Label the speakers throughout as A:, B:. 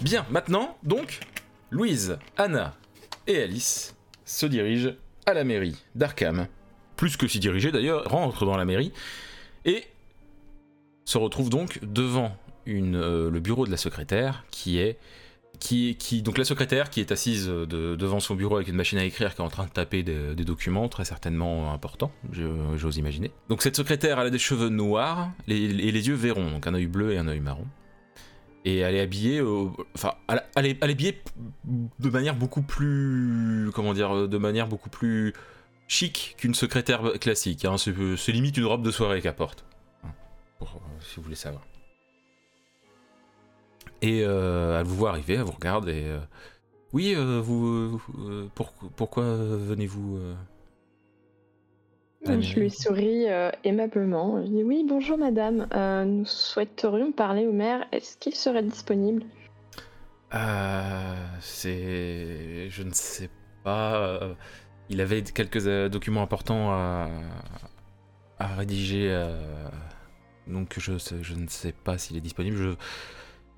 A: Bien, maintenant, donc, Louise, Anna et Alice se dirigent à la mairie d'Arkham. Plus que s'y diriger d'ailleurs, rentrent dans la mairie et se retrouvent donc devant une, euh, le bureau de la secrétaire qui est. Qui, qui, donc la secrétaire qui est assise euh, de- devant son bureau avec une machine à écrire qui est en train de taper des, des documents très certainement importants, je- j'ose imaginer. Donc cette secrétaire, elle a des cheveux noirs les- et les yeux verrons, donc un œil bleu et un œil marron et elle est habillée euh, enfin elle, elle est, elle est habillée p- de manière beaucoup plus comment dire euh, de manière beaucoup plus chic qu'une secrétaire classique hein. c'est c'est limite une robe de soirée qu'elle porte hein, pour, euh, si vous voulez savoir et euh, elle vous voit arriver elle vous regarde et euh, oui euh, vous euh, pour- pourquoi euh, venez-vous euh Ah,
B: Je
A: mais-
B: lui souris euh, aimablement. Je dis oui, bonjour madame. Euh, nous souhaiterions parler au maire. Est-ce qu'il serait disponible
A: Euh, c'est. Je ne sais pas. euh, Il avait quelques euh, documents importants à, à rédiger. euh, Donc je, sais- je ne sais pas s'il est disponible. Je...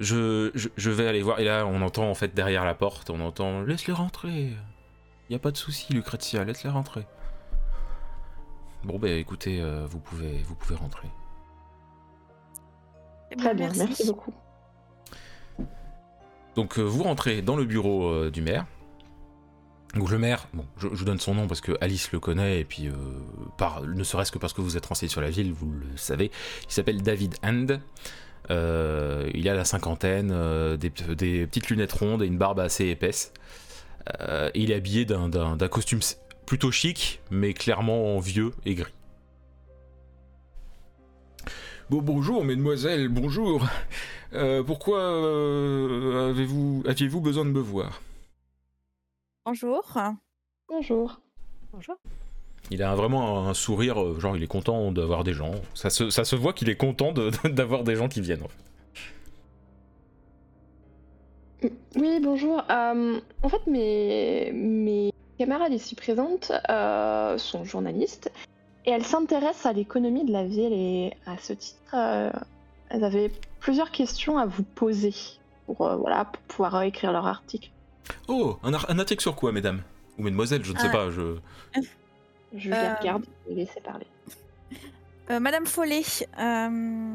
A: Je, je, je vais aller voir. Et là, on entend en fait derrière la porte, on entend Laisse-les rentrer. Y a pas de souci, Lucretia, laisse-les rentrer. Bon, ben écoutez, euh, vous, pouvez, vous pouvez rentrer.
C: Eh
B: Très
C: ben,
B: bien, merci beaucoup.
A: Donc euh, vous rentrez dans le bureau euh, du maire. Donc le maire, bon, je, je vous donne son nom parce que Alice le connaît et puis euh, par, ne serait-ce que parce que vous êtes renseigné sur la ville, vous le savez. Il s'appelle David Hand. Euh, il a la cinquantaine, euh, des, p- des petites lunettes rondes et une barbe assez épaisse. Euh, il est habillé d'un- d'un d'un costume s- plutôt chic, mais clairement vieux et gris. Bon, bonjour, mesdemoiselles, bonjour. Euh, pourquoi euh, avez-vous aviez-vous besoin de me voir
C: Bonjour.
B: Bonjour.
C: Bonjour.
A: Il a vraiment un, un sourire, euh, genre il est content d'avoir des gens. Ça se, ça se voit qu'il est content de- d'avoir des gens qui viennent. en fait.
B: Mm, Oui, bonjour. Euh, en fait, mes, mes camarades ici présentes euh, sont journalistes et elles s'intéressent à l'économie de la ville et à ce titre, euh, elles avaient plusieurs questions à vous poser pour, euh, voilà, pour pouvoir euh, écrire leur article.
A: Oh, un, ar- un article sur quoi, mesdames Ou mesdemoiselles, je ne sais
C: Ah.
A: pas. Je...
B: Je les
C: Euh.
B: regarde et les laisse parler.
C: Euh, Madame Follet, euh,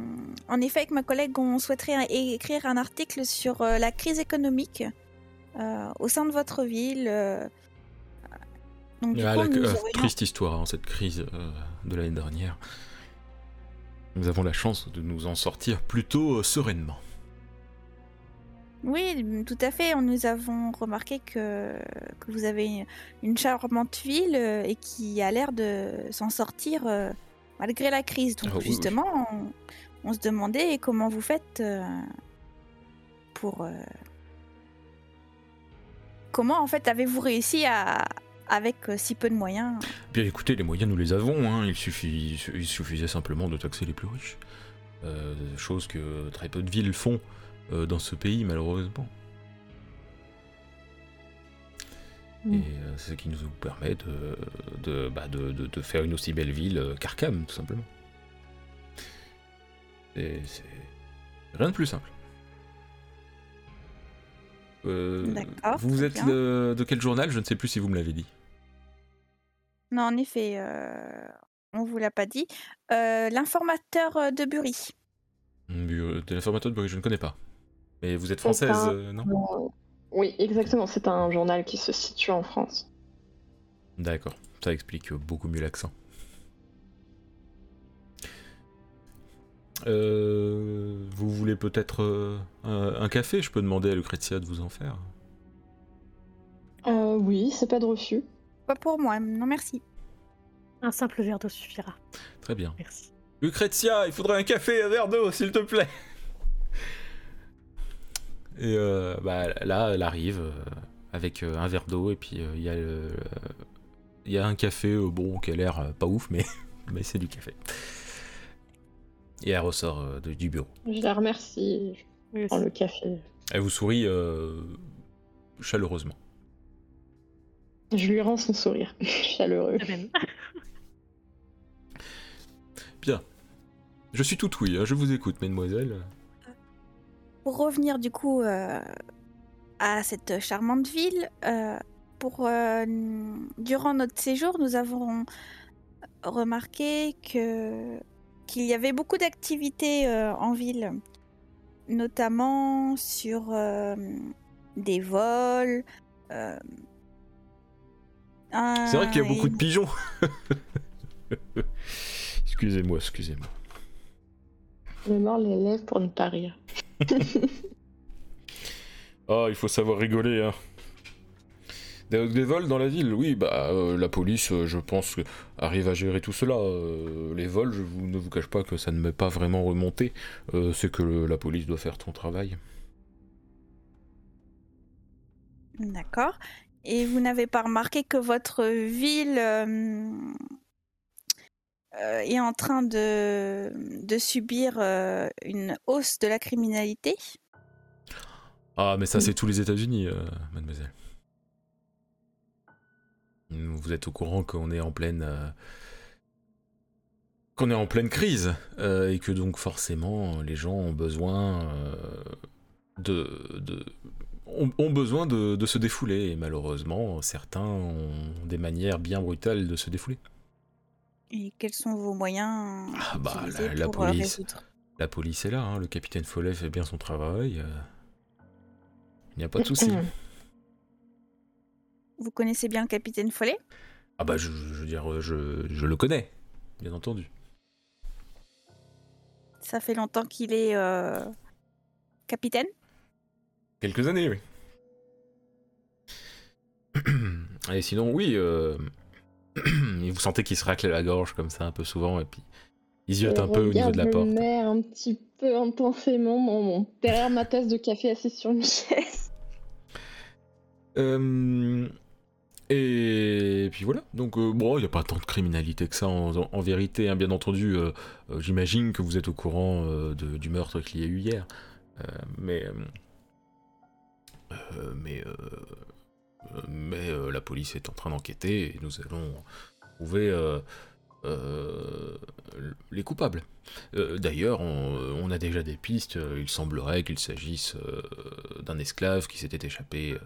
C: en effet, avec ma collègue, on souhaiterait un- écrire un article sur euh, la crise économique euh, au sein de votre ville. euh. Donc, du
A: Ah,
C: coup,
A: la-
C: nous
A: euh,
C: aurions-
A: triste histoire, hein, cette crise euh, de l'année dernière. Nous avons la chance de nous en sortir plutôt euh, sereinement.
C: Oui, tout à fait. Nous avons remarqué que, que vous avez une charmante ville euh, et qui a l'air de s'en sortir euh, malgré la crise. Donc
A: Ah oui, oui.
C: justement, On, on se demandait comment vous faites euh, pour... euh, Comment en fait avez-vous réussi à... avec euh, si peu de moyens
A: Bien écoutez, les moyens nous les avons, hein. il, suffit, il suffisait simplement de taxer les plus riches. Euh, chose que très peu de villes font euh, dans ce pays malheureusement.
B: Mm.
C: Mm.
A: Et euh, ce qui nous permet de, de, bah, de- de- de faire une aussi belle ville euh, qu'Arkham, tout simplement. Et C'est rien de plus simple. Euh,
C: D'accord,
A: vous
C: très
A: êtes
C: bien.
A: de- de quel journal Je ne sais plus si vous me l'avez dit.
C: Non, en effet, euh, on vous l'a pas dit. Euh, L'informateur euh, de Bury.
A: Bu- De l'informateur de Bruges, je ne connais pas. Mais vous êtes
B: C'est
A: française,
B: un-
A: euh, non
B: Euh, oui, exactement. C'est un journal qui se situe en France.
A: D'accord, ça explique euh, beaucoup mieux l'accent. Euh, vous voulez peut-être euh, un, un café Je peux demander à Lucretia de vous en faire.
B: Euh, oui, c'est pas de refus.
C: Pas pour moi, non merci.
D: Un simple verre d'eau suffira.
A: Très bien.
D: Merci.
A: Lucretia, il faudrait un café et un verre d'eau, s'il te plaît. Et euh, bah, là, elle arrive euh, avec euh, un verre d'eau et puis euh, il y a le- il y a un café, euh, bon, qui a l'air euh, pas ouf, mais, mais c'est du café. Et elle ressort euh, de- du bureau.
B: Je la remercie. Je
D: Oui,
B: prends
D: aussi.
B: Oh, le café.
A: Elle vous sourit euh, chaleureusement.
B: Je lui rends son sourire chaleureux.
D: De même.
A: Je suis tout oui, hein, je vous écoute, mesdemoiselles.
C: Pour revenir du coup euh, à cette charmante ville. Euh, pour, euh, durant notre séjour, nous avons remarqué que, qu'il y avait beaucoup d'activités euh, en ville, notamment sur euh, des vols. euh,
A: C'est vrai qu'il y a
C: un-
A: beaucoup de pigeons. excusez-moi, excusez-moi.
B: Le mort les lèvres pour ne pas rire.
A: Ah, il faut savoir rigoler, hein. Des, des vols dans la ville, oui, bah euh, la police, euh, je pense, que arrive à gérer tout cela. Euh, les vols, je vous, ne vous cache pas que ça ne m'est pas vraiment remonté. Euh, C'est que le- la police doit faire ton travail.
C: D'accord. Et vous n'avez pas remarqué que votre ville euh, euh, est en train de, de subir euh, une hausse de la criminalité
A: Ah, mais ça, c'est tous les États-Unis, euh, mademoiselle. Mm, Vous êtes au courant qu'on est en pleine. euh, qu'on est en pleine crise. euh, et que donc, forcément, les gens ont besoin euh, de. de- ont, ont besoin de, de se défouler. Et malheureusement, certains ont des manières bien brutales de se défouler.
C: Et quels sont vos moyens
A: Ah, bah,
C: utilisés
A: la- la
C: pour, euh,
A: police.
C: résoudre
A: La police est là, hein, le capitaine Follet fait bien son travail. euh, il n'y a pas de souci.
C: Vous connaissez bien le capitaine Follet
A: Ah bah je, je veux dire, je, je le connais, bien entendu.
C: Ça fait longtemps qu'il est euh, capitaine
A: Quelques années, oui. Et sinon, oui, euh, vous sentez qu'il se racle la gorge comme ça un peu souvent et puis il ziote un peu au niveau de la porte.
B: Je mère un petit peu intensément mon, mon- derrière ma tasse de café assise sur une chaise.
A: Euh, et puis voilà, donc euh, bon, il n'y a pas tant de criminalité que ça en, en- en vérité, hein. bien entendu, euh, euh, j'imagine que vous êtes au courant euh, de- du meurtre qu'il y a eu hier, Euh, mais... euh, euh, mais... euh, euh, mais euh, la police est en train d'enquêter et nous allons trouver euh, euh, les coupables. Euh, D'ailleurs, on, on a déjà des pistes, il semblerait qu'il s'agisse euh, d'un esclave qui s'était échappé... euh,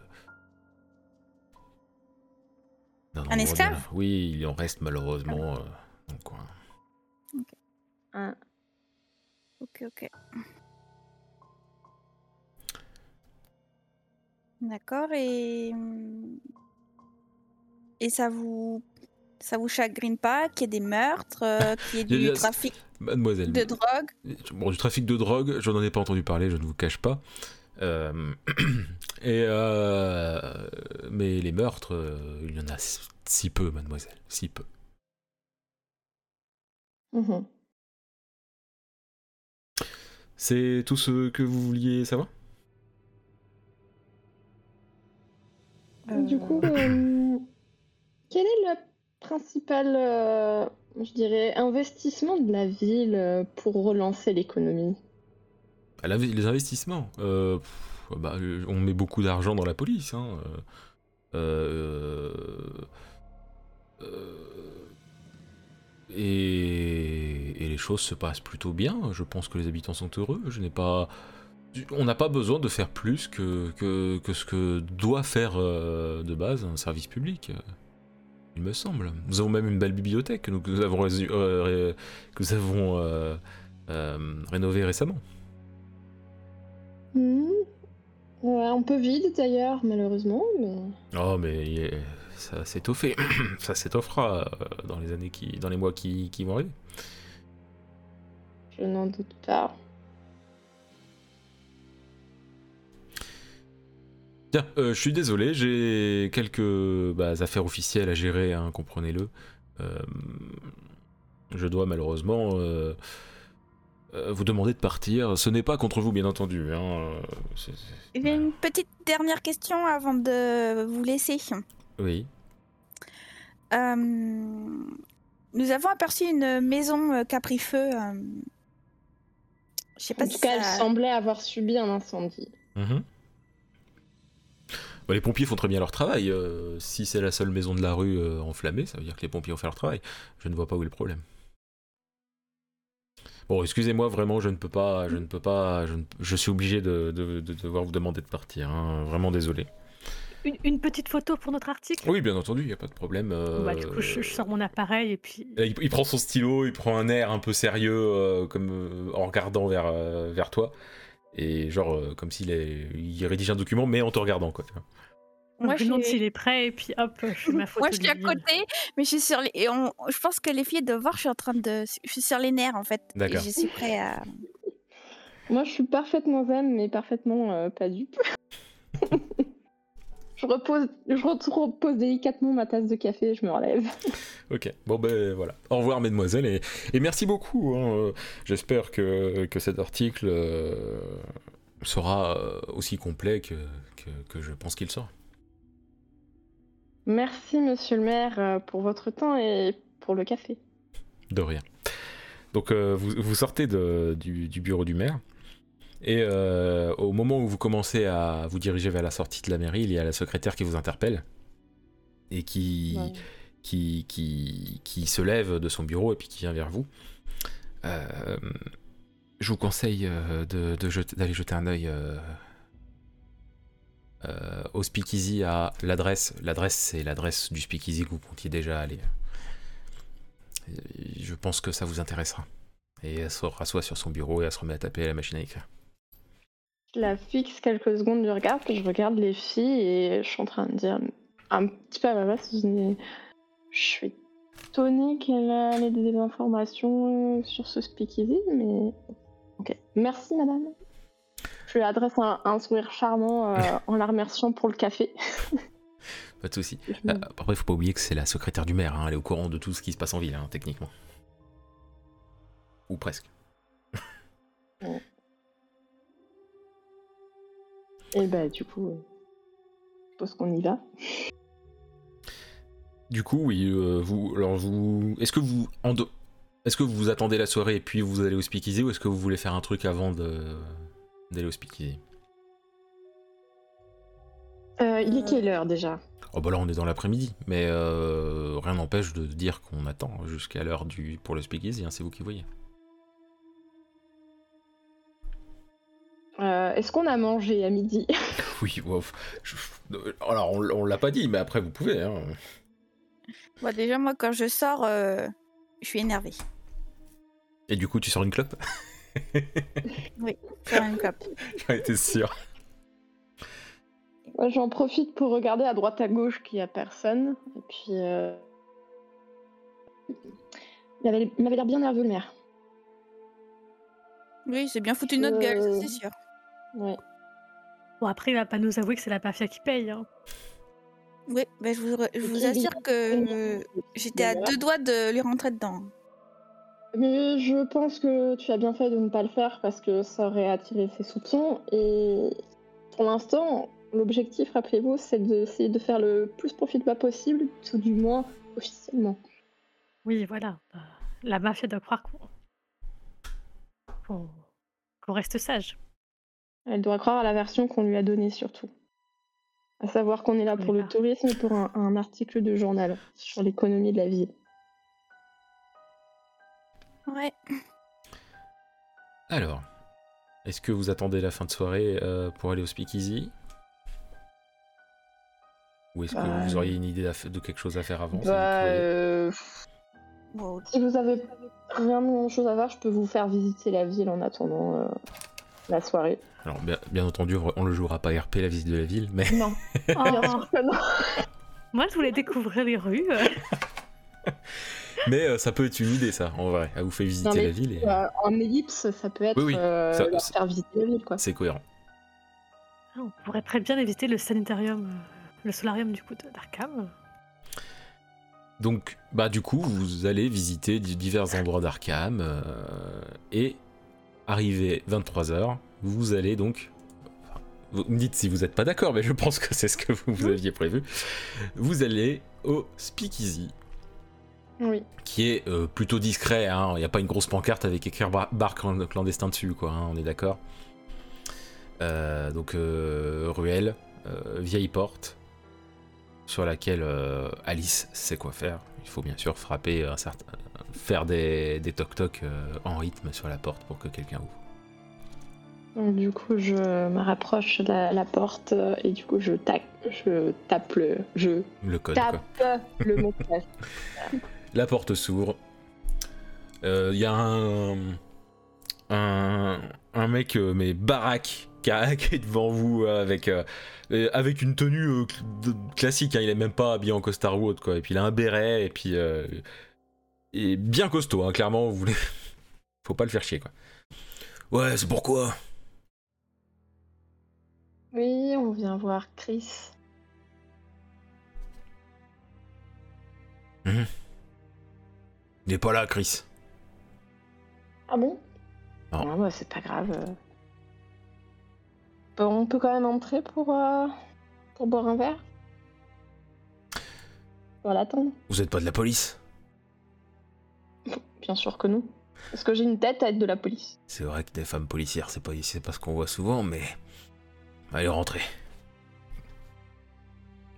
A: d'un endroit bien-
C: esclave
A: Oui, il en reste malheureusement euh, dans le coin.
B: Ah,
C: Ok, ok. D'accord, et... hum, Et ça vous... Ça vous chagrine pas qu'il y ait des meurtres, euh, qu'il
A: Il y
C: y ait
A: a-
C: du
A: il y a-
C: trafic
A: Mademoiselle,
C: de drogue
A: Bon, du trafic de drogue, je n'en ai pas entendu parler, je ne vous cache pas. Euh, Et euh, mais les meurtres, euh, il y en a si- si peu, mademoiselle, si peu.
B: mhm.
A: C'est tout ce que vous vouliez savoir
B: Du
C: Euh,
B: coup, euh, quel est le principal, euh, je dirais, investissement de la ville euh, pour relancer l'économie
A: Ah, la- Les investissements. euh, pff, bah, euh, on met beaucoup d'argent dans la police. hein, euh, euh, euh, et, et les choses se passent plutôt bien. Je pense que les habitants sont heureux. Je n'ai pas. On n'a pas besoin de faire plus que, que, que ce que doit faire euh, de base un service public, euh, il me semble. Nous avons même une belle bibliothèque que nous, que nous avons, résu- euh, ré- que nous avons euh, euh, rénovée récemment.
B: Hmm. Ouais, Un peu vide d'ailleurs, malheureusement, mais.
A: Oh mais il est- ça s'étoffait, ça s'étoffera euh, dans les années qui, dans les mois qui, qui vont arriver.
B: Je n'en doute pas.
A: Tiens, euh, je suis désolé, j'ai quelques bah, affaires officielles à gérer, hein, comprenez-le. Euh, je dois malheureusement euh, euh, vous demander de partir. Ce n'est pas contre vous, bien entendu. hein, euh, c'est- c'est-
C: J'ai une petite dernière question avant de vous laisser.
A: Oui.
C: Euh, nous avons aperçu une maison euh, Caprifeu. euh, Je sais pas
B: En
C: si
B: tout cas, elle
C: ça-
B: semblait avoir subi un incendie.
A: Mhm. Bah, les pompiers font très bien leur travail. euh, si c'est la seule maison de la rue euh, enflammée, ça veut dire que les pompiers ont fait leur travail. Je ne vois pas où est le problème. Bon, excusez-moi, vraiment, je ne peux pas, je ne peux pas, je, ne- je suis obligé de, de- de devoir vous demander de partir. hein, Vraiment désolé.
D: Une, une petite photo pour notre article
A: Oui, bien entendu, il n'y a pas de problème. euh,
D: Bah, Du coup, je, je sors mon appareil et puis.
A: Il, il prend son stylo, il prend un air un peu sérieux, euh, comme euh, en regardant vers, euh, vers toi, et genre euh, comme s'il est- il rédige un document, mais en te regardant quoi. tu vois.
D: On
C: Moi,
D: me demande
C: j'ai-
D: s'il est prêt et puis hop, je fais ma photo.
C: Moi, je suis à
D: de-
C: côté, mais je suis sur les. et on- Je pense que les filles doivent voir, je suis en train de. Je suis sur les nerfs, en fait. et
A: D'accord.
C: Je suis prêt à.
B: Moi, je suis parfaitement zen, mais parfaitement euh, pas dupe. je repose, je repose délicatement ma tasse de café et je me relève.
A: Ok, bon ben voilà. Au revoir mesdemoiselles et, et merci beaucoup. hein, euh, J'espère que, que cet article euh, sera euh, aussi complet que, que, que je pense qu'il sera.
B: Merci, monsieur le maire, euh, pour votre temps et pour le café.
A: De rien. Donc euh, vous, vous sortez de- du, du bureau du maire et euh, au moment où vous commencez à vous diriger vers la sortie de la mairie, il y a la secrétaire qui vous interpelle et qui...
B: Ouais.
A: qui, qui, qui se lève de son bureau et puis qui vient vers vous. Euh, je vous conseille euh, de- de jeter- d'aller jeter, un œil euh, euh, au speakeasy à l'adresse. L'adresse, c'est l'adresse du speakeasy que vous comptiez déjà aller. Et Je pense que ça vous intéressera. Et elle se rassoit sur son bureau et elle se remet à taper à la machine à écrire.
B: Je la fixe quelques secondes du regard, puis je regarde les filles et je suis en train de dire un petit peu à ma place, je dis, je suis étonnée qu'elle ait des informations euh, sur ce speakeasy, mais ok. Merci madame. Je lui adresse un, un sourire charmant euh, en la remerciant pour le café.
A: Pas de soucis.
B: Je
A: Euh,
B: me-
A: Après, faut pas oublier que c'est la secrétaire du maire. hein. Elle est au courant de tout ce qui se passe en ville, hein, techniquement. Ou presque.
B: Et bah du coup, euh, je suppose qu'on y va.
A: Du coup, oui, euh, vous, alors vous, est-ce que vous, en deux- est-ce que vous attendez la soirée et puis vous allez au speakeasy ou est-ce que vous voulez faire un truc avant de d'aller au speakeasy
B: Euh, il
C: Euh,
B: est quelle heure déjà
A: Oh bah là, on est dans l'après-midi, mais euh, rien n'empêche de dire qu'on attend jusqu'à l'heure du pour le speakeasy. hein, c'est vous qui voyez.
B: Euh, Est-ce qu'on a mangé à midi
A: Oui, wouf. Je- euh, alors on, on l'a pas dit, mais après vous pouvez. hein.
C: Bon, déjà, moi, quand je sors, euh, je suis énervée.
A: Et du coup, tu sors une clope.
C: Faire une clope.
A: J'en étais sûr.
B: Moi, J'en profite pour regarder à droite à gauche qu'il n'y a personne. Et puis. euh, Il avait- il m'avait l'air bien nerveux le maire.
C: Oui, c'est bien foutu notre gueule, ça, c'est sûr.
B: Ouais.
D: Bon, après, il va pas nous avouer que c'est la mafia qui paye. hein.
C: Oui, ben, je, vous, re- je vous
B: Ok,
C: assure que euh,
B: bien.
C: j'étais à deux doigts de lui rentrer dedans.
B: Mais je pense que tu as bien fait de ne pas le faire parce que ça aurait attiré ses soupçons. Et pour l'instant, l'objectif, rappelez-vous, c'est d'essayer de faire le plus profitable possible, tout du moins officiellement.
D: Oui, voilà. Euh, La mafia doit croire qu'on. qu'on qu'on reste sage.
B: Elle doit croire à la version qu'on lui a donnée surtout. À savoir qu'on est là pour le
D: D'accord.
B: tourisme et pour un- un article de journal sur l'économie de la ville.
C: Ouais.
A: Alors, est-ce que vous attendez la fin de soirée euh, pour aller au speakeasy Ou est-ce que
B: Bah,
A: vous auriez une idée à f- de quelque chose à faire avant si vous
B: Bah,
A: pourriez
B: euh,
C: Bon,
B: si vous avez rien de chose à voir, je peux vous faire visiter la ville en attendant euh, la soirée.
A: Alors, bien, bien entendu, on on le jouera pas RP, la visite de la ville, mais
B: Non, bien
D: Oh,
B: sûr que non.
D: moi, je voulais découvrir les rues. euh.
A: mais euh, ça peut être une idée, ça, en vrai. Elle vous fait visiter
B: Non, mais-
A: la ville et
B: Euh, en ellipse, ça peut être
A: Oui, oui,
B: euh,
A: ça-
B: leur
A: ça-
B: faire visiter la ville, quoi.
A: c'est cohérent.
D: On pourrait très bien éviter le sanitarium, euh, le solarium du coup de- d'Arkham.
A: Donc, bah, du coup, vous allez visiter di- divers endroits d'Arkham euh, et arrivé 23h, vous allez donc. enfin, Vous me dites si vous n'êtes pas d'accord, mais je pense que c'est ce que vous, vous
D: Oui.
A: aviez prévu. Vous allez au Speakeasy,
B: Oui.
A: qui est euh, plutôt discret. hein. Il n'y a pas une grosse pancarte avec écrire bar, bar clan- clandestin dessus, quoi. hein, on est d'accord. Euh, donc euh, ruelle, euh, vieille porte, sur laquelle euh, Alice sait quoi faire. Il faut bien sûr frapper un certain, faire des, des toc-toc euh, en rythme sur la porte pour que quelqu'un ouvre.
B: Donc, du coup, je me rapproche de la, la porte euh, et du coup, je, tac, je tape le. Je
A: Le code, quoi.
B: tape le mot de passe.
A: La porte s'ouvre. Euh, Il y a un, un, un mec, euh, mais baraque, qui a- qui est devant vous euh, avec, euh, euh, avec une tenue euh, cl- de- classique. hein. il est même pas habillé en costard ou autre, quoi. Et puis il a un béret, et puis. euh, et bien costaud, hein, clairement. Vous voulez... Faut pas le faire chier, quoi. Ouais, c'est pourquoi
B: Oui, on vient voir Chris.
A: Il n'est pas là, Chris.
B: Ah bon
A: Non.
B: Non, bah, c'est pas grave. euh. Bon, on peut quand même entrer pour, euh, pour boire un verre On va l'attendre
A: Vous êtes pas de la police
B: Bien sûr que non. Est-ce que j'ai une tête à être de la police
A: C'est vrai que des femmes policières, c'est pas, c'est pas ce qu'on voit souvent, mais. Allez, rentrez.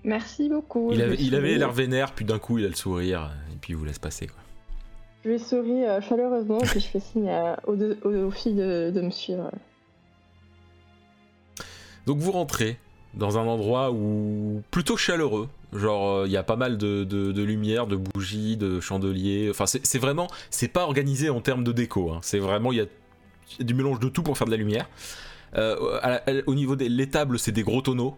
B: Merci beaucoup.
A: Il
B: je
A: avait,
B: vais
A: il avait
B: sourire.
A: l'air vénère, puis d'un coup il a le sourire, et puis il vous laisse passer. Quoi.
B: Je lui souris euh, chaleureusement et puis je fais signe à- aux, deux- aux- aux filles de, de me suivre.
A: Donc vous rentrez dans un endroit où plutôt chaleureux, genre euh, il y a pas mal de, de, de lumière, de bougies, de chandeliers, enfin c'est c'est vraiment, c'est pas organisé en termes de déco, hein. c'est vraiment, il y a il y a du mélange de tout pour faire de la lumière. Euh, à la- à- au niveau des les tables, c'est des gros tonneaux.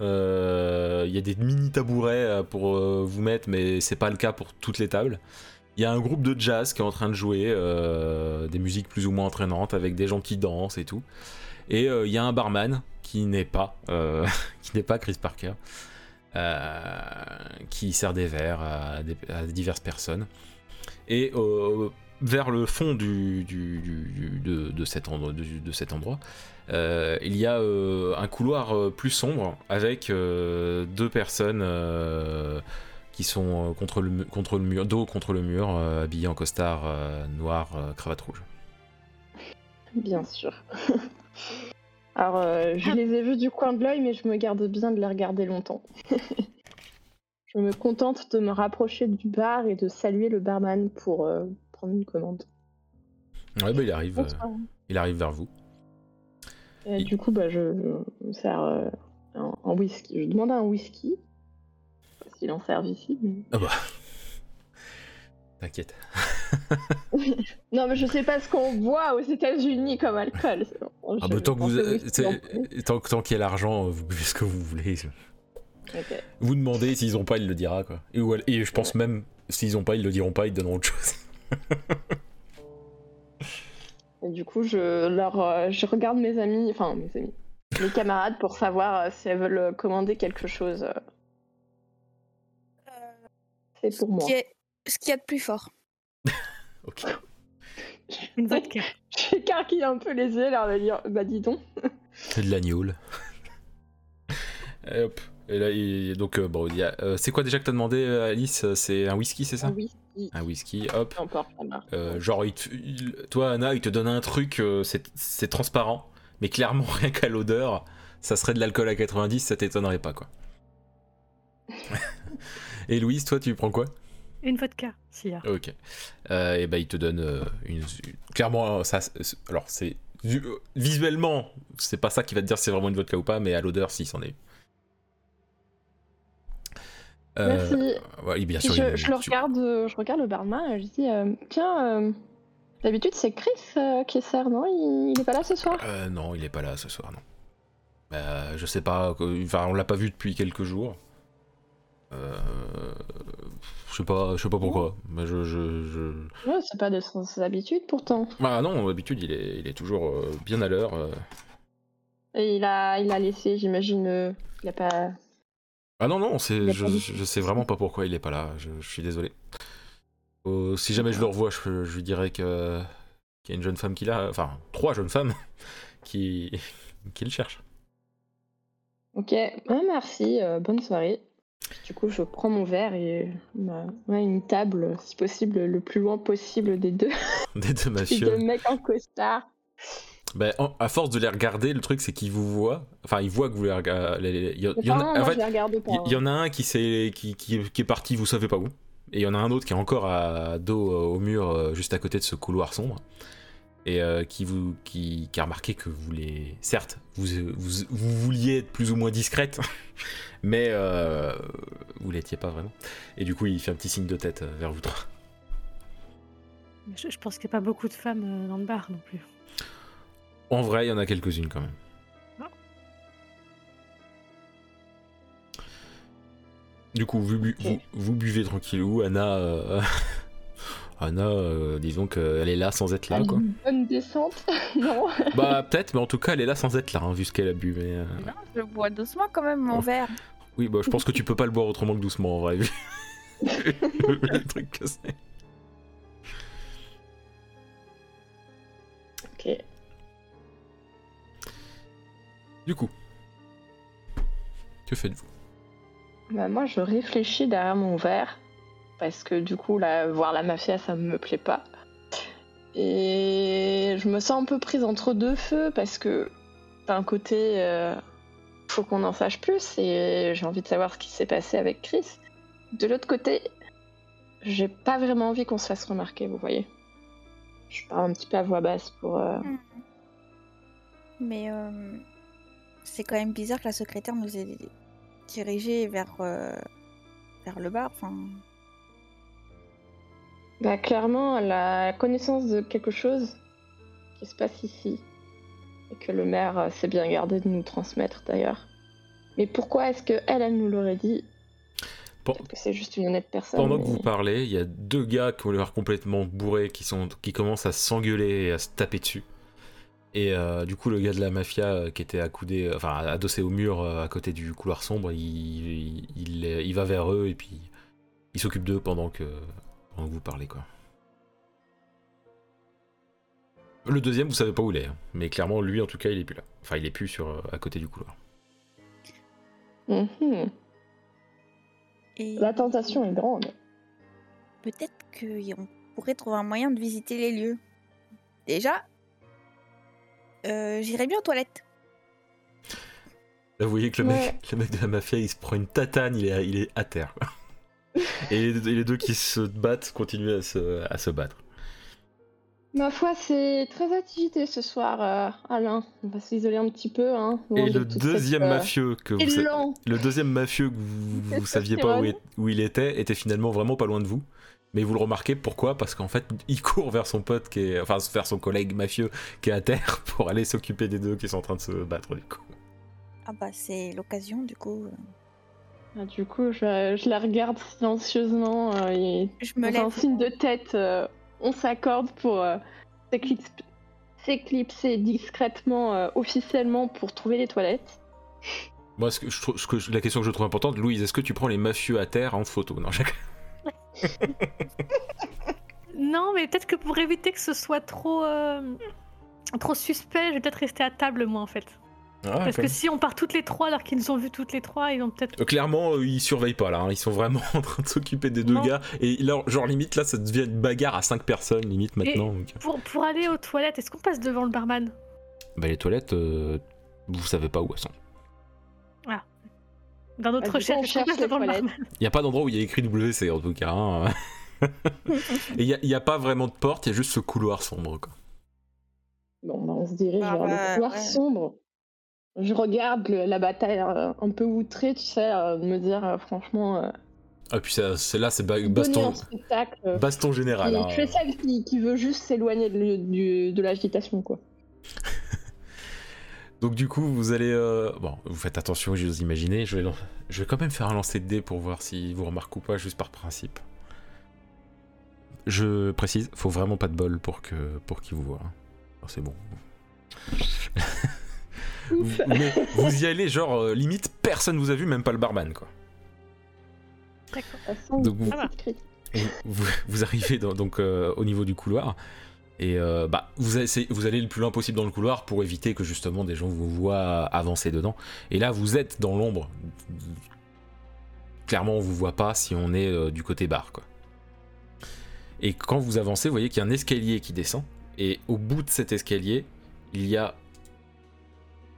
A: Euh, Il y a des mini tabourets euh, pour euh, vous mettre, mais c'est pas le cas pour toutes les tables. Il y a un groupe de jazz qui est en train de jouer euh, des musiques plus ou moins entraînantes avec des gens qui dansent et tout. Et euh, il y a un barman qui n'est pas, euh, qui n'est pas Chris Parker, euh, qui sert des verres à, des- à diverses personnes. Et euh, vers le fond du, du- du- du- de, de cet endroit, de, de cet endroit euh, il y a euh, un couloir euh, plus sombre avec euh, deux personnes euh, qui sont euh, contre, le, mu- contre le mur, dos contre le mur, euh, habillées en costard euh, noir, euh, cravate rouge.
B: Bien sûr. Alors, euh, je les ai vues du coin de l'œil, mais je me garde bien de les regarder longtemps. je me contente de me rapprocher du bar et de saluer le barman pour euh, prendre une commande.
A: Ouais, bah, il arrive, euh,
B: Bonsoir.
A: il arrive vers vous.
B: Et
A: il-
B: du coup, bah, je, je me sers euh, un, un whisky. Je demande un whisky. Je sais pas S'il en sert ici. mais-
A: T'inquiète.
B: Non, mais je sais pas ce qu'on boit aux États-Unis comme alcool. c'est bon.
A: Ah
B: Je-
A: bah, tant
B: je
A: que
B: pense
A: vous,
B: le whisky en premier.
A: c'est- tant, que- tant qu'il y a l'argent, euh, vous buvez ce que vous voulez.
B: Ok.
A: Vous demandez s'ils ont pas, il le dira quoi. Et, ou elle- et je pense même s'ils ont pas, ils le diront pas, ils donneront autre chose.
B: Et du coup, je, leur, euh, je regarde mes amis, enfin mes amis, mes camarades pour savoir euh, si elles veulent euh, commander quelque chose. euh. C'est pour moi.
C: Qui est- Euh, Ce qu'il y a de plus fort.
A: Ok.
D: Une vodka.
B: J'écarquille un peu les yeux, l'air de dire Bah, dis donc.
A: C'est de l'agneau. Et hop. Et là, il- donc euh, bon, il y a- euh, c'est quoi déjà que t'as demandé, euh, Alice C'est un whisky, c'est ça
B: Oui, oui,
A: Un whisky. Hop.
B: peu importe la marque.
A: Euh, genre, il te- il- toi, Anna, il te donne un truc, euh, c'est c'est transparent, mais clairement rien qu'à l'odeur, ça serait de l'alcool à 90, ça t'étonnerait pas quoi. Et Louise, toi, tu prends quoi
D: Une vodka, hein. Sia.
A: Ok. Euh, et ben il te donne euh, une, une- clairement euh, ça. c'est- Alors c'est du- euh, visuellement, c'est pas ça qui va te dire si c'est vraiment une vodka ou pas, mais à l'odeur, si c'en est. Euh,
B: Merci.
A: ouais, bien
B: Puis
A: sûr.
B: je,
A: il-
B: je le
A: tu-
B: regarde, euh, je regarde le barman et je dis euh, Tiens, euh, d'habitude c'est Chris euh, qui sert, non il, il est pas là ce soir
A: Euh, non, il est pas là ce soir, non. Euh, je sais pas. que- Enfin, on l'a pas vu depuis quelques jours. Euh, je sais pas, je sais pas pourquoi. Mais je, je, je,
B: Ouais, C'est pas de son- ses habitudes pourtant.
A: Ah non, d'habitude, il est, il est toujours euh, bien à l'heure. euh.
B: Et il a, il a laissé, j'imagine, euh, il a pas.
A: Ah non, non, c'est-
B: Il y a
A: je,
B: pas de-
A: je sais vraiment pas pourquoi il est pas là, je, je suis désolé. Euh, si jamais je le revois, je, je lui dirais que- qu'il y a une jeune femme qui l'a, enfin, trois jeunes femmes qui, qui le cherchent.
B: Ok, Ah, merci, euh, bonne soirée. Du coup, je prends mon verre et ma- ouais, une table, si possible, le plus loin possible des deux,
A: Des deux
B: des deux
A: messieurs.
B: mecs en costard.
A: Ben, en- à force de les regarder, le truc c'est qu'ils vous voient, enfin, ils voient que vous les regardez. Il y,
B: Mais
A: en
B: pardon,
A: a- en
B: moi,
A: fait,
B: je les regarde pas.
A: il y en a un qui, s'est- qui, qui- qui est parti, vous savez pas où. Et il y en a un autre qui est encore à dos euh, au mur, euh, juste à côté de ce couloir sombre, et euh, qui, vous, qui, qui a remarqué que vous les... Certes, vous, vous, vous vouliez être plus ou moins discrète, mais euh, vous l'étiez pas vraiment. Et du coup, il fait un petit signe de tête euh, vers vous trois.
D: Je, je pense qu'il n'y a pas beaucoup de femmes euh, dans le bar non plus.
A: En vrai, il y en a quelques-unes quand même.
D: Ah.
A: Du coup, vous, bu-
B: Ok.
A: vous, vous buvez tranquillou, Anna. euh, Anna, euh, disons qu'elle est là sans être là, quoi.
B: Une bonne descente, non
A: bah, peut-être, mais en tout cas, elle est là sans être là, hein, vu ce qu'elle a bu. Mais, euh,
C: Non, je bois doucement quand même mon
A: Oh.
C: verre.
A: Oui, bah, je pense que tu peux pas le boire autrement que doucement, en vrai. vu- vu le truc que c'est.
B: Ok.
A: Du coup, que faites-vous
B: Bah, moi, je réfléchis derrière mon verre. Parce que du coup, là, voir la mafia, ça me plaît pas. Et je me sens un peu prise entre deux feux parce que d'un côté, euh, faut qu'on en sache plus et j'ai envie de savoir ce qui s'est passé avec Chris. De l'autre côté, j'ai pas vraiment envie qu'on se fasse remarquer, vous voyez. Je parle un petit peu à voix basse pour. euh,
C: Mais euh, c'est quand même bizarre que la secrétaire nous ait dirigés vers, euh, vers le bar. Enfin,
B: Bah, clairement, la connaissance de quelque chose qui se passe ici, et que le maire euh, s'est bien gardé de nous transmettre d'ailleurs. Mais pourquoi est-ce que elle, elle nous l'aurait dit
A: Pen-
B: Peut-être que c'est juste une honnête personne.
A: Pendant que
B: mais-
A: vous parlez, il y a deux gars qui ont l'air complètement bourrés, qui, sont, qui commencent à s'engueuler et à se taper dessus. Et euh, du coup, le gars de la mafia euh, qui était accoudé, enfin adossé au mur euh, à côté du couloir sombre, il, il, il- il va vers eux et puis il s'occupe d'eux pendant que, pendant que vous parlez, quoi. Le deuxième, vous savez pas où il est, hein. mais clairement, lui en tout cas, il est plus là. Enfin, il est plus sur, euh, à côté du couloir.
B: Mhm.
C: et
B: La tentation est grande.
C: Peut-être qu'on pourrait trouver un moyen de visiter les lieux. Déjà, euh, j'irais bien aux toilettes.
A: Là, vous voyez que le,
B: Ouais.
A: mec, le mec de la mafia, il se prend une tatane, il est, il est à terre. quoi. Et les, et les deux qui se battent continuent à se, à se battre.
B: Ma foi, c'est très agité ce soir, euh, Alain. On va s'isoler un petit peu. Hein, loin
A: Et
B: de
A: le
B: toute
A: deuxième
B: cette, euh,
A: mafieux que vous, sa-
B: élan.
A: le deuxième mafieux que vous, vous saviez pas où, est- où il était était finalement vraiment pas loin de vous. Mais vous le remarquez pourquoi Parce qu'en fait, il court vers son pote qui est, enfin vers son collègue mafieux qui est à terre pour aller s'occuper des deux qui sont en train de se battre du coup.
C: Ah bah c'est l'occasion du coup. euh,
B: Ah, du coup, je, je la regarde silencieusement euh, et
C: Je me
B: Dans un
C: lève.
B: signe de tête, euh, on s'accorde pour euh, s'éclipse- s'éclipser discrètement, euh, officiellement, pour trouver les toilettes.
A: Moi, ce que je trouve- ce que je- la question que je trouve importante, Louise, est-ce que tu prends les mafieux à terre en photo Non, j'ai-
D: Non, mais peut-être que pour éviter que ce soit trop, euh, trop suspect, je vais peut-être rester à table moi en fait. Parce que si on part toutes les trois alors qu'ils nous ont vus toutes les trois, ils vont peut-être.
A: Euh, Clairement, euh, ils surveillent pas là, hein. ils sont vraiment en train de s'occuper des deux
D: Non.
A: gars. Et là, genre limite, là, ça devient une bagarre à 5 personnes, limite maintenant. donc.
D: Pour, pour aller aux toilettes, est-ce qu'on passe devant le barman
A: Bah, les toilettes, euh, vous savez pas où elles sont.
D: Dans notre
B: Bah, du coup, on
D: recherche, est-ce qu'on
B: cherche
D: passe
B: les
D: devant le
B: toilettes.
D: barman
A: Il n'y a pas d'endroit où il y a écrit WC en tout cas. hein. Et il n'y a, pas vraiment de porte, il y a juste ce couloir sombre. Quoi.
B: Bon, bah, on se dirige
C: Ah
B: vers
C: bah,
B: le couloir
C: ouais.
B: sombre. Je regarde le- la bataille euh, un peu outrée, tu sais, euh, de me dire euh, franchement, euh,
A: Ah, puis ça- c'est là, c'est ba-
B: donner
A: baston,
B: un spectacle. euh,
A: baston général.
B: et
A: hein.
B: Tu es celle qui, qui veut juste s'éloigner de, du- de l'agitation, quoi.
A: Donc du coup, vous allez... euh, Bon, vous faites attention, je vous imaginez. Je vais, lan- je vais quand même faire un lancer de dés pour voir si vous remarquez ou pas, juste par principe. Je précise, faut vraiment pas de bol pour que pour qu'il vous voit. hein. Oh, C'est bon.
B: Ouf.
A: Vous- mais vous y allez genre euh, limite personne vous a vu, même pas le barman quoi.
D: D'accord.
B: Ça sent
A: Donc vous-
B: une petite crise.
C: Ah
A: vous, vous- vous arrivez dans- donc euh, au niveau du couloir et euh, bah, vous, allez, c'est- vous allez le plus loin possible dans le couloir pour éviter que justement des gens vous voient avancer dedans. Et là, vous êtes dans l'ombre. Clairement, on vous voit pas si on est euh, du côté bar. Quoi. Et quand vous avancez, vous voyez qu'il y a un escalier qui descend. Et au bout de cet escalier, il y a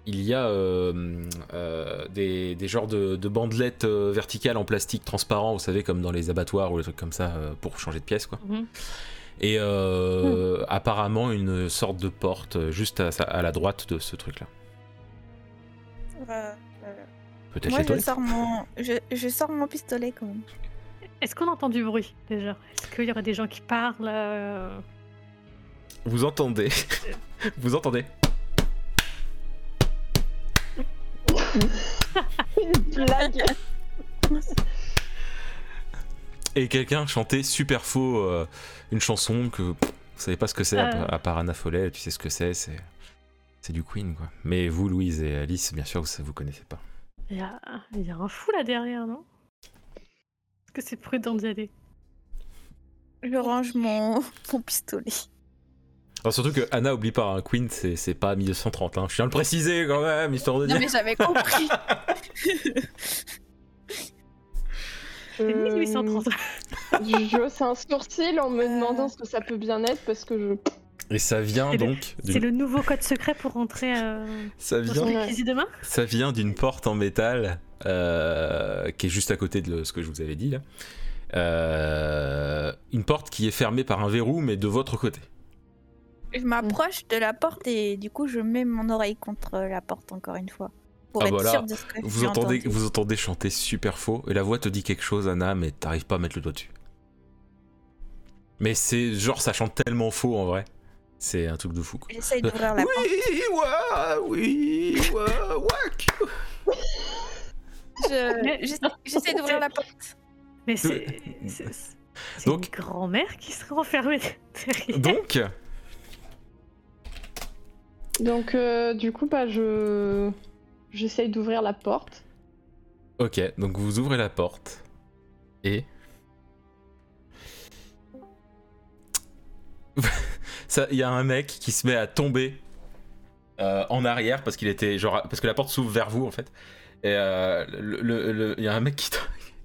A: il y a euh, euh, des, des genres de, de bandelettes euh, verticales en plastique transparent, vous savez, comme dans les abattoirs ou les trucs comme ça, euh, pour changer de pièce, quoi.
D: Mhm.
A: Et euh, apparemment une sorte de porte euh, juste à, sa- à la droite de ce truc-là.
C: Euh, euh,
A: Peut-être
C: moi,
A: les
C: je
A: toilettes.
C: sors, mon... je, je sors mon pistolet quand même.
D: Est-ce qu'on entend du bruit déjà Est-ce qu'il y aurait des gens qui parlent euh,
A: Vous entendez Vous entendez
C: bah.
B: Une blague.
A: Et quelqu'un chantait super faux euh, une chanson que pff, vous savez pas ce que c'est, à-
D: Euh.
A: à part Anna Follet, tu sais ce que c'est, c'est. C'est du Queen, quoi. Mais vous, Louise et Alice, bien sûr, vous, vous connaissez pas.
D: Il y, a... il y a un fou là derrière, non Est-ce que c'est prudent d'y aller
C: Je range mon, mon pistolet.
A: Alors, surtout que Anna, oublie pas, hein, Queen, c'est c'est pas 1930, hein. Je tiens à le préciser quand même, histoire de
C: Non
A: dire.
C: mais j'avais compris.
D: C'est
B: Euh,
D: 1830.
B: Je, je fais un sourcil en me
C: Euh.
B: demandant ce que ça peut bien être parce que je.
A: Et ça vient
D: C'est le-
A: donc.
D: C'est
A: d'une-
D: le nouveau code secret pour rentrer euh,
A: Ça
D: dans
A: vient
D: son
B: Ouais.
D: église demain
A: Ça vient d'une porte en métal euh, qui est juste à côté de le- ce que je vous avais dit là. Euh, une porte qui est fermée par un verrou, mais de votre côté.
C: je m'approche de la porte et du coup je mets mon oreille contre la porte encore une fois pour
A: Ah,
C: être
A: voilà.
C: sûre de ce que
A: Vous
C: j'ai
A: entendez,
C: entendu.
A: vous entendez chanter super faux, et la voix te dit quelque chose, Anna, mais t'arrives pas à mettre le doigt dessus. Mais c'est genre, ça chante tellement faux en vrai. C'est un truc de fou. quoi.
C: J'essaye d'ouvrir la porte.
A: Oui, ouah, oui, ouah, ouac.
C: Je- j'essa- J'essaye d'ouvrir la porte.
D: Mais c'est. c'est- c'est
A: Donc-
D: une grand-mère qui serait enfermée derrière.
A: Donc,
B: Donc, euh, du coup, bah, je. J'essaye d'ouvrir la porte.
A: Ok, donc vous ouvrez la porte et ça, il y a un mec qui se met à tomber euh, en arrière parce qu'il était genre parce que la porte s'ouvre vers vous en fait et euh, le- le- le- il y a un mec qui, to-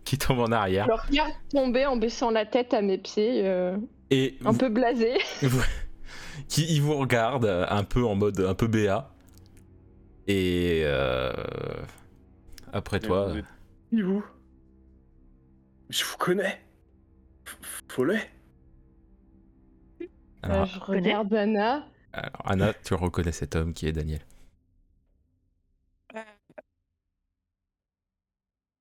A: qui tombe en arrière
B: Je le regarde tomber en baissant la tête à mes pieds, euh,
A: et
B: un peu blasé.
A: qui il vous regarde euh, un peu en mode un peu BA et euh, après toi euh,
E: Vous êtes qui, vous Je vous connais. F- Follet
B: Euh,
A: alors,
B: je regarde Anna.
A: alors, Anna tu reconnais cet homme qui est Daniel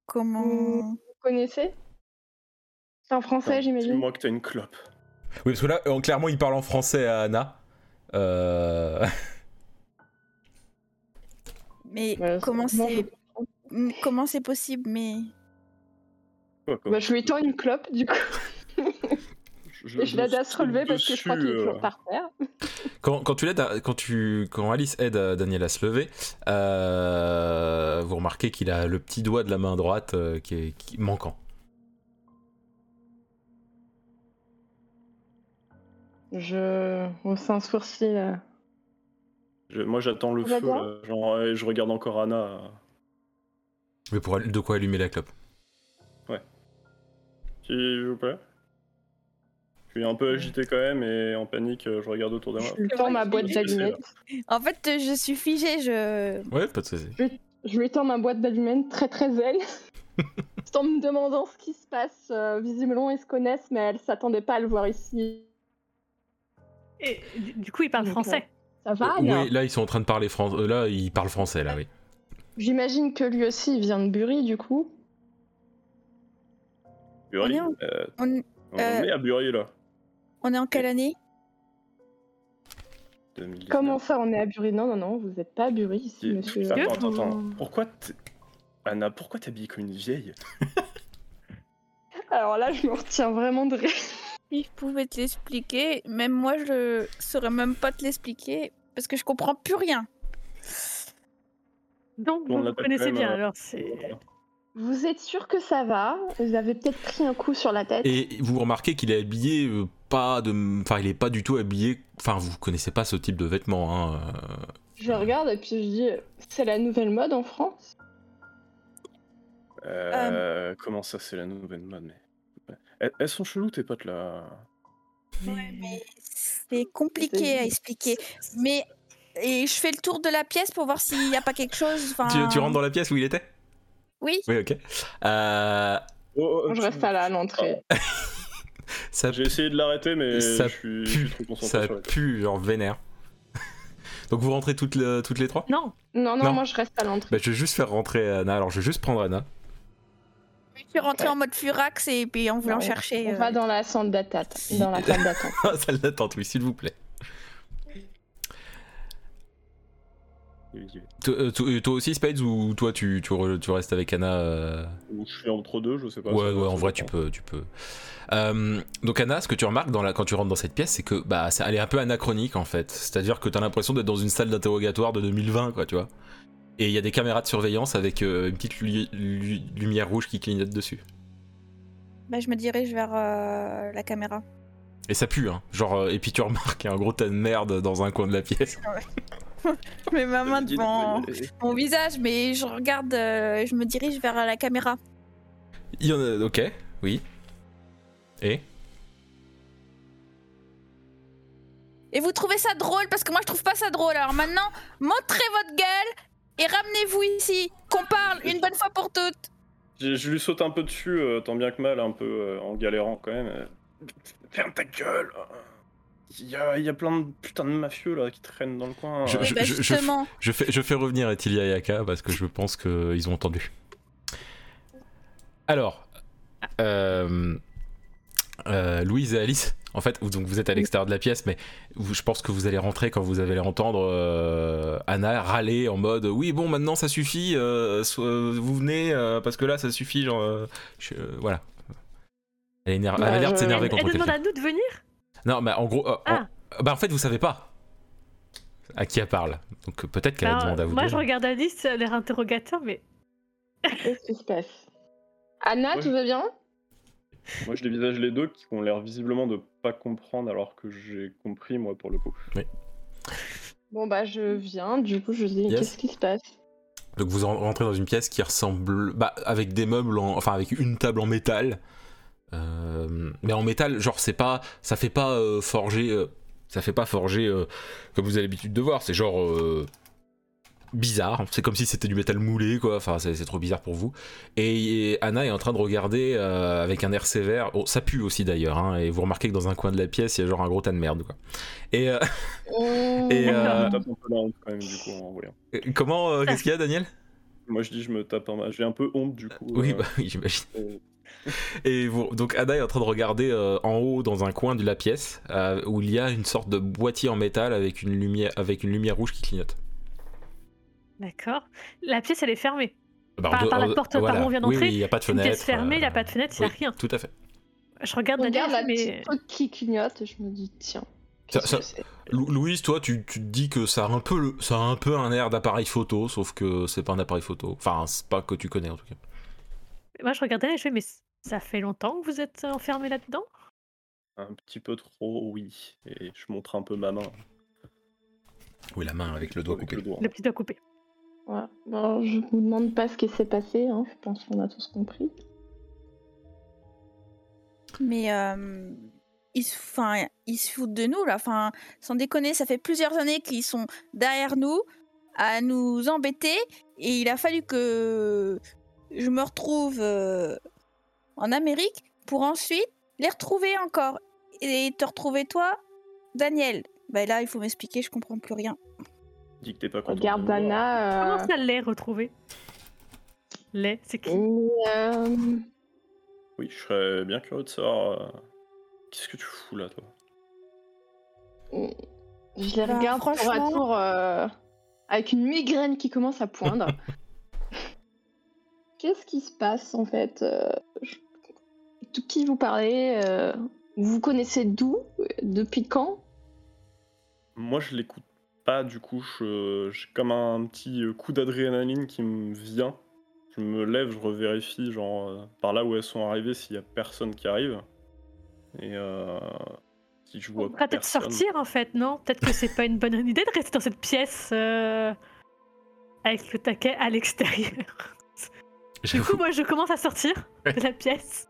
C: Comment
B: Vous connaissez C'est en français,
E: Il
B: j'imagine.
E: manque t'as une clope.
A: Oui, parce que là, euh, clairement, il parle en français à Anna. Euh,
C: Mais
B: Ouais, c'est-
C: comment
B: moi, je-
C: c'est Mm, comment c'est possible Mais
E: Ouais, quoi.
B: Bah, je lui tends une clope, du coup. Et je
E: me
B: l'aide à se
E: saute
B: relever parce que je crois qu'il est
E: dessus,
B: toujours
E: euh,
B: par terre.
A: quand, quand tu l'aides, à- quand tu, quand Alice aide euh, Daniel à se lever, euh, vous remarquez qu'il a le petit doigt de la main droite euh, qui est qui- manquant.
B: Je hausse un sourcil. euh.
E: je- moi j'attends le
B: Ça va
E: feu,
B: bien
E: là, genre et je regarde encore Anna.
A: Mais pour al- de quoi allumer la clope
E: S'il vous plaît. Je suis un peu agité quand même et en panique, euh, je regarde autour de moi.
B: Je lui tends ma boîte d'allumettes.
C: en fait, je suis figée. Je
A: Ouais, pas de soucis.
B: Je lui tends ma boîte d'allumettes très très zen. Tout en me demandant ce qui se passe. Euh, visiblement, ils se connaissent, mais elle s'attendait pas à le voir ici.
D: Et du- du coup, il parle
B: Donc,
D: français.
B: Ça va,
E: Euh,
B: Anna
A: oui, là, ils sont en train de parler français. Là, ils parlent français, là, oui.
B: J'imagine que lui aussi, il vient de Bury, du coup.
E: Bury,
C: Bien.
E: euh,
C: on,
E: on
C: Euh,
E: est à Bury là.
C: on est en quelle année
E: 2019.
B: Comment ça, on est à Bury Non, non, non, vous n'êtes pas à Bury ici,
E: Qui-
B: monsieur.
E: Attends, attends, attends.
D: Ou-
E: Pourquoi t'es- Anna, pourquoi t'habilles comme une vieille
B: Alors là, je me retiens vraiment de rire.
C: Si je pouvais te l'expliquer, même moi, je saurais même pas te l'expliquer parce que je comprends plus rien.
D: Donc,
E: On
D: vous, vous
E: l'appelle
D: connaissez
E: quand même,
D: bien,
E: euh,
D: alors c'est.
B: Vous êtes sûr que ça va Vous avez peut-être pris un coup sur la tête.
A: Et vous remarquez qu'il est habillé euh, pas de, enfin, il est pas du tout habillé. Enfin, vous connaissez pas ce type de vêtements. Hein. euh,
B: Je regarde et puis je dis c'est la nouvelle mode en France
E: Euh, Comment ça, c'est la nouvelle mode mais... elles, elles sont cheloues tes potes là.
C: mais c'est compliqué à expliquer. Mais Et je fais le tour de la pièce pour voir s'il n'y a pas quelque chose. enfin-
A: Tu, tu rentres dans la pièce où il était
C: Oui.
A: Oui, ok. Euh,
E: Oh, oh,
B: Je reste à la- à l'entrée.
A: ça,
E: J'ai essayé de l'arrêter, mais
A: Ça
E: je suis, je suis
A: pue,
E: trop concentré
A: ça
E: sur la
A: pue, genre vénère. Donc vous rentrez toutes, le- toutes les trois
D: Non,
B: Non, non,
A: Non.
B: moi je reste à l'entrée.
A: Bah, je vais juste faire rentrer Anna. Alors, je vais juste prendre Anna.
C: Je suis rentrée en mode furax et puis en voulant
B: Non,
C: chercher.
B: On
C: euh,
B: va dans la salle d'attente.
A: Si.
B: Dans la salle d'attente.
A: Salle d'attente, oui, s'il vous plaît.
E: tête.
A: Toi, euh, toi- toi aussi, Spades, ou toi, tu, tu, re- tu restes avec Anna euh,
E: Ou je suis entre deux, je sais pas.
A: Ouais,
E: Bah, ça-
A: ouais,
E: ça
A: en vrai, tu
E: dépend.
A: peux. Tu peux. Euh, donc, Anna, ce que tu remarques dans la, quand tu rentres dans cette pièce, c'est que bah, ça, elle est un peu anachronique en fait. C'est-à-dire que t'as l'impression d'être dans une salle d'interrogatoire de 2020, quoi, tu vois. Et il y a des caméras de surveillance avec euh, une petite lu- lu- lumière rouge qui clignote dessus.
C: bah, je me dirige vers euh, la caméra.
A: Et ça pue, hein. Genre, euh, et puis tu remarques qu'il y a un gros tas de merde dans un coin de la pièce.
C: Je mets
B: Ah,
C: ma main
E: Vas-y,
C: devant
E: vas-y,
C: mon visage, mais je regarde, euh, je me dirige vers la caméra.
A: Il y en a. Ok, oui. Et
C: Et vous trouvez ça drôle parce que moi je trouve pas ça drôle. Alors maintenant, montrez votre gueule et ramenez-vous ici, qu'on parle une bonne fois pour toutes.
E: Je, je lui saute un peu dessus, euh, tant bien que mal, un peu euh, en galérant quand même. euh. Ferme ta gueule hein. Il y a, il y a plein de putain de mafieux là qui traînent dans le coin.
A: Je-
E: euh.
C: Oui, bah
A: je- je-
C: justement,
A: je fais, je fais revenir Etilia et Aka parce que je pense qu'ils ont entendu. Alors, euh, euh, Louise et Alice, en fait, vous- donc vous êtes à l'extérieur de la pièce, mais vous- je pense que vous allez rentrer quand vous allez entendre euh, Anna râler en mode Oui, bon, maintenant ça suffit, euh, so- euh, vous venez euh, parce que là ça suffit, genre. euh, je- euh, voilà. Elle, est éner- elle a
B: Bah,
A: l'air de
B: je-
A: s'énerver
D: elle, Euh, elle
A: contre
D: demande
A: quelqu'un.
D: à nous de venir
A: Non, mais en gros, euh, en-
D: Ah.
A: bah en fait, vous savez pas à qui elle parle. Donc euh, peut-être qu'elle a
D: Alors,
A: demandé à vous.
D: Ben, Moi
A: deux.
D: je regarde Alice, elle a l'air interrogateur, mais
B: Qu'est-ce qui se passe Anna,
E: Ouais.
B: tout va bien
E: Moi je dévisage les deux qui ont l'air visiblement de pas comprendre alors que j'ai compris moi pour le coup.
B: Bon, bah je viens. Du coup, je dis
A: Yes.
B: qu'est-ce qui se passe
A: Donc vous en- rentrez dans une pièce qui ressemble, bah, avec des meubles, en- enfin avec une table en métal, Euh, mais en métal, genre c'est pas, ça fait pas euh, forger, euh, ça fait pas forger euh, comme vous avez l'habitude de voir, c'est genre euh, bizarre, c'est comme si c'était du métal moulé quoi, enfin c'est c'est trop bizarre pour vous. Et, et Anna est en train de regarder euh, avec un air sévère, Oh, ça pue aussi d'ailleurs, hein, et vous remarquez que dans un coin de la pièce il y a genre un gros tas de merde quoi. Et euh, Et,
E: Je
A: euh,
E: me tape un peu la honte quand même du coup en voyant.
A: comment, euh, qu'est-ce qu'il y a Daniel
E: Moi je dis je me tape un... J'ai un peu honte du coup.
A: Oui, bah
E: euh,
A: oui j'imagine.
E: euh,
A: Et vous- donc Ada est en train de regarder euh, en haut dans un coin de la pièce euh, où il y a une sorte de boîtier en métal avec une lumière, avec une lumière rouge qui clignote.
D: d'accord. La pièce elle est fermée.
A: Bah,
D: Par-
A: de-
D: par la porte par où on vient
A: Oui,
D: d'entrer,
A: oui, il n'y a pas de
D: Une
A: fenêtre. euh,
D: pièce fermée, il n'y a pas de fenêtre, il n'y a
A: oui.
D: rien.
A: Tout à fait.
D: Je regarde
B: Je regarde la
D: Daniel, mais
B: petite truc qui clignote. Je me dis tiens.
A: Ça-
B: qu'est-ce
A: ça-
B: que c'est
A: Lou- Louise, toi, tu, tu te dis que ça a un peu, le- ça a un peu un air d'appareil photo, sauf que c'est pas un appareil photo. Enfin, c'est pas que tu connais en tout cas.
D: moi je regarde Daniel, je fais mais ça fait longtemps que vous êtes enfermé là-dedans
E: un petit peu trop oui. Et je montre un peu ma main.
A: Oui, la main avec le
E: avec le doigt.
D: Le petit doigt coupé.
B: Voilà. Bon, je vous demande pas ce qui s'est passé. hein, Je pense qu'on a tous compris.
C: mais euh, ils, se- enfin, ils se foutent de nous là. Enfin, sans déconner, ça fait plusieurs années qu'ils sont derrière nous à nous embêter et il a fallu que je me retrouve euh, en Amérique pour ensuite les retrouver encore et te retrouver toi, Daniel. Bah là, il faut m'expliquer, je comprends plus rien.
E: Dis que t'es pas content de
B: Regarde
E: me voir.
B: Anna. euh,
D: Comment ça l'est retrouvé L'est, c'est qui
B: mais, euh,
E: Oui, je serais bien curieux de savoir. euh, Qu'est-ce que tu fous là, toi
B: Je les
C: Bah,
B: regarde tour à
C: franchement-
B: tour euh, avec une migraine qui commence à poindre. Qu'est-ce qui se passe en fait Euh, je- De qui vous parlez euh, Vous connaissez d'où Depuis quand
E: Moi, je l'écoute pas, du coup, je- j'ai comme un petit euh, coup d'adrénaline qui me vient. Je me lève, je revérifie, genre, euh, par là où elles sont arrivées, s'il y a personne qui arrive. Et euh, si je vois
D: On pourrait peut-être
E: personne-
D: sortir en fait, non Peut-être que c'est pas une bonne idée de rester dans cette pièce euh, avec le taquet à l'extérieur. Du coup, moi, je commence à sortir de la pièce.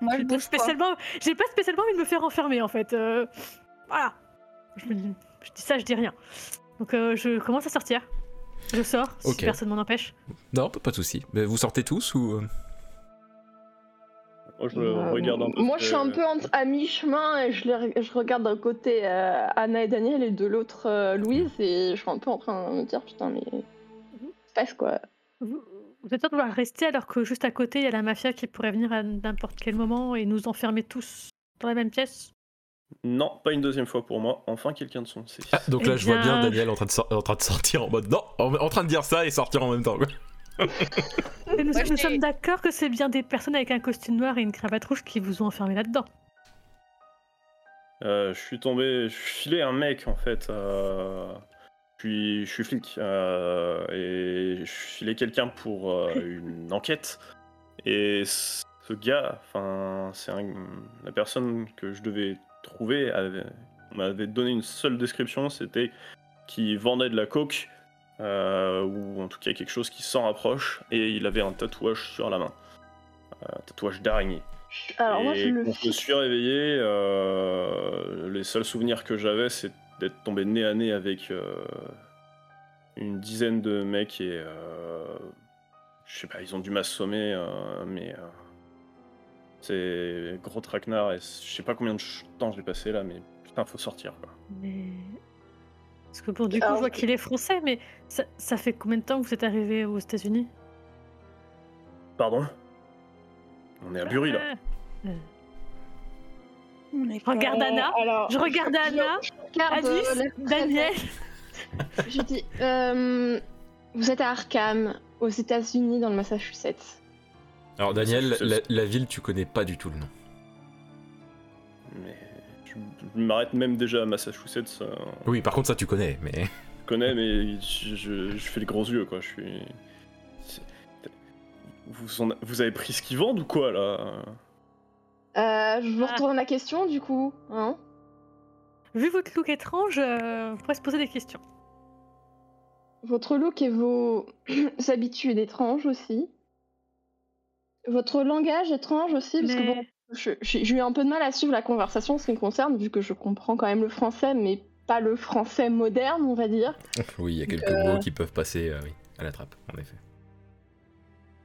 C: Moi, je
D: J'ai pas
C: bouge pas.
D: spécialement, j'ai pas spécialement envie de me faire enfermer en fait. euh, voilà. Je, me dis, je dis ça, je dis rien. Donc euh, je commence à sortir. Je sors, si
A: Ok.
D: personne m'en empêche.
A: Non, pas de souci. Mais vous sortez tous ou euh?
E: Moi, Oh, je
B: Euh,
E: regarde un peu.
B: Moi,
E: ce
B: je suis un
E: que-
B: peu en- à mi-chemin et je, les re- je regarde d'un côté euh, Anna et Daniel et de l'autre euh, Louise et je suis un peu en train de me dire putain, mais. se Passe quoi.
D: Vous, vous êtes sûr de vouloir rester alors que juste à côté, il y a la mafia qui pourrait venir à n'importe quel moment et nous enfermer tous dans la même pièce
E: Non, pas une deuxième fois pour moi. Enfin, quelqu'un de son. C'est
A: Ah, donc là,
D: Eh
A: je vois bien
D: bien-
A: Daniel en train, de sor- en train de sortir en mode non, en, en train de dire ça et sortir en même temps. quoi.
D: Et nous,
F: Moi,
D: nous
F: j'ai-
D: sommes d'accord que c'est bien des personnes avec un costume noir et une cravate rouge qui vous ont enfermé là-dedans.
E: Euh, je suis tombé, je suis filé un mec en fait. euh, je, suis, je suis flic euh, et je suis filé quelqu'un pour euh, une enquête. Et ce gars, enfin, c'est un- la personne que je devais trouver. avait- on m'avait donné une seule description, c'était qu'il vendait de la coke euh, ou en tout cas quelque chose qui s'en rapproche. Et il avait un tatouage sur la main, Euh, tatouage d'araignée.
B: Je- Alors, moi, je
E: Et
B: le
E: quand je me
B: fixe.
E: suis réveillé, euh, les seuls souvenirs que j'avais, c'est d'être tombé nez à nez avec euh, une dizaine de mecs et euh, je sais pas, ils ont dû m'assommer, euh, mais euh, c'est gros traquenard et je sais pas combien de ch- temps j'ai passé là, mais putain, faut sortir quoi.
D: Mais. Parce que bon, du coup,
B: Alors,
D: je vois
B: je-
D: qu'il est français, mais ça, ça fait combien de temps que vous êtes arrivé aux États-Unis
E: Pardon On est à Bury
D: Euh,
E: là.
C: On est
D: Regarde
B: Euh,
D: Anna,
B: alors,
D: je regarde Anna,
B: je regarde, euh,
D: Alice,
B: la-
D: Daniel.
B: Je dis, euh, vous êtes à Arkham, aux États-Unis, dans le Massachusetts.
A: Alors, Daniel, la, la ville, tu connais pas du tout le nom.
E: Mais je je m'arrête même déjà à Massachusetts. euh,
A: Oui, par contre, ça, tu connais, mais.
E: Je connais, mais je, je- je fais les gros yeux, quoi. Je suis. c'est- Vous, en- vous avez pris ce qu'ils vendent ou quoi, là
B: Euh, je vous
D: Ah.
B: retourne la question, du coup. Hein
D: Vu votre look étrange, euh, on pourrait se poser des questions.
B: Votre look et vos habitudes étranges aussi. Votre langage étrange aussi, parce que bon,
D: Mais
B: je- j'ai j'ai eu un peu de mal à suivre la conversation en ce qui me concerne, vu que je comprends quand même le français, mais pas le français moderne, on va dire.
A: Oui, il y a quelques mots qui peuvent passer euh, oui, à la trappe, en effet.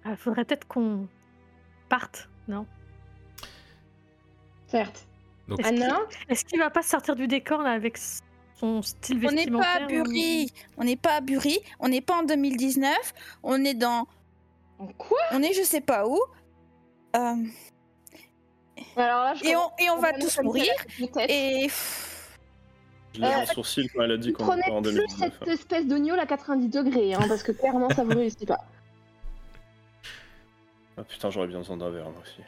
D: ah, faudrait peut-être qu'on parte, non
B: Certes.
A: Donc,
D: Est-ce
B: Anna,
D: qu'il- Est-ce qu'il va pas sortir du décor là avec s- son style
C: On n'est pas
D: vestimentaire
C: à Bury, on n'est pas à Bury, on n'est pas en 2019, on est dans,
B: en quoi
C: on est je sais pas où. Euh,
B: Alors là, je
C: et
B: commence
C: on, et on
B: à
C: va
B: vraiment
C: tous
B: comme ça,
C: mourir.
B: la tête.
C: Et pff,
E: Je lève
B: Euh,
E: un sourcil quand elle a dit
B: Vous
E: qu'on était
B: prenez
E: en
B: plus
E: 2019.
B: cette espèce d'oignon à 90 degrés, hein, parce que clairement ça vous réussit pas.
E: Ah, putain, j'aurais bien besoin d'un verre, moi aussi.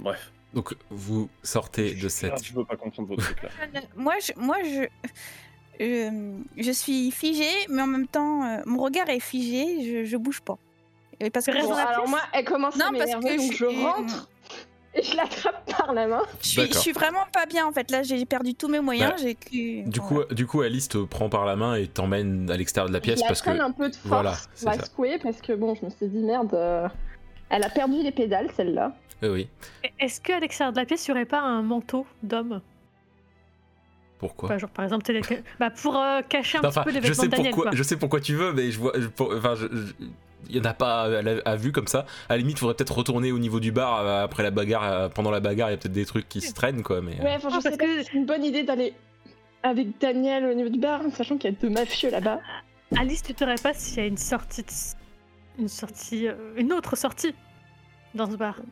E: Bref.
A: donc, vous sortez de
E: Je-
A: cette.
E: Je veux pas comprendre votre truc, là.
C: je ne- moi, je, moi je, je, je suis figée, mais en même temps, euh, mon regard est figé, je, je bouge pas. Et parce que
D: Reste
B: Bon,
D: dans la
B: alors
D: pièce
B: moi, elle commence à
C: Non, parce
B: m'énerver,
C: que
B: donc
C: je-
B: je rentre et je l'attrape par la main.
C: je suis, je
A: D'accord.
C: suis vraiment pas bien en fait. Là, j'ai perdu tous mes moyens.
A: Bah,
C: j'ai que-
A: Du
C: bon,
A: coup, euh, du coup, Alice te prend par la main et t'emmène à l'extérieur de la pièce
B: je la
A: parce que.
B: traîne un peu de force
A: voilà, c'est
B: pour la
A: ça.
B: secouer, parce que bon, je me suis dit merde, euh, elle a perdu les pédales celle-là.
A: Euh, oui.
D: Est-ce qu'à l'extérieur de la pièce, il n'y aurait pas un manteau d'homme
A: Pourquoi
D: Bah, Genre par exemple, télé- bah, pour euh, cacher un
A: Non,
D: petit
A: enfin,
D: peu les
A: je
D: vêtements
A: sais
D: de Daniel.
A: pourquoi.
D: quoi.
A: Je sais pourquoi tu veux, mais je vois. je- pour- enfin, je- je- il y en a pas à, la- à vue comme ça. À la limite, faudrait peut-être retourner au niveau du bar euh, après la bagarre. euh, Pendant la bagarre, il y a peut-être des trucs qui se traînent, quoi. Mais. euh,
B: Ouais, enfin, je
D: Ah,
B: sais
D: parce
B: pas
D: que-
B: si c'est une bonne idée d'aller avec Daniel au niveau du bar, sachant qu'il y a deux mafieux là-bas.
D: Alice, tu te saurais pas s'il y a une sortie, de- une sortie, euh, une autre sortie dans ce bar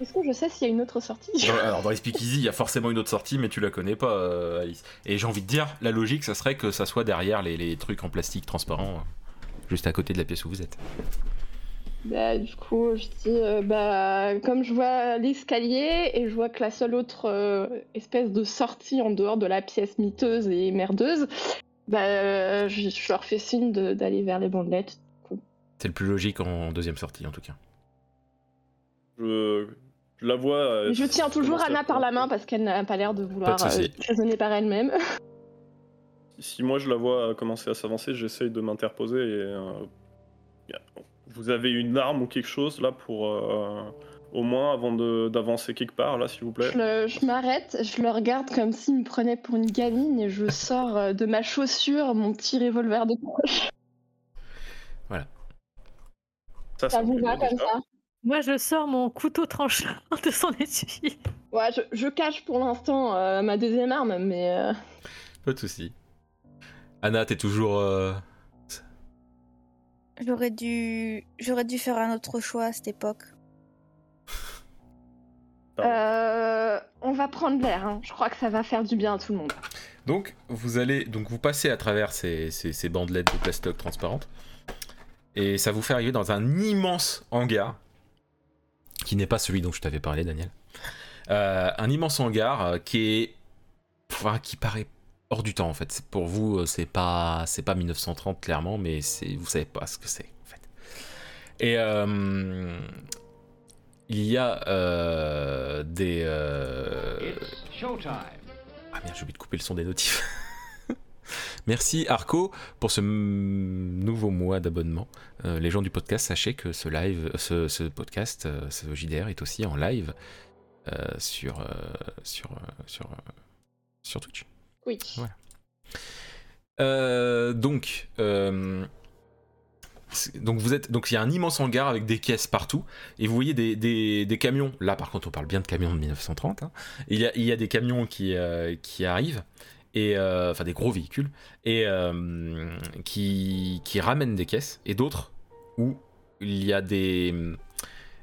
B: Est-ce que je sais s'il y a une autre sortie
A: Dans- alors dans les Speakeasy, il y a forcément une autre sortie, mais tu la connais pas, euh, Alice. Et j'ai envie de dire, la logique, ça serait que ça soit derrière les, les trucs en plastique transparent, euh, juste à côté de la pièce où vous êtes.
B: Bah, du coup, je dis, euh, bah, comme je vois l'escalier et je vois que la seule autre euh, espèce de sortie en dehors de la pièce miteuse et merdeuse, bah, euh, je, je leur fais signe de- d'aller vers les bandelettes.
A: C'est le plus logique en deuxième sortie, en tout cas.
E: Je, je la vois. euh,
B: Et je tiens toujours
E: commence à-
B: Anna par la main parce qu'elle n'a pas l'air de vouloir
A: Pas de souci.
B: euh, raisonner par elle-même.
E: Si moi je la vois commencer à s'avancer, j'essaye de m'interposer et. euh, Vous avez une arme ou quelque chose là pour euh, au moins avant de- d'avancer quelque part, là, s'il vous plaît
B: Je, le- je m'arrête, je le regarde comme s'il me prenait pour une gamine et je sors euh, de ma chaussure mon petit revolver de poche.
E: Ah, Ça,
B: Ça
E: me
B: vous
E: plaît
B: va
E: déjà.
B: comme ça
D: Moi, je sors mon couteau tranchant de son étui.
B: Ouais, je, je cache pour l'instant euh, ma deuxième arme, mais euh,
A: Pas de soucis. Anna, t'es toujours. euh,
C: J'aurais dû... J'aurais dû faire un autre choix à cette époque.
E: Pardon.
B: euh, on va prendre l'air. hein. Je crois que ça va faire du bien à tout le monde.
A: Donc vous allez, donc vous passez à travers ces, ces- ces bandelettes de plastoc transparentes et ça vous fait arriver dans un immense hangar qui n'est pas celui dont je t'avais parlé, Daniel. Euh, un immense hangar euh, qui est, enfin, qui paraît hors du temps en fait. C'est- Pour vous, euh, c'est pas, c'est pas 1930 clairement, mais c'est, vous savez pas ce que c'est en fait. Et euh, il y a euh, des euh, ah merde, j'ai oublié de couper le son des notifs. Merci Arco pour ce mm, nouveau mois d'abonnement. Euh, les gens du podcast, sachez que ce live, euh, ce, ce podcast, euh, ce JDR est aussi en live euh, sur, euh, sur, euh, sur, euh, sur Twitch.
B: Oui.
A: Ouais. Euh, donc, euh, c'est- donc vous êtes, donc il y a un immense hangar avec des caisses partout, et vous voyez des, des- des camions. Là, par contre, on parle bien de camions de 1930. hein. Il y a, il y a des camions qui, euh, qui arrivent, et euh, enfin des gros véhicules, et euh, qui, qui ramènent des caisses, et d'autres où il y a des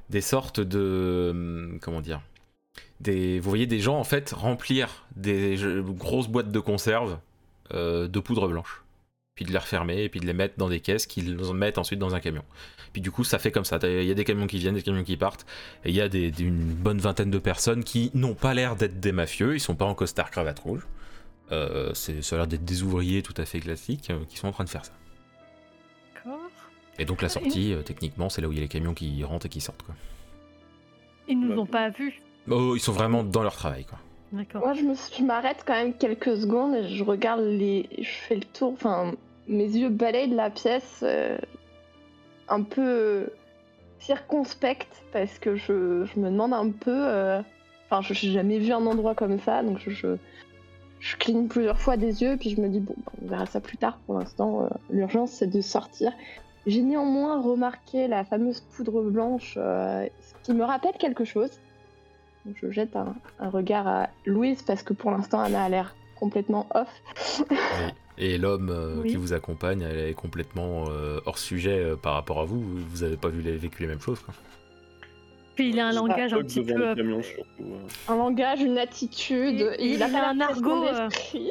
A: des sortes de comment dire. Des, vous voyez des gens en fait remplir des je- grosses boîtes de conserve euh, de poudre blanche. Puis de les refermer et puis de les mettre dans des caisses qu'ils en mettent ensuite dans un camion. Puis du coup, ça fait comme ça. T'as- Il y a des camions qui viennent, des camions qui partent. Et il y a des, des- une bonne vingtaine de personnes qui n'ont pas l'air d'être des mafieux. Ils sont pas en costard cravate rouge. Euh, c'est- ça a l'air d'être des ouvriers tout à fait classiques euh, qui sont en train de faire ça.
D: D'accord.
A: Et donc la sortie, euh, techniquement, c'est là où il y a les camions qui rentrent et qui sortent. Quoi.
D: Ils nous
E: Bah,
D: ont pas vus.
A: Oh, ils sont vraiment dans leur travail. Quoi.
D: D'accord.
B: Moi, je, me suis- je m'arrête quand même quelques secondes et je regarde les. Je fais le tour. Enfin, mes yeux balayent de la pièce euh, un peu euh, circonspecte parce que je, je me demande un peu. euh, Enfin, je n'ai jamais vu un endroit comme ça, donc je, je, je cligne plusieurs fois des yeux puis je me dis, bon, bah, on verra ça plus tard pour l'instant. euh, L'urgence, c'est de sortir. J'ai néanmoins remarqué la fameuse poudre blanche, euh, ce qui me rappelle quelque chose. Donc, Je jette un, un regard à Louise parce que pour l'instant Anna a l'air complètement off.
A: Et, et l'homme euh,
D: Oui.
A: qui vous accompagne, elle est complètement euh, hors sujet euh, par rapport à vous. Vous avez pas vu, les- vécu les mêmes choses. Quoi.
D: Puis il a un
E: Je
D: langage un
E: bug
D: petit
E: devant
D: peu.
E: le
D: euh,
E: camion, surtout, euh.
B: Un langage, une attitude,
D: Il- il
B: a
D: a
B: pas l'air
D: un
B: très
D: argot,
B: son
D: euh.
B: esprit.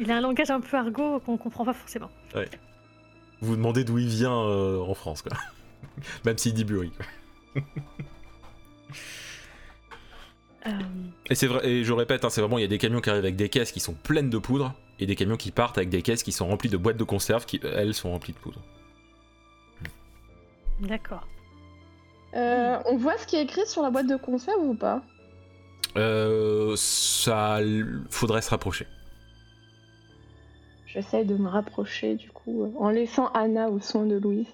D: Il a un langage un peu argot qu'on comprend pas forcément.
A: Vous vous demandez d'où il vient euh, en France, quoi. Même s'il dit Bury. quoi.
D: Euh,
A: Et c'est vrai, et je répète, hein, c'est vraiment, il y a des camions qui arrivent avec des caisses qui sont pleines de poudre, et des camions qui partent avec des caisses qui sont remplies de boîtes de conserve qui, elles, sont remplies de poudre.
D: D'accord.
B: Euh, on voit ce qui est écrit sur la boîte de conserve ou pas
A: Euh, ça l- faudrait se rapprocher.
B: J'essaye de me rapprocher du coup euh, en laissant Anna au soin de Louise.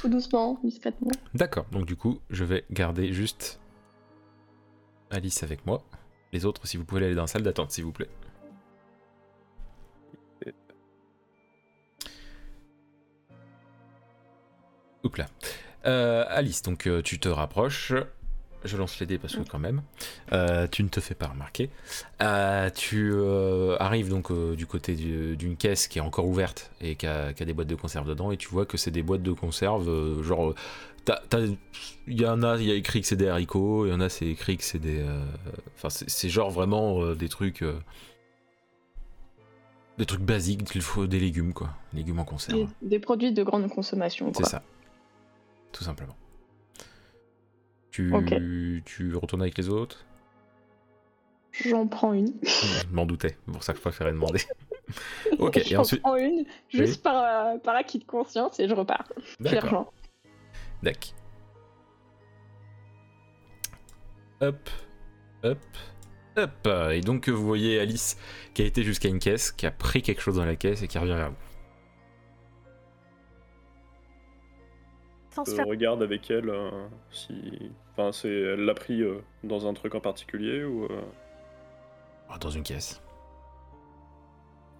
B: Tout doucement, discrètement.
A: D'accord, donc du coup, je vais garder juste Alice avec moi. Les autres, si vous pouvez aller dans la salle d'attente, s'il vous plaît. Oups là. Euh, Alice, donc euh, tu te rapproches. Je lance les dés parce que quand même, euh, tu ne te fais pas remarquer. Euh, tu euh, arrives donc euh, du côté du- d'une caisse qui est encore ouverte et qui a, qui a des boîtes de conserve dedans et tu vois que c'est des boîtes de conserve euh, genre euh, t'as- t'as- il y en a il y a écrit que c'est des haricots, il y en a c'est écrit que c'est des euh, enfin c'est- c'est genre vraiment euh, des trucs euh, des trucs basiques, qu'il faut- des légumes quoi, légumes en conserve.
B: Des, des produits de grande consommation.
A: C'est
B: Quoi.
A: ça. Tout simplement. Tu,
B: Ok.
A: tu retournes avec les autres
B: J'en prends une.
A: Je m'en doutais, c'est pour ça que je préférais demander. ok, et
B: J'en
A: ensuite.
B: prends une juste par, euh, par acquis de conscience et je repars. Je les
A: D'accord.
B: rejoins.
A: Dac. Hop, hop, hop. Et donc vous voyez Alice qui a été jusqu'à une caisse, qui a pris quelque chose dans la caisse et qui revient vers vous.
D: distance
E: euh,
D: là.
E: regarde avec elle euh, si. Enfin, c'est... elle l'a pris euh, dans un truc en particulier ou. euh,
A: Ah, dans une caisse.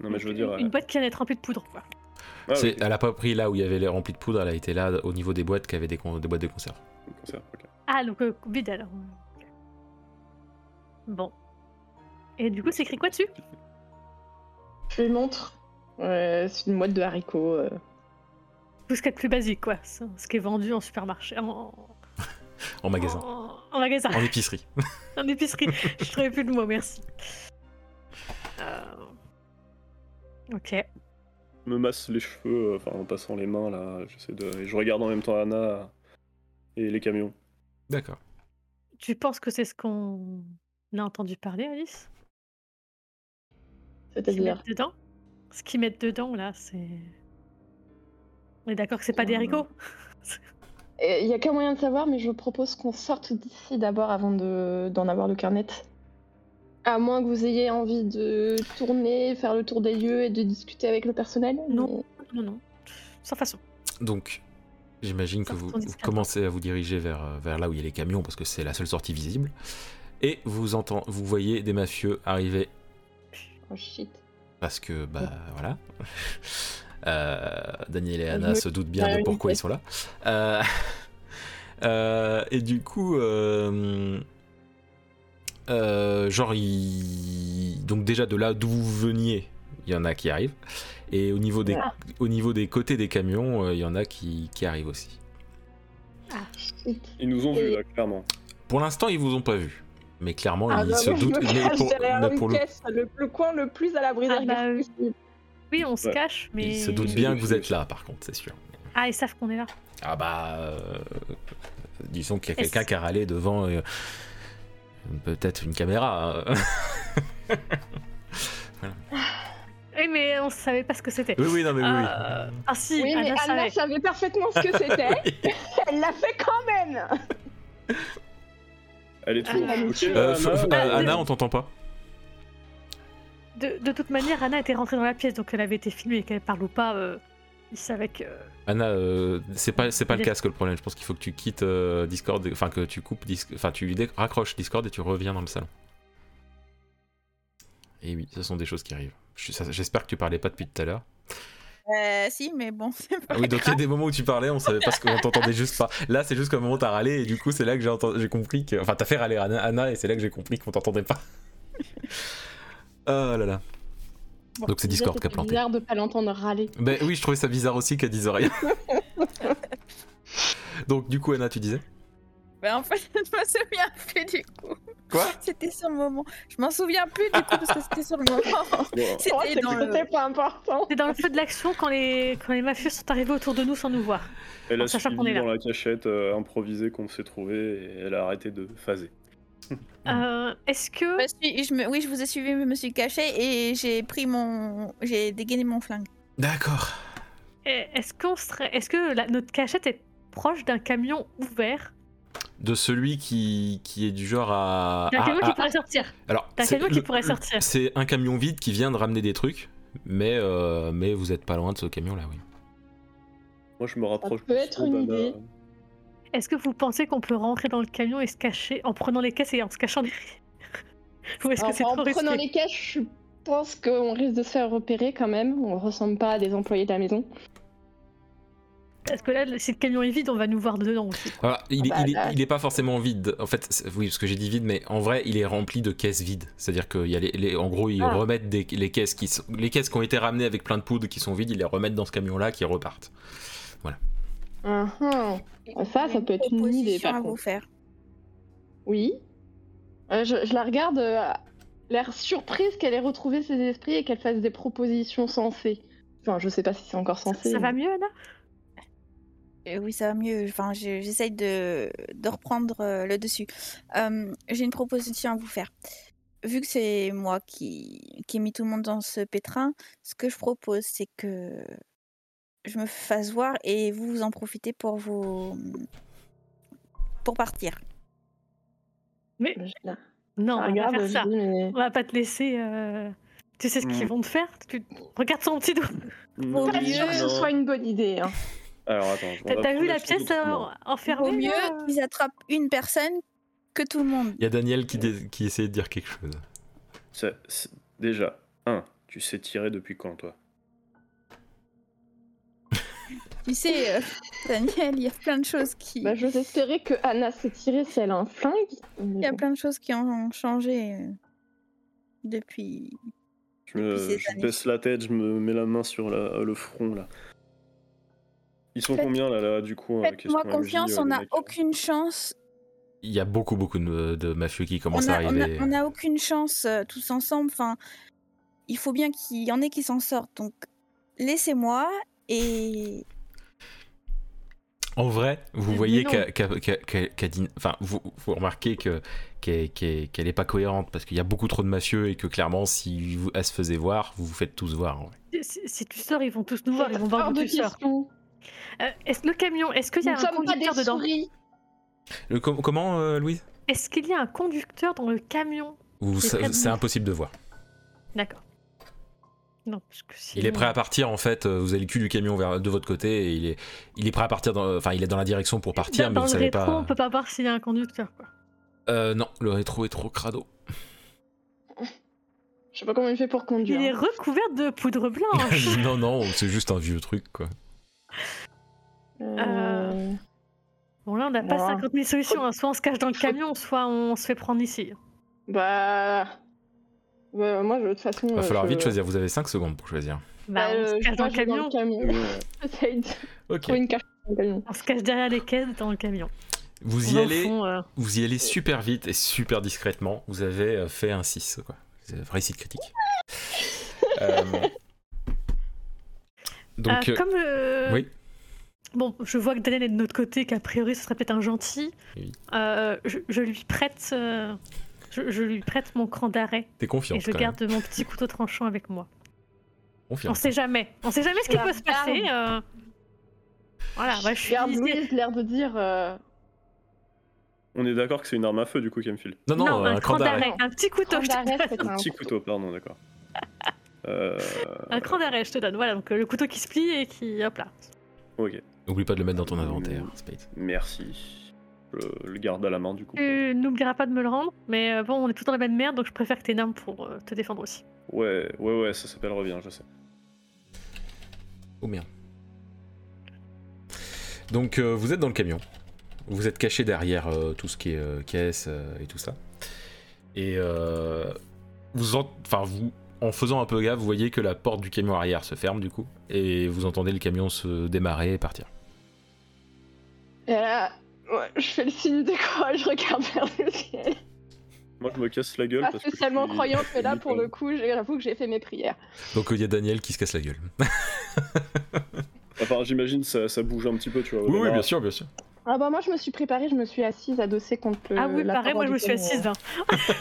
E: Non, mais je veux
D: Une-
E: dire. euh,
D: Une
E: elle-
D: boîte qui en être un peu de poudre, quoi.
E: Ah,
A: C'est-
E: ok,
A: Elle a pas pris là où il y avait les remplis de poudre, elle a été là au niveau des boîtes qui avaient des, con- des boîtes de conserve.
E: le cancer, ok.
D: Ah, donc euh, vide alors. Ok. Bon. Et du coup, c'est écrit quoi dessus
B: Je lui montre. Euh, c'est une boîte de haricots. euh.
D: Tout ce qu'il y a de plus basique, quoi. Ce ce qui est vendu en supermarché. En,
A: En magasin.
D: en- en
E: Oh.
D: magasin.
A: En épicerie.
D: En épicerie. Je trouvais plus le mot, merci. Euh, Ok.
E: Je me masse les cheveux, euh, enfin en passant les mains là, j'essaie de. Et je regarde en même temps Anna euh, et les camions.
A: D'accord.
D: Tu penses que c'est ce qu'on a entendu parler, Alice Ce qu'ils
B: C'est-à-dire.
D: mettent dedans Ce qu'ils mettent dedans, là, c'est. On est d'accord que c'est pas des haricots
B: Et Il y a qu'un moyen de savoir, mais je propose qu'on sorte d'ici d'abord avant de- d'en avoir le carnet. À moins que vous ayez envie de tourner, faire le tour des lieux et de discuter avec le personnel.
D: Non. Non, non. Sans façon.
A: Donc, j'imagine que vous,
D: Sortons
A: vous
D: discrètement.
A: commencez à vous diriger vers, euh, vers là où il y a les camions parce que c'est la seule sortie visible. Et vous, entend, vous voyez des mafieux arriver
B: mais- Oh shit.
A: parce que, bah voilà. Euh, Daniel et Anna
B: me-
A: se doutent bien
B: Ah
A: de
B: oui,
A: pourquoi
B: ok.
A: ils sont là. Euh, euh, et du coup, euh, euh, genre, ils- donc déjà de là d'où vous veniez, il y en a qui arrivent. Et au niveau des,
B: Ah.
A: au niveau des côtés des camions, euh, il y en a qui, qui arrivent aussi.
B: Shit.
E: Ils nous ont vus
B: Et-
E: là, clairement.
A: Pour l'instant, ils vous ont pas vu. Mais clairement,
B: Ah
A: ils
B: bah
A: se
B: moi, je
A: doutent.
B: me
A: mais
B: cache
A: pour-
B: derrière
A: mais
B: une
A: pour le-
B: caisse, le, le coin le plus à l'abri
D: Ah
B: des
D: bah
B: regards
D: oui.
B: possible.
D: Oui, on se
E: Ouais.
D: cache, mais.
A: Ils se doutent bien que vous êtes là, par contre, c'est sûr.
D: Ah, ils savent qu'on est là.
A: Ah bah... euh, disons qu'il y a
D: Est-ce-
A: quelqu'un qui a râlé devant euh, peut-être une caméra. hein.
D: Oui, mais on savait pas ce que c'était.
A: oui, oui, non mais oui, oui.
D: Euh, Ah, si,
B: Oui, mais
D: Anna
B: Anna
D: savait.
B: savait parfaitement ce que c'était. Elle l'a fait quand même.
E: Elle est toujours.
D: Ah,
E: Ok,
B: monsieur.
A: Euh, f- f-
E: Anna,
A: euh,
E: euh,
A: Anna, on t'entend pas
D: De, de toute manière, Anna était rentrée dans la pièce, donc elle avait été filmée, qu'elle parle ou pas, euh, ils savaient que.
A: Anna, euh, c'est pas c'est pas le
D: Il est-
A: casque le problème. Je pense qu'il faut que tu quittes euh, Discord, enfin que tu coupes, Dis- enfin tu dé- raccroches Discord et tu reviens dans le salon. Et oui, ce sont des choses qui arrivent. Je- ça- J'espère que tu parlais pas depuis tout à l'heure.
C: Euh, si, mais bon, c'est pas
A: Ah oui, donc il y a des moments où tu parlais, on savait pas ce qu'on t'entendait juste pas. Là, c'est juste qu'à un moment t'as râlé et du coup c'est là que j'ai entendu- j'ai compris que, enfin t'as fait râler Anna, Anna, et c'est là que j'ai compris qu'on t'entendait pas. Oh là là. Donc c'est Discord qui a planté.
B: bizarre de pas l'entendre râler.
A: Ben oui, je trouvais ça bizarre aussi qu'elle dise rien. donc du coup Anna, tu disais
C: Ben, en fait, je me souviens plus du coup.
A: Quoi
C: C'était sur le moment. Je m'en souviens plus du coup parce que c'était sur le moment.
E: bon,
C: C'était
B: Oh, c'est
C: dans le-
B: peut-être pas important.
D: C'est dans le feu de l'action quand les, quand les mafieux sont arrivés autour de nous sans nous voir.
E: Elle
D: en
E: a
D: sachant
E: suivi
D: qu'on est là.
E: dans la cachette euh, improvisée qu'on s'est trouvée et elle a arrêté de phaser.
B: Mm.
D: Euh, Est-ce
C: Je
D: que.
C: me suis- Bah, je me- Oui, je vous ai suivi, mais je me suis cachée et j'ai pris mon. J'ai dégainé mon flingue.
A: D'accord.
D: Eh, Est-ce qu'on serait, est-ce que la- notre cachette est proche d'un camion ouvert
A: De celui qui, qui est du genre à.
B: Ah,
D: D'un
A: à-
D: camion
A: à-
D: qui pourrait sortir
A: Alors,
D: D'un
A: c'est
D: camion qui
A: le-
D: pourrait sortir.
A: C'est un camion vide qui vient de ramener des trucs, mais, euh, mais vous êtes pas loin de ce camion-là, oui.
E: Moi, je me rapproche.
B: peut
E: du
B: être
E: son
B: une
E: d'Anna.
B: idée.
D: Est-ce que vous pensez qu'on peut rentrer dans le camion et se cacher en prenant les caisses et en se cachant derrière Ou est-ce que c'est
B: en
D: trop
B: en
D: risqué
B: prenant les caches, je pense qu'on risque de se faire repérer quand même. On ressemble pas à des employés de la maison.
D: Parce que là, si le camion est vide, on va nous voir dedans aussi. quoi.
A: Voilà, il, est-
B: Ah bah
A: il est-
B: là.
A: il est pas forcément vide. En fait, c'est- oui, parce que j'ai dit vide, mais en vrai, il est rempli de caisses vides. C'est-à-dire qu'il y a les, les- en gros, ils
B: Ah.
A: remettent des, les caisses qui sont- les caisses qui ont été ramenées avec plein de poudre qui sont vides, ils les remettent dans ce camion-là qui repartent.
B: Ah, ah. Ça, ça peut être une idée, par
C: proposition à
B: contre.
C: vous faire.
B: Oui. Euh, je, je la regarde, euh, l'air surprise qu'elle ait retrouvé ses esprits et qu'elle fasse des propositions sensées. Enfin, je sais pas si c'est encore sensé.
D: Ça va
B: mais-
D: mieux, Anna
C: Euh, oui, ça va mieux. Enfin, je- j'essaye de... de reprendre euh, le dessus. Euh, j'ai une proposition à vous faire. Vu que c'est moi qui... qui ai mis tout le monde dans ce pétrin, ce que je propose, c'est que je me fasse voir et vous vous en profitez pour vous. pour partir.
B: Je la-
D: Non,
B: je la
D: on va pas
B: Ah, regarde,
D: faire
B: je
D: ça.
B: dis, mais-
D: On va pas te laisser. euh, Tu sais ce qu'ils
E: Mm.
D: vont te faire Tu regardes son petit doigt.
E: Non,
B: Pas
E: oui,
B: sûr que ce
E: non.
B: soit une bonne idée. hein.
E: Alors attends. je
D: T'as
E: vais
D: t'as vu
E: prendre
D: la
E: photo de
D: pièce
E: tout le
D: euh,
E: monde.
D: enfermée
C: Vaut mieux
D: là
C: qu'ils attrapent une personne que tout le monde.
A: Il y a Daniel qui, dé- qui essaie de dire quelque chose.
E: Ça- c'est- Déjà, 1. Tu sais tirer depuis quand toi
C: Tu sais, euh, Daniel, il y a plein de choses qui.
B: Bah, j'ose espérer que Anna s'est tirée si elle a un flingue.
C: Il y a plein de choses qui ont changé euh, depuis.
E: Je, me-
C: Depuis ces
E: je
C: années.
E: baisse la tête, je me mets la main sur la- le front là. Ils sont
C: Faites-
E: combien là, là du coup euh, question
C: Faites-moi
E: MJ, euh,
C: confiance,
E: les
C: on n'a
E: mecs, là
C: aucune chance.
A: Il y a beaucoup, beaucoup de, de mafieux qui
C: On
A: commencent à
C: n'a
A: arriver.
C: aucune chance euh, tous ensemble. Enfin, il faut bien qu'il y en ait qui s'en sortent. Donc, laissez-moi et
A: En vrai, vous
D: Mais
A: voyez
D: non.
A: qu'à- qu'à- qu'à- qu'à- qu'Adine- enfin, vous, vous remarquez que qu'elle qu'elle- qu'elle est pas cohérente parce qu'il y a beaucoup trop de mafieux et que clairement, si vous- elle se faisait voir, vous vous faites tous voir. en vrai.
D: si, si tu sors, ils vont tous nous voir,
B: C'est
D: ils vont voir
B: hors
D: où
B: de
D: tu sors.
B: question.
D: Euh, est-ce le camion, est-ce qu'il y
B: Nous
D: a
B: ne
D: un
B: sommes pas des
D: conducteur dedans
B: souris.
A: Le com- comment, euh, Louise
D: Est-ce qu'il y a un conducteur dans le camion
A: Vous-
D: C'est
A: ça-
D: très
A: C'est
D: bien.
A: impossible de voir.
D: D'accord. Non, parce que si
A: Il est prêt à partir en fait. euh, Vous avez le cul du camion vers, de votre côté et il est, il est prêt à partir. dans- Enfin, il est dans la direction pour partir,
D: dans,
A: mais
D: dans
A: vous
D: le
A: savez
D: rétro,
A: pas.
D: on peut pas voir s'il y a un conducteur. Quoi.
A: Euh, non, le rétro est trop crado.
B: Je sais pas comment il fait pour conduire. hein.
D: Il est recouvert de poudre blanche.
A: non, non, c'est juste un vieux truc quoi.
B: Euh,
D: bon là, on n'a pas
B: Moi.
D: 50 000 solutions. hein. Soit on se cache dans le camion, soit on se fait prendre ici.
B: Bah... bah, Moi, je- de toute façon...
A: Va
B: euh,
A: falloir
B: je-
A: vite choisir. Vous avez 5 secondes pour choisir.
B: Bah,
D: Bah, on
B: euh,
D: se
B: je
D: cache dans le
B: vais
D: camion.
E: Oui, ouais.
B: J'essaye de
A: Ok.
B: trouver une cache dans le camion.
D: On se cache derrière les caisses dans le camion.
A: Vous
D: On
A: y
D: va au
A: allez.
D: fond, euh,
A: Vous y allez super vite et super discrètement. Vous avez euh, fait un 6, quoi. C'est un vrai site critique. Euh, Donc,
D: euh,
A: euh,
D: comme euh,
A: oui.
D: Bon, je vois que Daniel est de notre côté, qu'a priori ce serait peut-être un gentil.
A: Oui.
D: Euh, je, je lui prête, euh, je, je lui prête mon cran d'arrêt
A: T'es
D: et
A: confiante,
D: je
A: quand
D: garde mon petit couteau tranchant avec moi.
A: même.
D: On
A: Confiante.
D: sait jamais, on sait jamais ce qui
B: La
D: peut se passer. euh. Voilà, moi Ah, bah, je suis.
B: Regarde, Louise, l'air de dire... euh,
E: On est d'accord que c'est une arme à feu du coup, Camphil.
A: Non, non,
D: Non,
A: un, cran d'arrêt.
D: un petit couteau,
B: Prends
D: je te
B: d'arrêt,
D: donne.
B: c'est
E: Un
B: un
E: petit couteau, pardon, d'accord. Euh,
D: un cran d'arrêt, je te donne. Voilà, donc euh, le couteau qui se plie et qui, hop là.
E: ok,
A: Oublie pas de le mettre dans
D: Mmh.
A: ton inventaire, Spade.
E: merci. Je le garde à la main du coup.
D: Tu n'oublieras pas de me le rendre, mais euh, bon, on est tout dans la même merde, donc je préfère que t'aies une arme pour euh, te défendre aussi.
E: Ouais, ouais, ouais, ça s'appelle revient, je sais.
A: Oh merde. Donc, euh, vous êtes dans le camion. Vous êtes caché derrière euh, tout ce qui est euh, caisse euh, et tout ça. Et euh, vous, en... enfin, vous, en faisant un peu gaffe, vous voyez que la porte du camion arrière se ferme du coup, et vous entendez le camion se démarrer et partir.
B: Et là, ouais, je fais le signe de quoi Je regarde vers le ciel.
E: Moi je me casse la gueule
B: Pas
E: parce que. je
B: Ah, spécialement
E: suis-
B: croyante,
E: je suis
B: mais là, pour
E: déconné.
B: le coup, j'ai- j'avoue que j'ai fait mes prières.
A: Donc il y a Daniel qui se casse la gueule.
E: Enfin, j'imagine ça, ça bouge un petit peu, tu vois. au
A: Oui, oui,
E: démarrage.
A: bien sûr, bien sûr.
B: Ah bah moi, je me suis préparée, je me suis assise adossée contre le...
D: ah oui,
B: la
D: pareil,
B: paroi
D: moi je
B: du
D: me suis
B: camion.
D: assise. hein.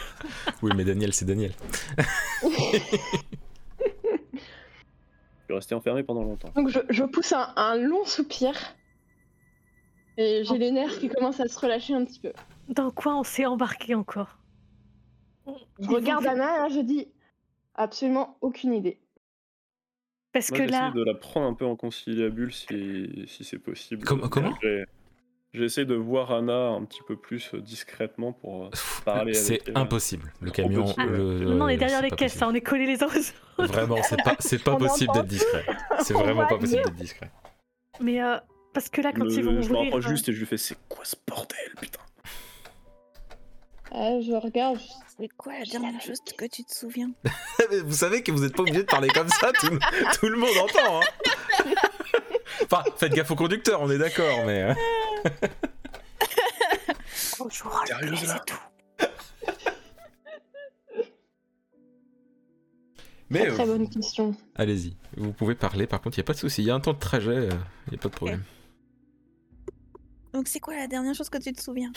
A: Oui, mais Daniel, c'est Daniel.
E: Je suis resté enfermé pendant longtemps.
B: Donc je, je pousse un, un long soupir. Et
D: Oh.
B: j'ai les nerfs qui commencent à se relâcher un petit peu.
D: Dans quoi on s'est embarqué encore
B: Je regarde Anna, là, je dis absolument aucune idée.
D: Parce
E: Moi,
D: que
E: j'essaie
D: là,
E: de la prendre un peu en conciliabule si, si c'est possible.
A: Com- comment
E: J'ai- J'essaie de voir Anna un petit peu plus euh, discrètement pour euh, parler
A: C'est
E: avec elle.
A: impossible. Le camion.
E: Ah,
A: le-
D: non, on est derrière
A: c'est
D: les
A: pas
D: caisses, hein,
A: possible.
D: on est collés les uns aux autres.
A: Vraiment, c'est pas, c'est pas
B: On
A: possible
B: entend.
A: d'être discret. C'est
B: On
A: vraiment
B: va
A: pas possible d'être discret.
D: Mais euh, parce que là, quand
E: Le-
D: ils vont
E: je me
D: ouvrir,
E: rapproche
D: euh,
E: juste et je lui fais C'est quoi ce bordel, putain
B: Ah, je regarde. je-
C: c'est quoi la dernière chose que tu te souviens
A: Mais vous savez que vous n'êtes pas obligé de parler comme ça, tout, tout le monde entend. hein. enfin, faites gaffe au conducteur, on est d'accord, mais. euh,
D: on joue au roleplay,
E: Sérieuse, là
D: c'est tout.
A: Mais
E: Eh,
B: Très,
A: euh,
B: très bonne question.
A: allez-y, vous pouvez parler, par contre, il n'y a pas de souci. Il y a un temps de trajet, euh, il n'y a pas de problème.
C: Donc, c'est quoi la dernière chose que tu te souviens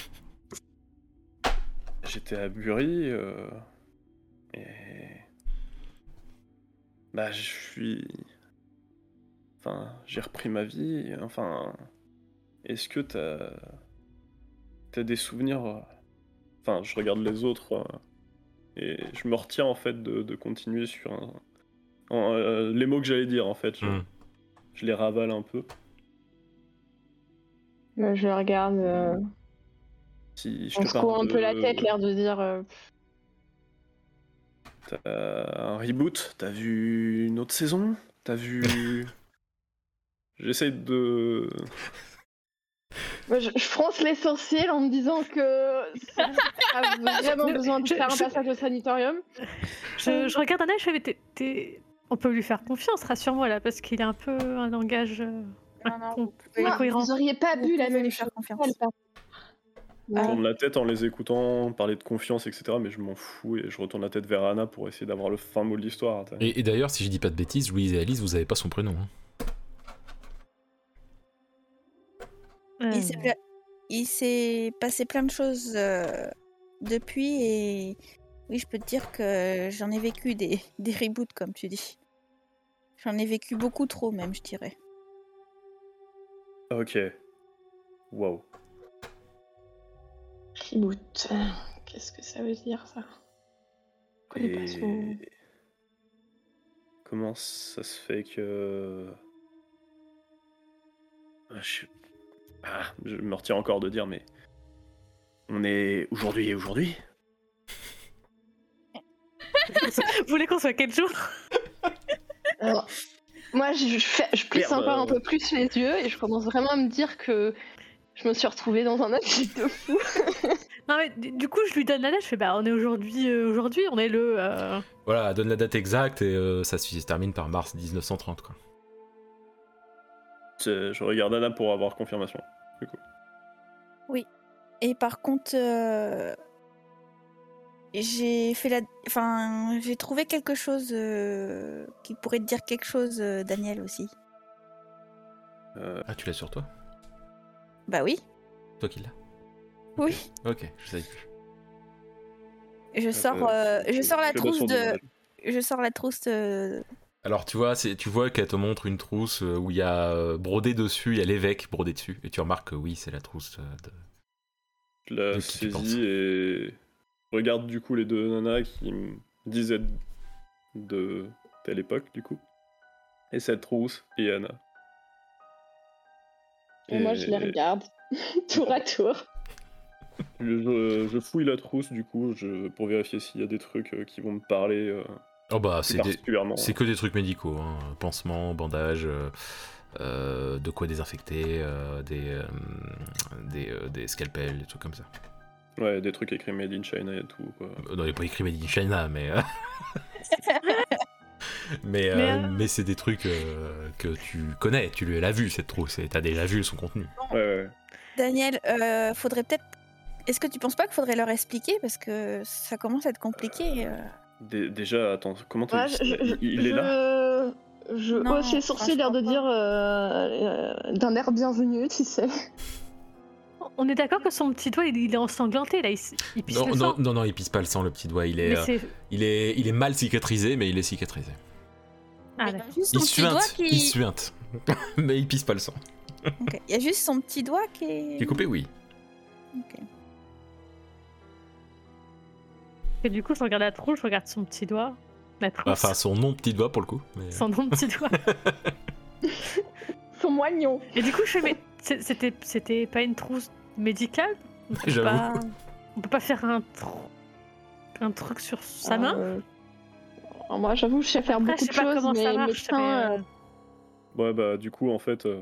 E: J'étais à Bury. euh, et. Bah, je suis. Enfin, j'ai repris ma vie. Enfin. Est-ce que t'as. T'as des souvenirs. euh, Enfin, je regarde les autres. euh, et je me retiens, en fait, de, de continuer sur un. en, euh, les mots que j'allais dire, en fait. Je,
A: Hmm.
E: je les ravale un peu.
B: Euh, je regarde. euh,
E: Si je
B: on
E: te
B: secoue
E: parle
B: un peu la
E: de-
B: tête, l'air de dire. euh,
E: T'as Euh, un reboot, t'as vu une autre saison, t'as vu. J'essaie de.
B: Moi, je, je fronce les sourcils en me disant que ça a vraiment besoin de
D: Je-
B: faire un
D: je-
B: passage au sanatorium.
D: Je, je regarde Anna, je fais, mais t'es- t'es- on peut lui faire confiance, rassure-moi là, parce qu'il a un peu un langage. euh,
C: Non, non,
D: con-
C: vous pouvez-
D: Moi, cohérent.
B: vous n'auriez pas
C: vous
B: bu la
C: pouvez
B: même
C: lui
B: chose.
C: faire confiance.
E: Je
C: Ah.
E: tourne la tête en les écoutant, parler de confiance, etc. Mais je m'en fous et je retourne la tête vers Anna pour essayer d'avoir le fin mot de l'histoire. t'as-
A: Et, et d'ailleurs, si je dis pas de bêtises, Louise et Alice, vous avez pas son prénom. hein.
D: euh,
C: Il s'est pla- Il s'est passé plein de choses euh, depuis et oui, je peux te dire que j'en ai vécu des, des reboots, comme tu dis. J'en ai vécu beaucoup trop, même, je dirais.
E: Ok. Waouh.
B: Reboot. Qu'est-ce que ça veut dire ça Je connais pas ce mot.
E: Et... Comment ça se fait que. Ah, Je... Ah, je me retiens encore de dire, mais. On est aujourd'hui et aujourd'hui
D: euh, Vous voulez qu'on soit quel jour
B: Alors, moi, je, je, fais- je plisse
E: Merde,
B: encore un
E: euh.
B: peu plus les yeux et je commence vraiment à me dire que je me suis retrouvée dans un assiette de fou.
D: Non, mais du du coup, je lui donne la lettre, je fais, bah, on est aujourd'hui, euh, aujourd'hui, on est le. euh,
A: Voilà, donne la date exacte et euh, ça se termine par mars 1930. Quoi.
E: C'est- Je regarde Anna pour avoir confirmation.
C: Et par contre, euh, j'ai fait la, enfin, j'ai trouvé quelque chose euh, qui pourrait te dire quelque chose, euh, Daniel aussi.
E: Euh,
A: Ah, tu l'as sur toi
C: Bah oui,
A: Toi qui l'as
C: oui.
A: Ok, je sais plus.
C: Je sors, euh,
E: euh,
C: je sors la
E: fais
C: trousse
E: sur du
C: de,
E: ménage.
C: je sors la trousse euh,
A: Alors tu vois, c'est- tu vois qu'elle te montre une trousse euh, où il y a euh, brodé dessus, il y a l'évêque brodé dessus, et tu remarques que oui, c'est la trousse euh, de...
E: Je la
A: De qui tu penses
E: saisis et regarde du coup les deux nanas qui me disaient de- de telle époque du coup. Et cette trousse et Anna.
B: Et moi, je les regarde tour à tour.
E: Je, je fouille la trousse du coup je, pour vérifier s'il y a des trucs euh, qui vont me parler euh,
A: Oh bah,
E: plus
A: c'est des-
E: particulièrement.
A: c'est que des trucs médicaux, hein. pansements, bandages, euh, euh, de quoi désinfecter, euh, des, euh, des, euh, des scalpels, des trucs comme ça.
E: Ouais, des trucs écrits Made in China et tout. Quoi.
A: Euh, Non, il n'est pas écrit Made in China, mais. euh, mais euh,
D: Mais, euh,
A: mais c'est des trucs euh, que tu connais, tu lui l'as vu cette trousse, et t'as déjà vu son contenu.
E: Ouais, ouais.
C: Daniel, euh, faudrait peut-être. Est-ce que tu penses pas qu'il faudrait leur expliquer parce que ça commence à être compliqué euh.
E: Dé- déjà, attends, comment t'as
B: Moi,
E: dit
B: je,
E: ça
B: je-
E: il, il est là
B: je- Je
C: Non,
B: hausse les sourcils, l'air de
C: franchement
B: dire euh, euh, d'un air bienvenu, tu sais.
D: On est d'accord que son petit doigt, il, il est ensanglanté, là, il, s- il pisse
A: Non,
D: le
A: non,
D: sang.
A: non, non, il pisse pas le sang, le petit doigt. Il est,
D: Mais
A: euh,
D: c'est.
A: il est, il est mal cicatrisé, mais il est cicatrisé.
D: Ah,
C: Il y a
D: d'accord.
C: juste son
A: Il
C: petit doigt
A: suinte,
C: qui-
A: il suinte. mais il pisse pas le sang.
C: Ok. Il y a juste son petit doigt qui
A: Il est
C: est.
A: coupé, oui.
D: Et du coup, je regarde la trousse, je regarde son petit doigt, la trousse,
A: Bah, Enfin, son nom petit doigt pour le coup. mais- euh,
D: son nom de petit doigt.
B: Son moignon.
D: Et du coup, je fais, mais c'est- c'était, c'était pas une trousse médicale On peut
A: J'avoue.
D: pas- On peut pas faire un, tr- un truc sur sa main
B: Euh, alors Moi, j'avoue, je sais faire
D: Après,
B: beaucoup
D: je
B: de
D: sais pas
B: choses,
D: comment ça
B: mais
D: marche.
B: médecin,
D: mais,
B: euh,
D: euh,
E: Ouais, bah du coup, en fait, euh,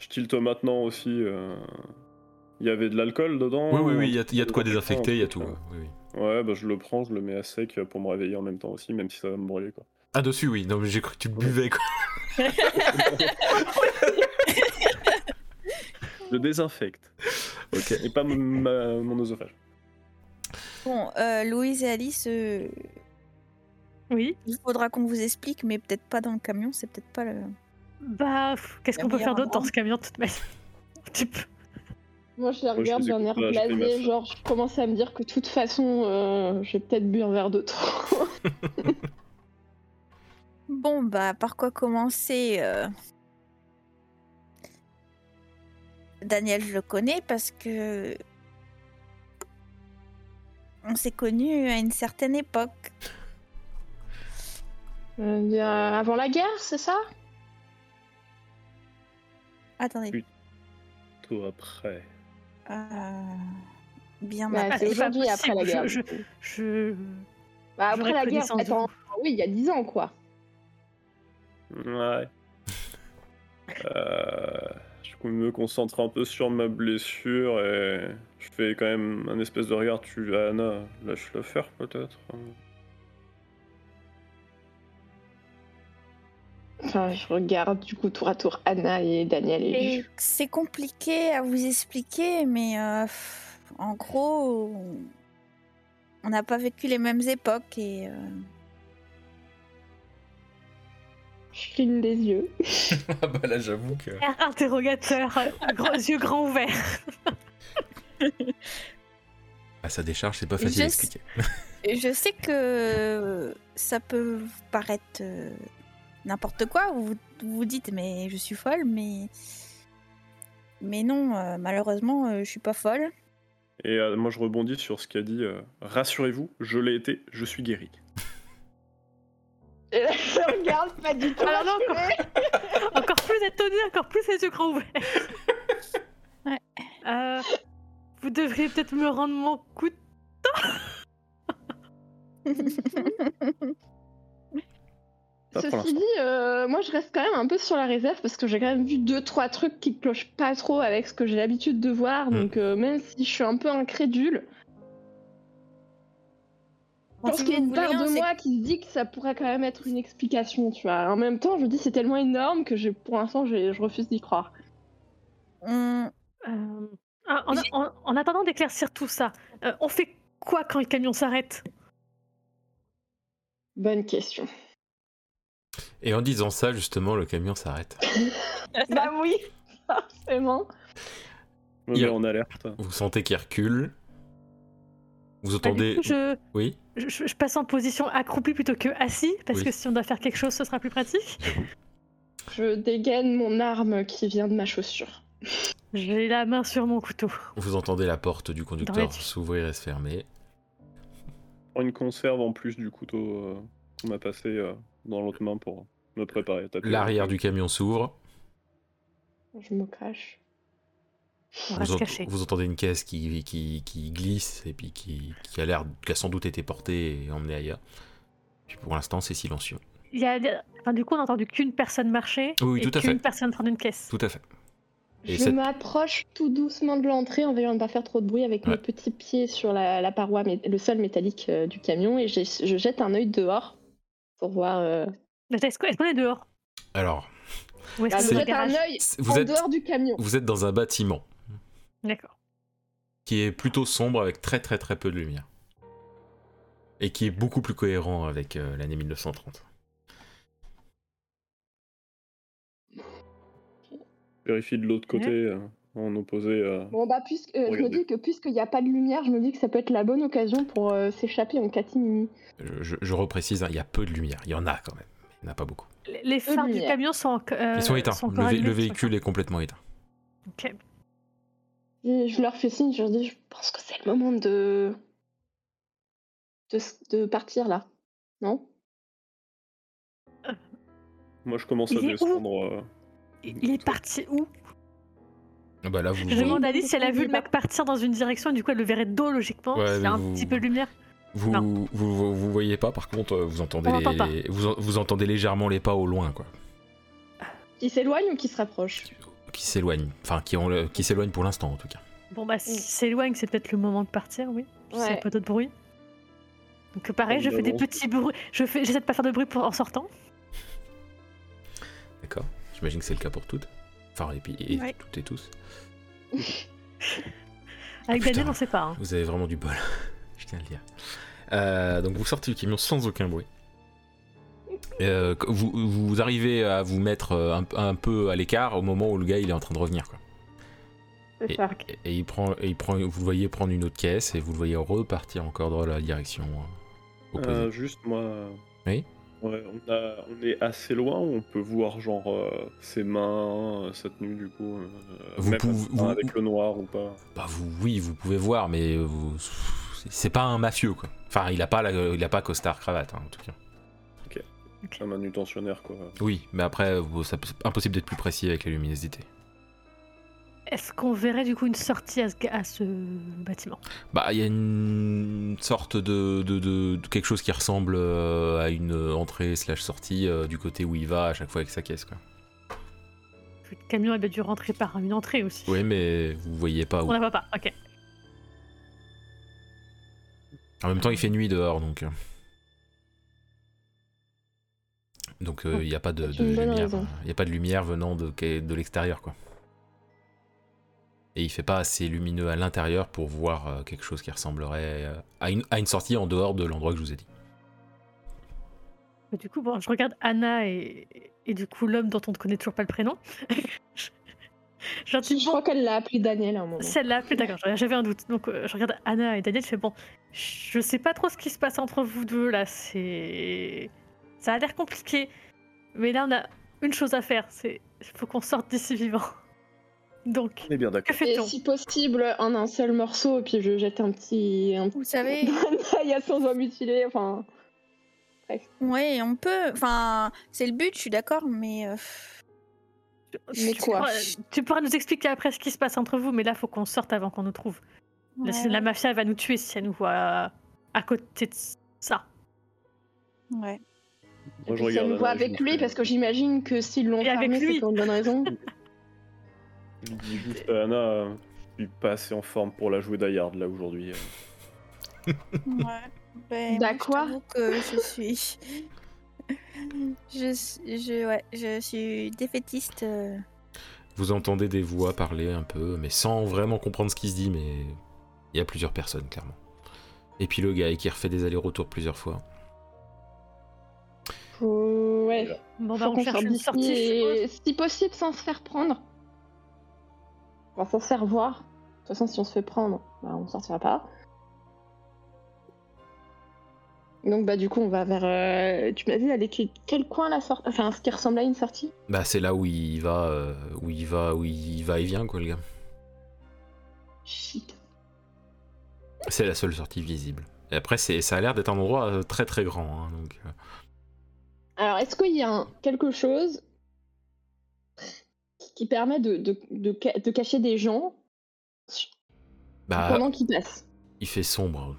E: je tilte maintenant aussi. euh, Il y avait de l'alcool dedans
A: Oui, oui, oui, il y a, il y a de quoi
E: Ouais,
A: désinfecter, il y a tout.
E: ouais.
A: oui, oui.
E: Ouais, bah je le prends, je le mets à sec euh, pour me réveiller en même temps aussi, même si ça va me brûler quoi.
A: Ah, dessus, oui. Non, mais j'ai cru que tu le buvais, quoi.
E: Je désinfecte.
A: Ok.
E: Et pas mon- ma- mon oesophage.
C: Bon, euh, Louise et Alice, euh,
D: Oui.
C: il faudra qu'on vous explique, mais peut-être pas dans le camion, c'est peut-être pas le.
D: Bah, pff, qu'est-ce
C: Le
D: qu'on peut faire
C: meilleur
D: d'autre dans
C: endroit.
D: ce camion toute ma vie Tu peux-
B: Moi, je les
E: Moi, je
B: regarde
E: les
B: d'un
E: écoute
B: air
E: pas, je fais ma
B: blasé,
E: faute.
B: genre je commence à me dire que de toute façon, euh, j'ai peut-être bu un verre de trop.
C: Bon, bah, par quoi commencer euh, Daniel, je le connais parce que. On s'est connus à une certaine époque.
B: Euh, il y a- avant la guerre, c'est ça
C: Attendez.
E: Putain. bientôt après.
C: Euh, Bien
B: Bah,
C: mal.
D: Ah,
B: c'est
D: c'est
B: aujourd'hui
D: pas
B: après la
D: possible,
B: guerre.
D: je-
B: du coup.
D: Je.
B: Bah,
D: j'aurais
B: après la guerre,
D: connaissance de
B: attends, oui, il y a 10 ans quoi.
E: Ouais. Euh, je me concentre un peu sur ma blessure et je fais quand même un espèce de regard. Tu, Anna, lâche le faire peut-être. hein.
B: Enfin, je regarde du coup tour à tour Anna et Daniel et,
D: Et-
B: Ju.
C: C'est compliqué à vous expliquer, mais euh, pff, en gros, on- on n'a pas vécu les mêmes époques et euh,
B: Je cligne des yeux.
A: Ah bah là, j'avoue que.
D: Air interrogateur, gros yeux grands ouverts.
A: À Ah, sa décharge, c'est pas facile à
C: Je-
A: expliquer.
C: Et Je sais que ça peut vous paraître euh, n'importe quoi. Vous vous vous dites, mais je suis folle, mais. Mais non, euh, malheureusement, euh, je suis pas folle.
E: Et euh, moi, je rebondis sur ce qu'a dit. euh, Rassurez-vous, je l'ai été, je suis guéri.
B: Et là, je regarde pas du tout.
D: Alors non,
B: rassurée.
D: Encore plus étonné, encore plus les yeux grands ouverts.
C: Ouais.
D: Euh, vous devriez peut-être me rendre mon coup de.
E: Pas pour
B: Ceci
E: l'instant.
B: dit, euh, moi je reste quand même un peu sur la réserve parce que j'ai quand même vu deux trois trucs qui clochent pas trop avec ce que j'ai l'habitude de voir.
A: Mm.
B: Donc euh, même si je suis un peu incrédule, je pense
C: Si
B: qu'il y a
C: vous
B: une part
C: voulez, hein,
B: de
C: c'est-
B: moi qui se dit que ça pourrait quand même être une explication, tu vois. En même temps, je me dis c'est tellement énorme que j'ai- pour l'instant j'ai- je refuse d'y croire.
C: on-
D: Euh, en, en- en attendant d'éclaircir tout ça, euh, on fait quoi quand le camion s'arrête
B: Bonne question.
A: Et en disant ça, justement, le camion s'arrête.
B: bah oui, forcément.
E: Me
A: Il y a-
E: met en alerte.
A: Vous sentez qu'il recule. Vous
D: Bah, du
A: entendez.
D: coup, je,
A: Oui
D: je- je passe en position accroupie plutôt que assis, parce
A: Oui.
D: que si on doit faire quelque chose, ce sera plus pratique.
B: Je dégaine mon arme qui vient de ma chaussure.
D: J'ai la main sur mon couteau.
A: Vous entendez la porte du
D: Dans
A: conducteur
D: la-
A: s'ouvrir et se fermer.
E: Une conserve en plus du couteau euh, qu'on m'a passé euh, dans l'autre main pour euh, me préparer. Taper.
A: L'arrière du camion s'ouvre.
B: Je me cache.
D: On va
A: Vous,
D: se
A: ent-
D: cacher.
A: vous entendez une caisse qui, qui, qui glisse et puis qui, qui a l'air qui a sans doute été portée et emmenée ailleurs. Puis pour l'instant, c'est silencieux.
D: Il y a- enfin, du coup, on n'a entendu qu'une personne marcher
A: Oui, oui,
D: et
A: tout à fait.
D: qu'une personne prendre une caisse.
A: Tout à fait. Et
B: je
A: cette-
B: m'approche tout doucement de l'entrée en veillant à ne pas faire trop de bruit avec
A: Ouais.
B: mes petits pieds sur la, la paroi, mé- le sol métallique euh, du camion et j'ai- je jette un œil dehors pour voir. euh,
D: Mais Est-ce qu'on est-ce qu'on est dehors
A: Alors,
D: Ou
B: bah,
D: est-ce qu'on
B: je
D: est
A: c'est-
D: dans le
B: jette un
D: garage
B: œil
A: c- vous
B: en
A: êtes,
B: dehors du camion.
A: vous êtes dans un bâtiment
D: D'accord.
A: qui est plutôt sombre avec très très très peu de lumière. Et qui est beaucoup plus cohérent avec euh, l'année 1930.
E: Vérifie de l'autre côté,
D: Ouais.
E: euh, en opposé. euh,
B: Bon bah puisque euh, je me
E: Regardez.
B: dis que puisqu'il n'y a pas de lumière, je me dis que ça peut être la bonne occasion pour euh, s'échapper en catimini.
A: Je, je- je reprécise, hein, il y a peu de lumière. Il y en a quand même. mais Il n'y en a pas beaucoup.
D: Les- Les phares du
B: lumière.
D: camion sont, en- euh,
A: Ils sont éteints.
D: encore
A: le, vé-
D: allumés,
A: le
D: ils sont
A: véhicule est complètement éteint.
D: encore- Ok.
B: Et je leur fais signe, je leur dis je pense que c'est le moment de de, s- de partir là, non
E: Moi, je commence à
D: Il est où
E: descendre. euh,
D: Il est parti où
A: Ah Bah là, vous,
D: Je
B: Oui,
D: demande à Alice si elle a
B: il
D: vu
B: est
D: le mec partir dans une direction et du coup elle le verrait de dos logiquement.
A: Ouais,
D: s'il y
A: mais
D: a un
A: vous-
D: petit peu de lumière.
A: vous,
D: Non.
A: vous, vous- vous voyez pas, par contre, euh, vous entendez,
D: On n'entend
A: les, vous, en- vous entendez légèrement les pas au loin, quoi.
B: Qui s'éloigne ou qui se rapproche
A: Qui s'éloignent. Enfin, qui, ont le- qui s'éloignent pour l'instant, en tout cas.
D: Bon bah s'il
B: Oui.
D: s'éloigne, c'est peut-être le moment de partir, oui. S'il n'y a
B: Ouais.
D: pas d'autre bruit. Donc euh, pareil, je fais des
E: Évidemment.
D: petits bruits. Je fais, j'essaie de pas faire de bruit pour en sortant.
A: D'accord J'imagine que c'est le cas pour toutes. Enfin, et puis, et
C: Ouais.
A: toutes et tous.
D: Avec
A: Ah, putain.
D: Daniel, on sait pas. hein.
A: Vous avez vraiment du bol. Je tiens à le dire. Euh, donc vous sortez du camion sans aucun bruit. Euh, qu- vous, vous arrivez à vous mettre euh, un, un peu à l'écart au moment où le gars il est en train de revenir. Quoi.
B: C'est ça.
A: Et, et il prend, et il prend, vous le voyez prendre une autre caisse et vous le voyez repartir encore dans la direction euh, opposée.
E: Euh, juste moi. euh,
A: Oui
E: ouais, on, a- on est assez loin où on peut voir genre euh, ses mains, euh, sa tenue du coup. euh,
A: Vous
E: même
A: pouvez-
E: enfin,
A: vous-
E: avec le noir ou pas.
A: Bah vous, oui, vous pouvez voir, mais euh, vous- c'est pas un mafieux quoi. Enfin, il a pas, la- il a pas costard cravate hein, en tout cas.
E: Un manutentionnaire quoi.
A: Oui, mais après, vous- ça- c'est impossible d'être plus précis avec la luminosité.
D: Est-ce qu'on verrait du coup une sortie à ce, ga- à ce bâtiment
A: Bah, il y a une sorte de, de- de- de quelque chose qui ressemble euh, à une euh, entrée slash sortie euh, du côté où il va à chaque fois avec sa caisse. Quoi.
D: Le camion il a dû rentrer par une entrée aussi.
A: Oui, mais vous voyez pas. Où.
D: On la voit pas, ok.
A: En même temps, il fait nuit dehors, donc. euh. Donc euh, il n'y a pas de,
B: C'est
A: de
B: une bonne
A: lumière.
B: raison.
A: Il y a pas de lumière venant de, de l'extérieur, quoi. Et il fait pas assez lumineux à l'intérieur pour voir euh, quelque chose qui ressemblerait euh, à une, à une sortie en dehors de l'endroit que je vous ai dit.
D: Mais du coup, bon, je regarde Anna et, et du coup l'homme dont on ne connaît toujours pas le prénom. Genre,
B: Je crois qu'elle l'a appelé Daniel à un moment.
D: Celle-là, plus d'accord, j'avais un doute. Donc euh, je regarde Anna et Daniel, je fais bon, je sais pas trop ce qui se passe entre vous deux là, c'est. Ça a l'air compliqué. Mais là, on a une chose à faire, c'est. Faut qu'on sorte d'ici vivant. Donc,
E: On est bien d'accord.
D: que
B: Et
D: fait-on
B: si possible, en un seul morceau, et puis je jette un petit. Un petit
C: Vous savez,
B: il y a sans en mutiler, enfin.
C: ouais, on peut. Enfin, c'est le but, je suis d'accord, mais. euh,
B: Mais
D: Tu
B: quoi
D: pourras- Tu pourras nous expliquer après ce qui se passe entre vous, mais là, faut qu'on sorte avant qu'on nous trouve. Là, c'est-
C: ouais,
D: La mafia elle va nous tuer si elle nous voit à côté de ça.
C: ouais.
E: Moi,
B: si
E: je regarde
B: elle
E: euh,
B: nous
E: Anna
B: voit
E: et je
B: avec
E: me
B: lui,
E: fais-
B: parce que j'imagine que s'ils l'ont
D: Et avec
B: fermé,
D: lui.
B: c'est pour une bonne raison.
E: Je lui dis juste à Anna, euh, je suis pas assez en forme pour la jouer d'Ayard là aujourd'hui. euh.
C: Ouais. Ben,
B: Bah
C: moi, je
B: quoi
C: t'avoue que je suis. je, s- je, ouais, je suis défaitiste. euh,
A: Vous entendez des voix parler un peu, mais sans vraiment comprendre ce qui se dit, mais il y a plusieurs personnes, clairement. Et puis le gars qui refait des allers-retours plusieurs fois.
B: Faut- Ouais.
D: Bon, bah,
B: Faut
D: on
B: qu'on
D: cherche
B: sorte
D: une
B: d'ici
D: sortie. je suppose.
B: et, si possible, sans se faire prendre. Enfin, sans se faire voir. De toute façon, si on se fait prendre, bah, on ne sortira pas. Donc, bah, du coup, on va vers. euh, Tu m'as dit, elle est quel- quel coin la sortie Enfin, ce qui ressemble à une sortie
A: Bah c'est là où il va, euh, où il va, où il va et vient quoi le gars.
B: Shit.
A: C'est la seule sortie visible. Et après c'est, ça a l'air d'être un endroit euh, très très grand. hein, donc euh.
B: Alors, est-ce qu'il y a un- quelque chose qui permet de, de, de ca- de cacher des gens
A: bah
B: pendant qu'ils passent
A: il fait sombre.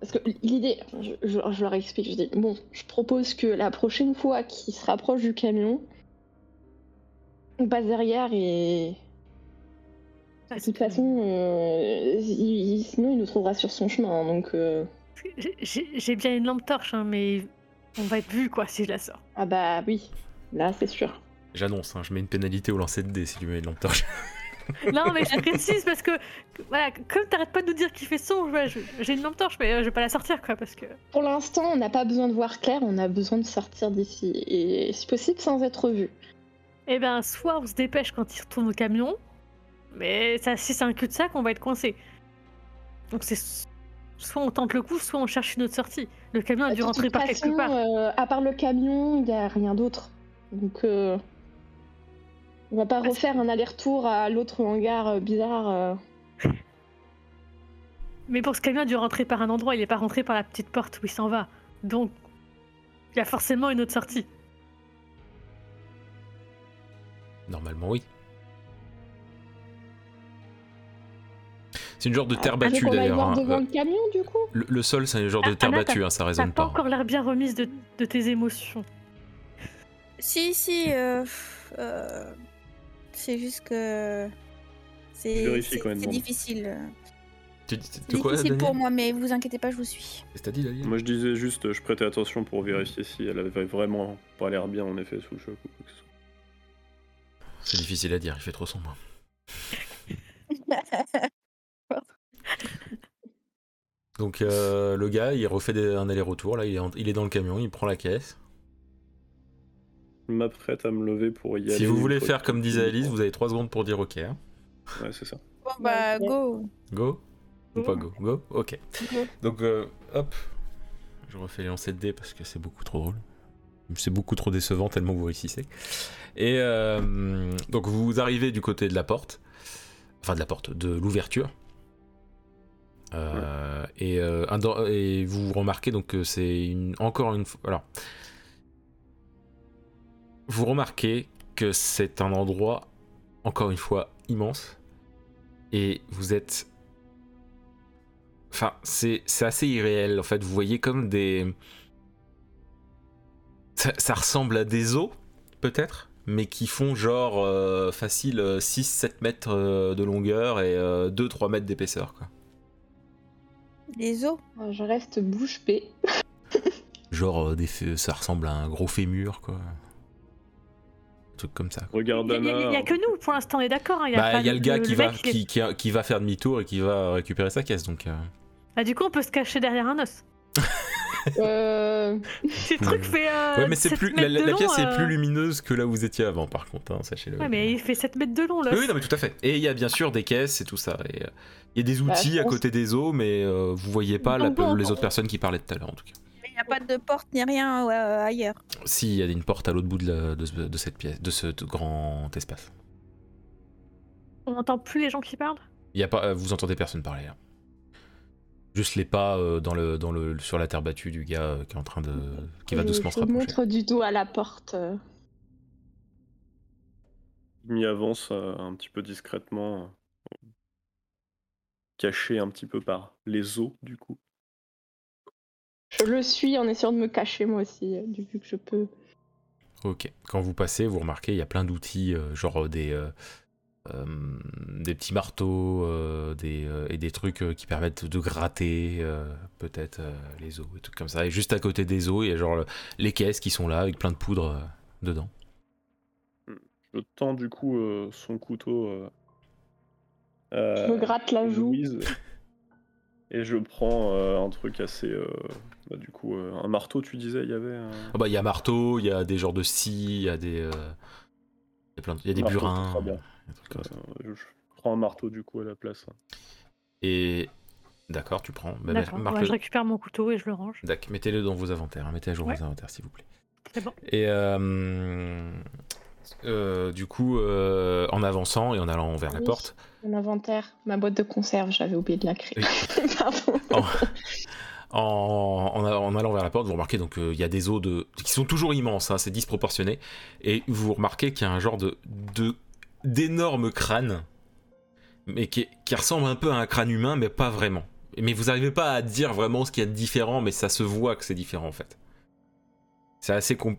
B: Parce que l'idée, je, je- je leur explique, je dis, bon, je propose que la prochaine fois qu'ils se rapprochent du camion, on passe derrière et...
D: Ah,
B: De
D: c'est
B: toute façon, euh, il- il- sinon il nous trouvera sur son chemin, hein, donc... euh,
D: J'ai- J'ai j'ai bien une lampe torche, hein, mais on va être vu quoi si je la sors.
B: Ah bah oui, là c'est sûr.
A: J'annonce, hein, je mets une pénalité au lancer de dés si tu mets une lampe torche.
D: Non, mais je précise parce que que- voilà, comme t'arrêtes pas de nous dire qu'il fait sombre, voilà, je- j'ai une lampe torche, mais euh, je vais pas la sortir quoi parce que.
B: Pour l'instant, on n'a pas besoin de voir clair, on a besoin de sortir d'ici, et si possible sans être vu.
D: Eh ben, soit on se dépêche quand il retourne au camion, mais ça, si c'est un cul-de-sac, on va être coincé. Donc c'est s- soit on tente le coup, soit on cherche une autre sortie. Le camion a
B: Bah, De
D: dû
B: toute
D: rentrer Ah, par
B: façon,
D: quelque part.
B: euh, à part le camion, il n'y a rien d'autre. Donc, euh, on va pas
D: Ouais,
B: refaire un aller-retour à l'autre hangar euh, bizarre. euh.
D: Mais pour ce camion a dû rentrer par un endroit, il est pas rentré par la petite porte où il s'en va. Donc il y a forcément une autre sortie.
A: Normalement oui. C'est une genre de terre
B: Ah, mais
A: battue
B: qu'on aille
A: d'ailleurs.
B: voir
A: hein.
B: devant
A: Euh,
B: le camion, du coup
A: Le, le sol c'est un genre de
D: Ah,
A: terre
D: Anna,
A: battue, hein, ça
D: T'as
A: résonne
D: pas
A: pas.
D: encore l'air bien remise de, de tes émotions.
C: Si, si. euh, pff, euh, c'est juste que.
E: Je
C: C'est
E: vérifie
C: c'est-
E: quand même,
C: c'est
E: bon.
C: difficile. euh,
A: Tu- tu- tu-
C: C'est
A: quoi,
C: difficile pour
A: Daniel
C: moi, mais vous inquiétez pas, je vous suis.
A: Qu'est-ce que t'as dit Daniel
E: Moi je disais juste, euh, je prêtais attention pour vérifier si elle avait vraiment pas l'air bien en effet sous le choc ou quoi que ce soit.
A: C'est difficile à dire, il fait trop sombre. Donc euh, le gars, il refait des- un aller-retour. Là, il est, en- il est dans le camion, il prend la caisse.
E: Je m'apprête à me lever pour y aller.
A: Si vous voulez
E: Faut-
A: faire comme disait Alice, vous avez 3 secondes pour dire OK. hein.
E: Ouais, c'est ça.
C: Bon, bah, go.
A: Go Ou
D: Go.
A: pas go Go Ok.
B: Go.
A: Donc euh, hop, je refais les lancers de dés parce que c'est beaucoup trop drôle. C'est beaucoup trop décevant tellement vous réussissez. Et euh, donc vous arrivez du côté de la porte, enfin de la porte, de l'ouverture. Euh, et, euh, un dan- et vous remarquez donc que c'est une- encore une fois. Alors, vous remarquez que c'est un endroit encore une fois immense. Et vous êtes. Enfin, c'est c'est assez irréel en fait. Vous voyez comme des. Ça, ça ressemble à des eaux, peut-être, mais qui font genre euh, facile 6-7 mètres euh, de longueur et 2-3 mètres d'épaisseur. Quoi.
C: Les os.
B: Je reste bouche bée.
A: Genre, euh, des fé- ça ressemble à un gros fémur, quoi. Un truc comme ça.
E: Regarde
D: Il
E: Anna. euh,
D: n'y a, que nous pour l'instant, on est d'accord. hein, y a
A: Bah,
D: pas
A: il y a le gars qui, va,
D: mec, il est-
A: qui, qui, a- qui va faire demi-tour et qui va récupérer sa caisse, donc. euh,
D: Ah, du coup, on peut se cacher derrière un os.
B: Euh,
D: Ce truc fait. euh,
A: Ouais, mais c'est
D: 7
A: plus la,
D: mètres
A: la-
D: de
A: la
D: long,
A: pièce est
D: euh,
A: plus lumineuse que là où vous étiez avant, par contre, hein, sachez-le.
D: Ouais, mais il fait 7 mètres de long, là.
A: Oui, oui, non, mais tout à fait. Et il y a bien sûr des caisses et tout ça. Et euh, il y a des outils
B: Bah, je
A: à
B: pense-
A: côté des os, mais euh, vous voyez pas la-
D: Donc bon,
A: les
D: bon.
A: autres personnes qui parlaient tout à l'heure, en tout cas.
C: Il n'y a pas de porte ni rien euh, ailleurs.
A: Si, il y a une porte à l'autre bout de, la- de ce- de cette pièce, de ce grand espace.
D: On n'entend plus les gens qui parlent.
A: Il y a pas, euh, vous entendez personne parler. hein. Juste les pas euh, dans le, dans le, sur la terre battue du gars euh, qui est en train de, qui va
B: je-
A: doucement
B: je
A: se rapprocher.
B: montre du doigt à la porte. euh.
E: Je m'y avance euh, un petit peu discrètement, euh, caché un petit peu par les os du coup.
B: Je le suis en essayant de me cacher moi aussi, euh, du vu que je peux.
A: Ok. Quand vous passez, vous remarquez, il y a plein d'outils, euh, genre euh, des, euh, euh, des petits marteaux euh, des, euh, et des trucs euh, qui permettent de gratter euh, peut-être euh, les os et trucs comme ça. Et juste à côté des os, il y a genre le- les caisses qui sont là avec plein de poudre euh, dedans.
E: Je tends du coup euh, son couteau. euh,
B: Je
E: à
B: me gratte la joue.
E: Louise. Et je prends euh, un truc assez. euh, bah, du coup, euh, un marteau, tu disais, il y avait. un-
A: Ah bah, il y a marteau, il y a des genres de scie, il y a des, euh, il y a plein de- il y a des
E: Marteau,
A: burins.
E: très bien.
A: des trucs comme ça.
E: Euh, je prends un marteau du coup à la place.
A: Et d'accord, tu prends. Bah,
D: D'accord.
A: marque-
D: ouais, je récupère mon couteau et je le range.
A: Dac, mettez-le dans vos inventaires. hein, Mettez à jour
D: Ouais.
A: vos inventaires, s'il vous plaît.
D: C'est bon.
A: Et euh, euh, du coup, euh, en avançant et en allant vers la
B: Oui.
A: porte,
B: Mon inventaire, ma boîte de conserve, j'avais oublié de la créer. Pardon.
A: en, en- en allant vers la porte, vous remarquez donc euh, il y a des eaux de qui sont toujours immenses, hein, c'est disproportionné, et vous remarquez qu'il y a un genre de de- d'énorme crâne, mais qui, est- qui ressemble un peu à un crâne humain, mais pas vraiment. Mais vous n'arrivez pas à dire vraiment ce qu'il y a de différent, mais ça se voit que c'est différent en fait. C'est assez com-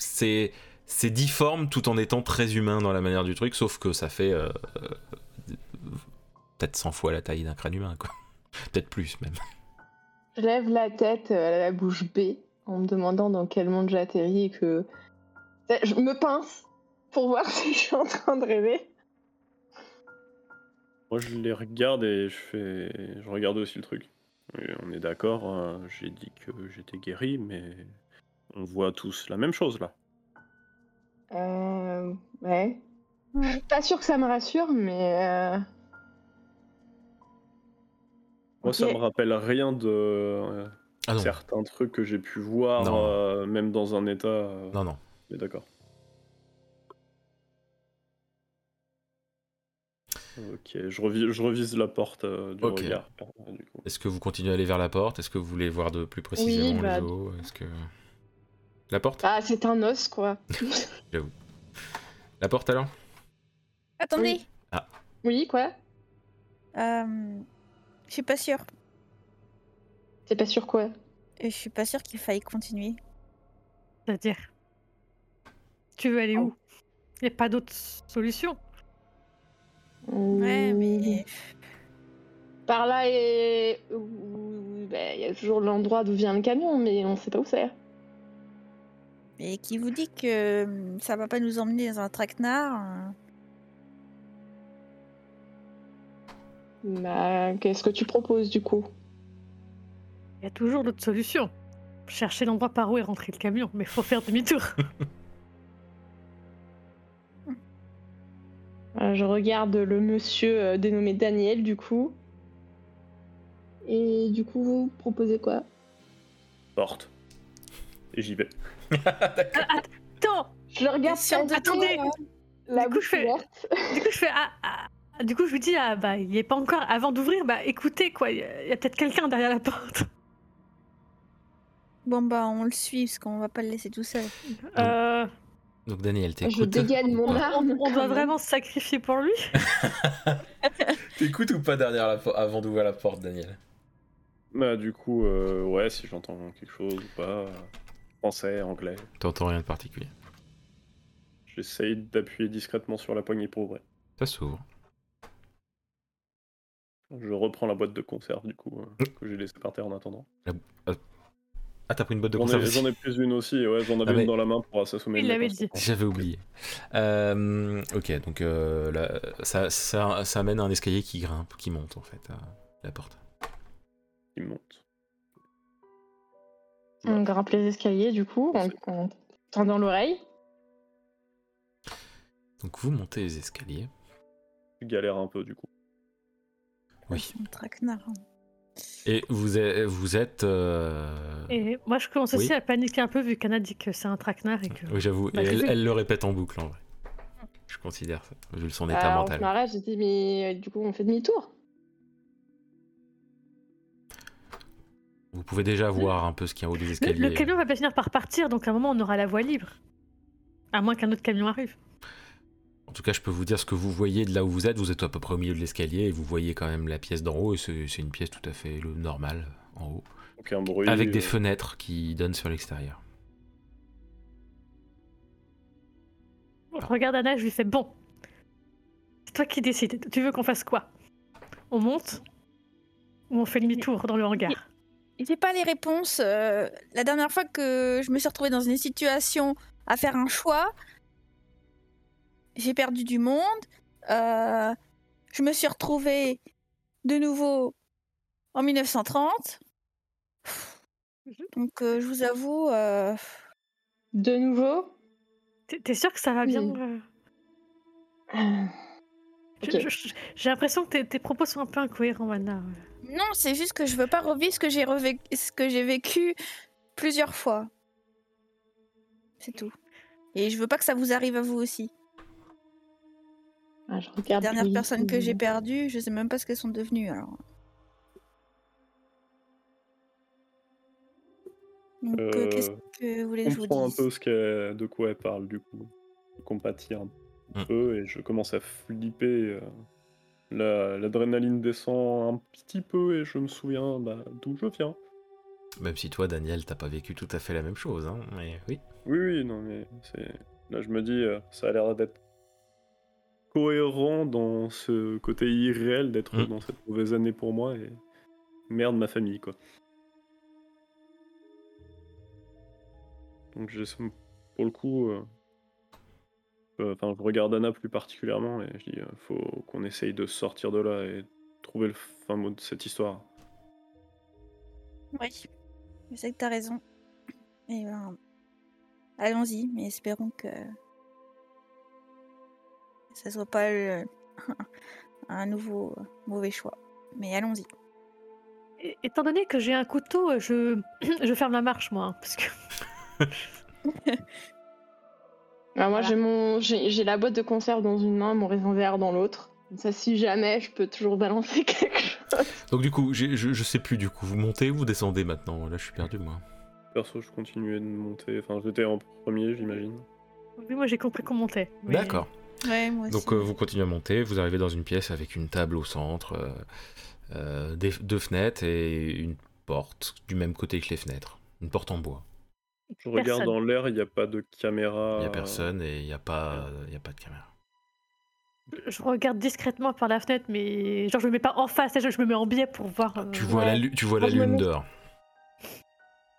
A: c'est c'est difforme tout en étant très humain dans la manière du truc, sauf que ça fait euh, euh, peut-être 100 fois la taille d'un crâne humain, quoi. Peut-être plus même.
B: Je lève la tête euh, à la bouche bée en me demandant dans quel monde j'atterris et que. Eh, Je me pince pour voir si je suis en train de rêver.
E: Moi, je les regarde et je fais. Je regarde aussi le truc. Et on est d'accord, euh, j'ai dit que j'étais guéri, mais on voit tous la même chose là.
B: Euh. Ouais. Je suis Pas sûr que ça me rassure, mais. euh,
E: Moi, ça
B: Ok.
E: me rappelle rien de euh,
A: Ah non,
E: certains trucs que j'ai pu voir,
A: Non.
E: euh, même dans un état. euh,
A: non, non.
E: Mais d'accord. Ok, je, revi- je revise la porte euh, du
A: Ok.
E: regard. euh, du coup.
A: Est-ce que vous continuez à aller vers la porte Est-ce que vous voulez voir de plus précisément
B: bah-
A: les eaux Est-ce que la porte
B: Ah, c'est un os, quoi.
A: La porte alors
C: Attendez,
B: Oui.
A: Ah.
B: Oui, quoi
C: euh, je suis pas sûre.
B: C'est pas sûr quoi
C: Je suis pas sûre qu'il faille continuer.
D: C'est-à-dire. Tu veux aller
A: Oh.
D: où Il n'y a pas d'autre solution.
C: Ouais, mais
B: Euh, Par là, et... ben, il y a toujours l'endroit d'où vient le camion, mais on sait pas où c'est.
C: Et qui vous dit que hum, ça va pas nous emmener dans un traquenard euh,
B: Bah, qu'est-ce que tu proposes du coup
D: Il y a toujours d'autres solutions. Chercher l'endroit par où est rentré le camion, mais faut faire demi-tour.
B: Euh, Je regarde le monsieur euh, dénommé Daniel du coup. Et du coup, vous proposez quoi
E: Porte. Et j'y vais.
D: Attends
B: Je le regarde
C: Sûr de
B: passer,
D: attendez.
B: euh, la
D: Du coup,
B: bouche
D: je fais-
B: ouverte.
D: Du coup, je fais. Ah, ah, ah. Du coup, je lui dis, ah bah, il est pas encore. Avant d'ouvrir, bah écoutez, quoi, il y a, il y a peut-être quelqu'un derrière la porte.
C: Bon bah on le suit parce qu'on va pas le laisser tout seul.
D: Euh.
A: Donc Daniel,
B: Je
A: t'écoutes
B: dégaine mon arme.
D: On doit vraiment se sacrifier pour lui
A: T'écoutes ou pas derrière la po- avant d'ouvrir la porte, Daniel
E: Bah, du coup, euh, ouais, si j'entends quelque chose ou pas. euh, Français, anglais.
A: T'entends rien de particulier.
E: J'essaye d'appuyer discrètement sur la poignée pour ouvrir.
A: Ça s'ouvre.
E: Je reprends la boîte de conserve, du coup, euh,
A: Mm.
E: que j'ai laissée par terre en attendant.
A: Ah, t'as pris une boîte de
E: J'en
A: conserve
E: ai,
A: aussi.
E: j'en ai plus une aussi, ouais, j'en avais
A: mais-
E: une dans la main pour assommer.
D: Il
E: le mec
D: l'avait
E: en
D: dit.
E: sortant.
A: J'avais oublié. Euh, ok, donc euh, là, ça, ça, ça amène à un escalier qui grimpe, qui monte en fait, à la porte.
E: Il monte.
B: On grimpe les escaliers, du coup, en, en tendant l'oreille.
A: Donc vous montez les escaliers.
E: Je galère un peu, du coup.
A: Oui.
C: Un traquenard. hein.
A: Et vous êtes. Vous êtes euh,
D: Et moi, je commence aussi
A: Oui.
D: à paniquer un peu vu qu'Anna dit que c'est un traquenard et que.
A: Oui, j'avoue.
D: Bah,
A: et
D: je
A: elle,
D: sais.
A: elle le répète en boucle en vrai. Je considère ça, vu le son état
D: Euh,
B: Alors, je
A: mental.
B: m'arrête, je dis, mais euh, du coup, on fait demi-tour.
A: Vous pouvez déjà voir un peu ce qu'il y a en haut des
D: Le,
A: escaliers.
D: le camion va bien finir par partir, donc à un moment, on aura la voie libre. À moins qu'un autre camion arrive.
A: En tout cas, je peux vous dire ce que vous voyez de là où vous êtes. Vous êtes à peu près au milieu de l'escalier et vous voyez quand même la pièce d'en haut. Et c'est c'est une pièce tout à fait le- normale en haut.
E: Aucun bruit.
A: avec des
E: euh,
A: fenêtres qui donnent sur l'extérieur.
D: Je Regarde Anna, je lui fais bon. C'est toi qui décides. Tu veux qu'on fasse quoi On monte ou on fait demi-tour dans le hangar
C: J'ai pas les réponses. euh, la dernière fois que je me suis retrouvée dans une situation à faire un choix, j'ai perdu du monde. euh, je me suis retrouvée de nouveau en 1930. Donc euh, je vous avoue, euh,
B: De nouveau.
D: T'es- T'es sûr que ça va bien
B: Oui.
D: euh
B: Ah,
D: Je-
B: Ok.
D: je- je- J'ai l'impression que tes, tes propos sont un peu incohérents, Anna.
C: non, c'est juste que je veux pas revivre ce que j'ai revé- ce que j'ai vécu plusieurs fois. C'est tout. Et je veux pas que ça vous arrive à vous aussi.
B: Ah, je regarde.
C: dernière
B: les-
C: personne que j'ai perdue, je sais même pas ce qu'elles sont devenues alors. Donc, euh,
E: euh,
C: qu'est-ce que vous voulez que je vous
E: comprends un
C: dise
E: peu ce qu'elle- de quoi elle parle, du coup. Je compatis un
A: Mm.
E: peu et je commence à flipper. euh, la- L'adrénaline descend un petit peu et je me souviens bah, d'où je viens.
A: Même si toi, Daniel, t'as pas vécu tout à fait la même chose. Hein, mais oui.
E: Oui, oui, non, mais c'est. Là, je me dis, euh, ça a l'air d'être cohérent dans ce côté irréel d'être
A: Mm.
E: dans cette mauvaise année pour moi et merde ma famille, quoi. Donc, j'ai ce- pour le coup, euh, euh, enfin, je regarde Anna plus particulièrement et je dis, euh, faut qu'on essaye de sortir de là et trouver le fin mot de cette histoire.
C: Oui, je sais que t'as raison. Et ben, allons-y, mais espérons que ça soit pas le- un nouveau euh, mauvais choix. Mais allons-y.
D: Et- étant donné que j'ai un couteau, euh, je, je ferme la marche, moi. hein, parce que...
B: Alors, Ah, moi,
C: Voilà.
B: j'ai mon, j'ai j'ai la boîte de conserve dans une main, mon raisin-verre dans l'autre. Comme ça, si jamais, je peux toujours balancer quelque chose.
A: Donc du coup, j'ai- je, je sais plus. Du coup, vous montez ou vous descendez maintenant Là, je suis perdu, moi.
E: Perso, je continuais de monter, enfin, j'étais en premier, j'imagine.
D: Oui, moi, j'ai compris qu'on montait. mais-
E: Bah,
A: D'accord.
C: Ouais,
B: Ah,
C: moi
A: Donc euh, vous continuez à monter, vous arrivez dans une pièce avec une table au centre, euh, euh, des- deux fenêtres et une porte du même côté que les fenêtres. Une porte en bois.
E: Je regarde
D: Personne.
E: dans l'air, il n'y a pas de
A: Il
E: caméra. euh,
A: n'y a personne et il n'y a, pas- il y a pas de caméra.
D: Je regarde discrètement par la fenêtre, mais genre, je me mets pas en face, je, je me mets en biais pour voir. euh,
A: Tu vois, la, lu- tu vois la
B: Moi, je me
A: lune
B: mets-
A: dehors.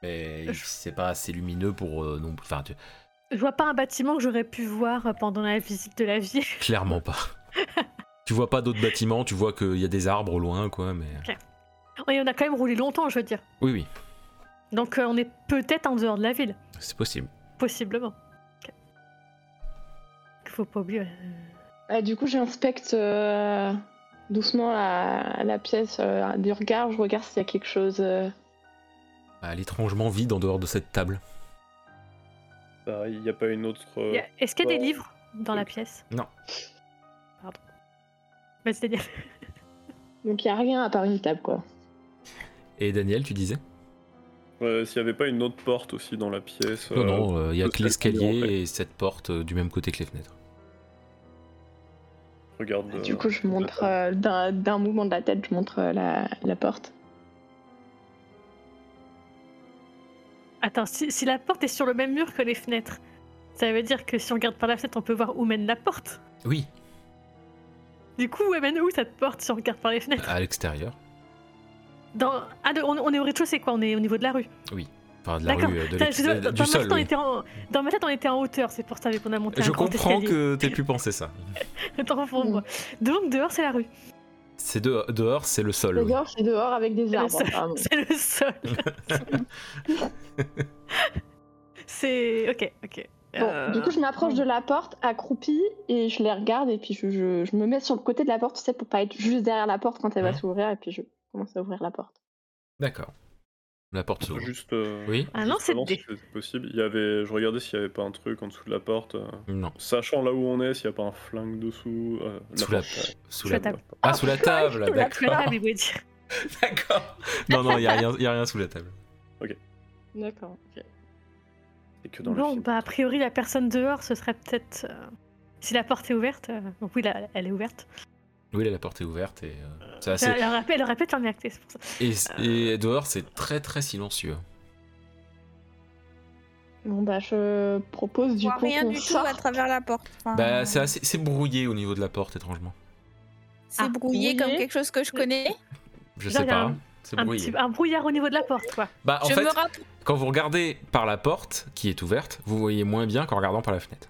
A: Mais
D: Je-
A: c'est pas assez lumineux pour... euh, non, enfin, tu-
D: Je vois pas un bâtiment que j'aurais pu voir pendant la visite de la ville.
A: clairement pas. tu vois pas d'autres bâtiments, tu vois qu'il y a des arbres au loin, quoi, mais...
D: Et on a quand même roulé longtemps, je veux dire.
A: Oui, oui,
D: Donc euh, on est peut-être en dehors de la ville,
A: c'est possible.
D: possiblement. Ok. Faut pas oublier. euh,
B: Ah, du coup, j'inspecte euh, doucement la, la pièce euh, du regard. Je regarde s'il y a quelque chose. euh.
A: Bah, Elle est étrangement vide en dehors de cette table.
E: Bah, Il n'y a pas une autre. euh,
D: Il y a- Est-ce qu'il y a des
E: bon.
D: livres dans la pièce
A: Euh, Non.
D: Pardon. Bah, c'est-à-dire.
B: Donc, il n'y a rien à part une table, quoi.
A: Et Daniel, tu disais
E: Euh, S'il n'y avait pas une autre porte aussi dans la pièce.
A: Non,
E: euh,
A: non, il y a
E: le
A: que
E: seul
A: l'escalier
E: numéro, en fait.
A: et cette porte euh, du même côté que les fenêtres.
E: Regarde.
B: Ah, Du
E: euh,
B: coup, je montre euh, d'un d'un mouvement de la tête, je montre euh, la, la porte.
D: Attends, si, si la porte est sur le même mur que les fenêtres, ça veut dire que si on regarde par la fenêtre, on peut voir où mène la porte.
A: Oui,
D: Du coup, où elle mène où cette porte si on regarde par les fenêtres
A: à l'extérieur.
D: Dans... Ah, de- on, on est au rez-de-chaussée, quoi, on est au niveau de la rue.
A: Enfin, de la
D: D'accord.
A: rue, euh, de
D: Putain, je-
A: l'extérieur-
D: dans,
A: du
D: ma
A: sol.
D: tête, on
A: oui.
D: était en... dans ma tête, on était en hauteur, c'est pour ça qu'on a monté
A: Je
D: un grand
A: comprends
D: escalier.
A: que t'aies pu penser ça.
D: Tant pour moi. Donc, dehors, c'est la rue.
A: C'est de- dehors, c'est le sol.
B: Le
A: oui.
B: gars, c'est dehors avec des
D: le
B: arbres.
D: seul.
B: apparemment.
D: C'est le sol. c'est. Ok, ok.
B: Bon,
D: Euh,
B: du coup, je m'approche de la porte, accroupie, et je les regarde, et puis je, je- je me mets sur le côté de la porte, tu sais, pour pas être juste derrière la porte quand elle
A: Ouais.
B: va s'ouvrir, et puis je commence à ouvrir la porte.
A: D'accord. La porte s'ouvre.
E: Juste. euh,
A: Oui
D: Ah
E: juste
D: non, c'est
E: avant,
D: D.
E: si c'est possible. Il y avait... Je regardais s'il n'y avait pas un truc en dessous de la porte. euh,
A: Non.
E: Sachant là où on est, s'il n'y a pas un flingue dessous. euh,
A: Sous la,
E: porte, ouais.
A: sous
D: Sous
A: la...
D: la table.
A: Ah, sous la table,
B: sous la
D: Tu vas
A: d'accord.
D: la voulait dire.
A: D'accord. Non, non, il n'y a, rien- y a rien sous la table.
B: D'accord.
E: Et que dans le
D: Bon,
E: film.
D: bah, a priori, la personne dehors, ce serait peut-être. euh, Si la porte est ouverte, euh, donc oui, la- elle est ouverte.
A: Oui, là, la porte est ouverte et euh, c'est assez-
D: Elle aurait pu- elle aurait peut-être en acté, c'est pour ça.
A: Et, et dehors, c'est très très silencieux.
B: Bon, bah, je propose
C: Je
B: du
C: vois
B: coup
C: rien
B: qu'on
C: du tout à
B: sorte.
C: travers la porte. Enfin,
A: Bah, c'est assez- c'est brouillé au niveau de la porte, étrangement.
C: c'est
D: Ah,
C: brouillé
B: brouillé.
C: comme quelque chose que je connais.
A: Je
D: Là,
A: sais
D: il y a
A: pas.
D: un-
A: hein. C'est
D: Un,
A: brouillé.
D: petit- un brouillard au niveau de la porte, quoi.
A: Bah, en
C: je
A: fait,
C: me rappelle.
A: quand vous regardez par la porte qui est ouverte, vous voyez moins bien qu'en regardant par la fenêtre.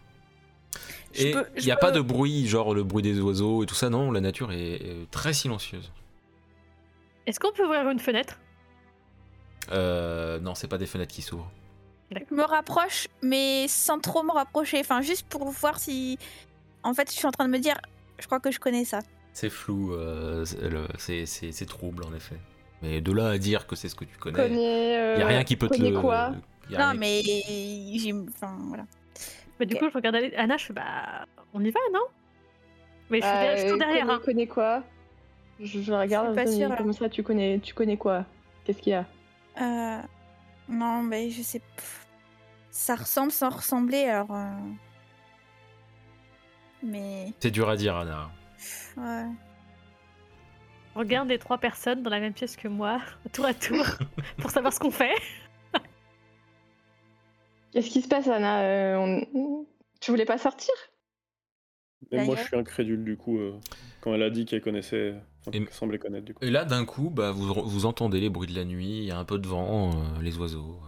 C: Je
A: Et
C: peux-
A: il
C: je
A: n'y a
C: peux-
A: pas de bruit, genre le bruit des oiseaux et tout ça, non, la nature est, est très silencieuse.
D: Est-ce qu'on peut ouvrir une fenêtre
A: Euh, non, c'est pas des fenêtres qui s'ouvrent.
C: Je me rapproche, mais sans trop me rapprocher. Enfin, juste pour voir si. En fait, je suis en train de me dire, je crois que je connais ça.
A: C'est flou, euh, c'est le- c'est c'est- c'est trouble en effet. Mais de là à dire que c'est ce que tu connais, il
B: Connais. euh,
A: n'y a rien qui peut te
B: connais
A: le.
B: quoi
A: y a
C: Non,
A: rien-
C: mais j'ai. Enfin, voilà.
D: Mais du
C: Ok.
D: coup, je regarde aller- Anna, je fais bah, on y va, non Mais je suis, derrière- je suis
B: euh,
D: toujours derrière,
B: connais,
D: hein.
B: connais quoi je, je regarde.
C: pas
B: Anthony,
C: sûre, là.
B: Comme ça, tu connais, tu connais quoi Qu'est-ce qu'il y a
C: Euh, Non, mais je sais. pff, Ça ressemble sans ressembler, alors. euh, Mais.
A: C'est dur à dire, Anna.
C: ouais.
D: Je regarde les trois personnes dans la même pièce que moi, tour à tour, pour savoir ce qu'on fait.
B: Qu'est-ce qui se passe, Anna Euh, on- Tu voulais pas sortir
E: Mais moi, je
C: D'ailleurs-
E: suis incrédule du coup. euh, quand elle a dit qu'elle connaissait. Enfin,
A: Et-
E: qu'elle semblait connaître du coup.
A: Et là, d'un coup, bah, vous, vous entendez les bruits de la nuit, il y a un peu de vent, euh, les oiseaux.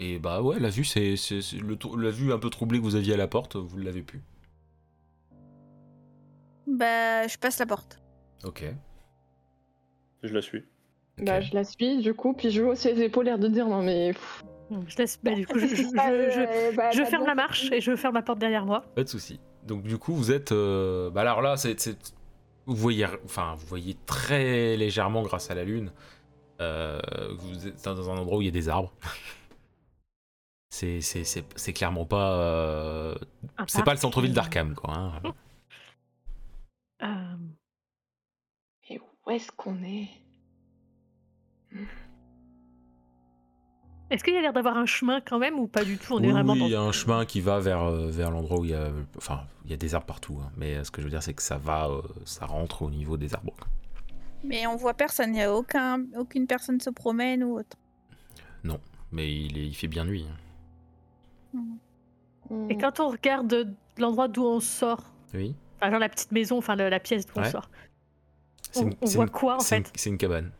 A: Et bah ouais, la vue, c'est c'est- c'est le trou- la vue un peu troublée que vous aviez à la porte, vous l'avez plus.
C: Bah, je passe la porte.
A: Ok.
E: Je la suis.
B: Bah, je la suis, du coup, puis je vais sur les épaules, l'air de dire non, mais. pff,
D: Donc, Je laisse, bah, du coup, je, je,
B: qu'est-ce qui se passe,
D: je- je-
B: euh, bah,
D: je
B: t'as
D: ferme
B: bien-
D: la marche et je ferme la porte derrière moi.
A: Pas de souci. Donc du coup, vous êtes. euh, Bah alors là, c'est. c'est- Vous voyez, enfin, vous voyez très légèrement grâce à la lune. euh, vous êtes dans un endroit où il y a des arbres. c'est, c'est, c'est, c'est clairement pas. euh,
D: Un
A: c'est pas
D: parc.
A: le centre-ville d'Arkham, quoi. hein.
D: Euh,
B: Mais où est-ce qu'on est
D: Est-ce qu'il y a l'air d'avoir un chemin quand même ou pas du tout On
A: Oui,
D: est vraiment
A: oui, hein. il y
D: dans-
A: a un chemin qui va vers, euh, vers l'endroit où il y a. Enfin, il y a des arbres partout. hein, Mais euh, ce que je veux dire, c'est que ça va. euh, ça rentre au niveau des arbres. quoi.
C: Mais on voit personne, il n'y a aucun... aucune personne se promène ou autre.
A: Mais il, est- il fait bien nuit. hein.
B: Hmm.
D: Et quand on regarde de l'endroit d'où on sort,
A: Oui.
D: enfin, genre la petite maison, enfin le- la pièce d'où
A: Ouais.
D: on sort,
A: C'est
D: on,
A: une-
D: on
A: c'est
D: voit
A: une-
D: quoi en
A: c'est une-
D: fait
A: c'est une cabane.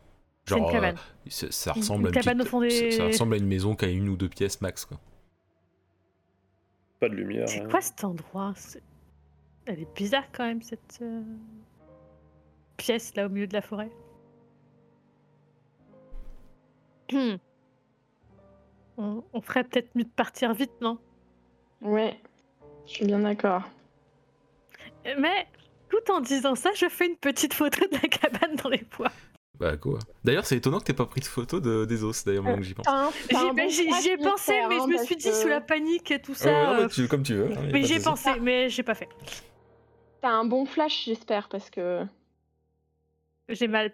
D: C'est une
A: euh,
D: cabane.
A: Ça, ça
D: Une-
A: ressemble
D: une
A: à une
D: cabane
A: petite-
D: au fond des-
A: ça- ça ressemble à une maison qui a une ou deux pièces max. Quoi.
E: Pas de lumière.
D: C'est
E: rien.
D: quoi cet endroit C'est- Elle est bizarre quand même cette euh, pièce là au milieu de la forêt. Hmm. on, on ferait peut-être mieux de partir vite, non
B: Ouais, je suis bien d'accord.
D: Mais tout en disant ça, je fais une petite photo de la cabane dans les bois.
A: Bah quoi. D'ailleurs, c'est étonnant que t'aies pas pris de photo de, des os, d'ailleurs,
D: Euh,
A: maintenant que j'y pense.
B: Enfin,
D: J'y
B: c'est un
D: ben,
B: bon
D: j'y-
B: choix
D: j'y ai
B: qu'il
D: pensé,
B: fait,
D: mais
B: hein,
D: je me
B: parce
D: suis dit
B: que
D: sous la panique et tout ça.
A: Ouais, ouais,
D: euh,
A: ouais, tu- comme tu veux. hein, y a pas
D: mais
A: de
D: j'y ai
A: souci.
D: pensé, mais j'ai pas fait.
B: T'as un bon flash, j'espère, parce que.
D: J'ai mal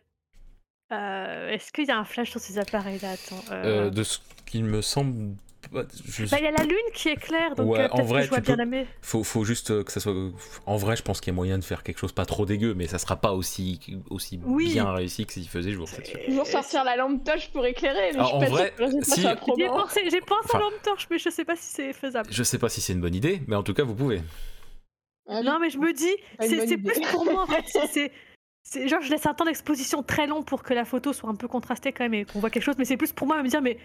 D: Euh, Est-ce qu'il y a un flash sur ces appareils-là Attends. euh,
A: Euh, de ce qu'il me semble. pas- je-
D: bah, il y a la lune qui éclaire, donc
A: Ouais,
D: euh,
A: en
D: peut-être
A: vrai,
D: que je vois
A: tu peux-
D: bien la mer.
A: Faut, faut juste euh, que ça soit. En vrai, je pense qu'il y a moyen de faire quelque chose pas trop dégueu, mais ça sera pas aussi, aussi
D: Oui.
A: bien réussi que s'il faisait jour. c'est sûr.
B: Toujours sortir la lampe torche pour éclairer. Mais
A: Ah,
B: je suis
A: en
B: pas
A: vrai,
B: sûre que le résultat
A: si-
B: soit probant.
D: J'ai pensé, j'ai pensé
A: Enfin-
D: à lampe torche, mais je sais pas si c'est faisable.
A: Je sais pas si c'est une bonne idée, mais en tout cas, vous pouvez.
B: Ah oui.
D: Non, mais je me dis,
B: Pas une
D: c'est
B: bonne
D: c'est
B: idée.
D: plus pour moi en fait. c'est- c'est- c'est- genre, je laisse un temps d'exposition très long pour que la photo soit un peu contrastée quand même et qu'on voit quelque chose, mais c'est plus pour moi à me dire, mais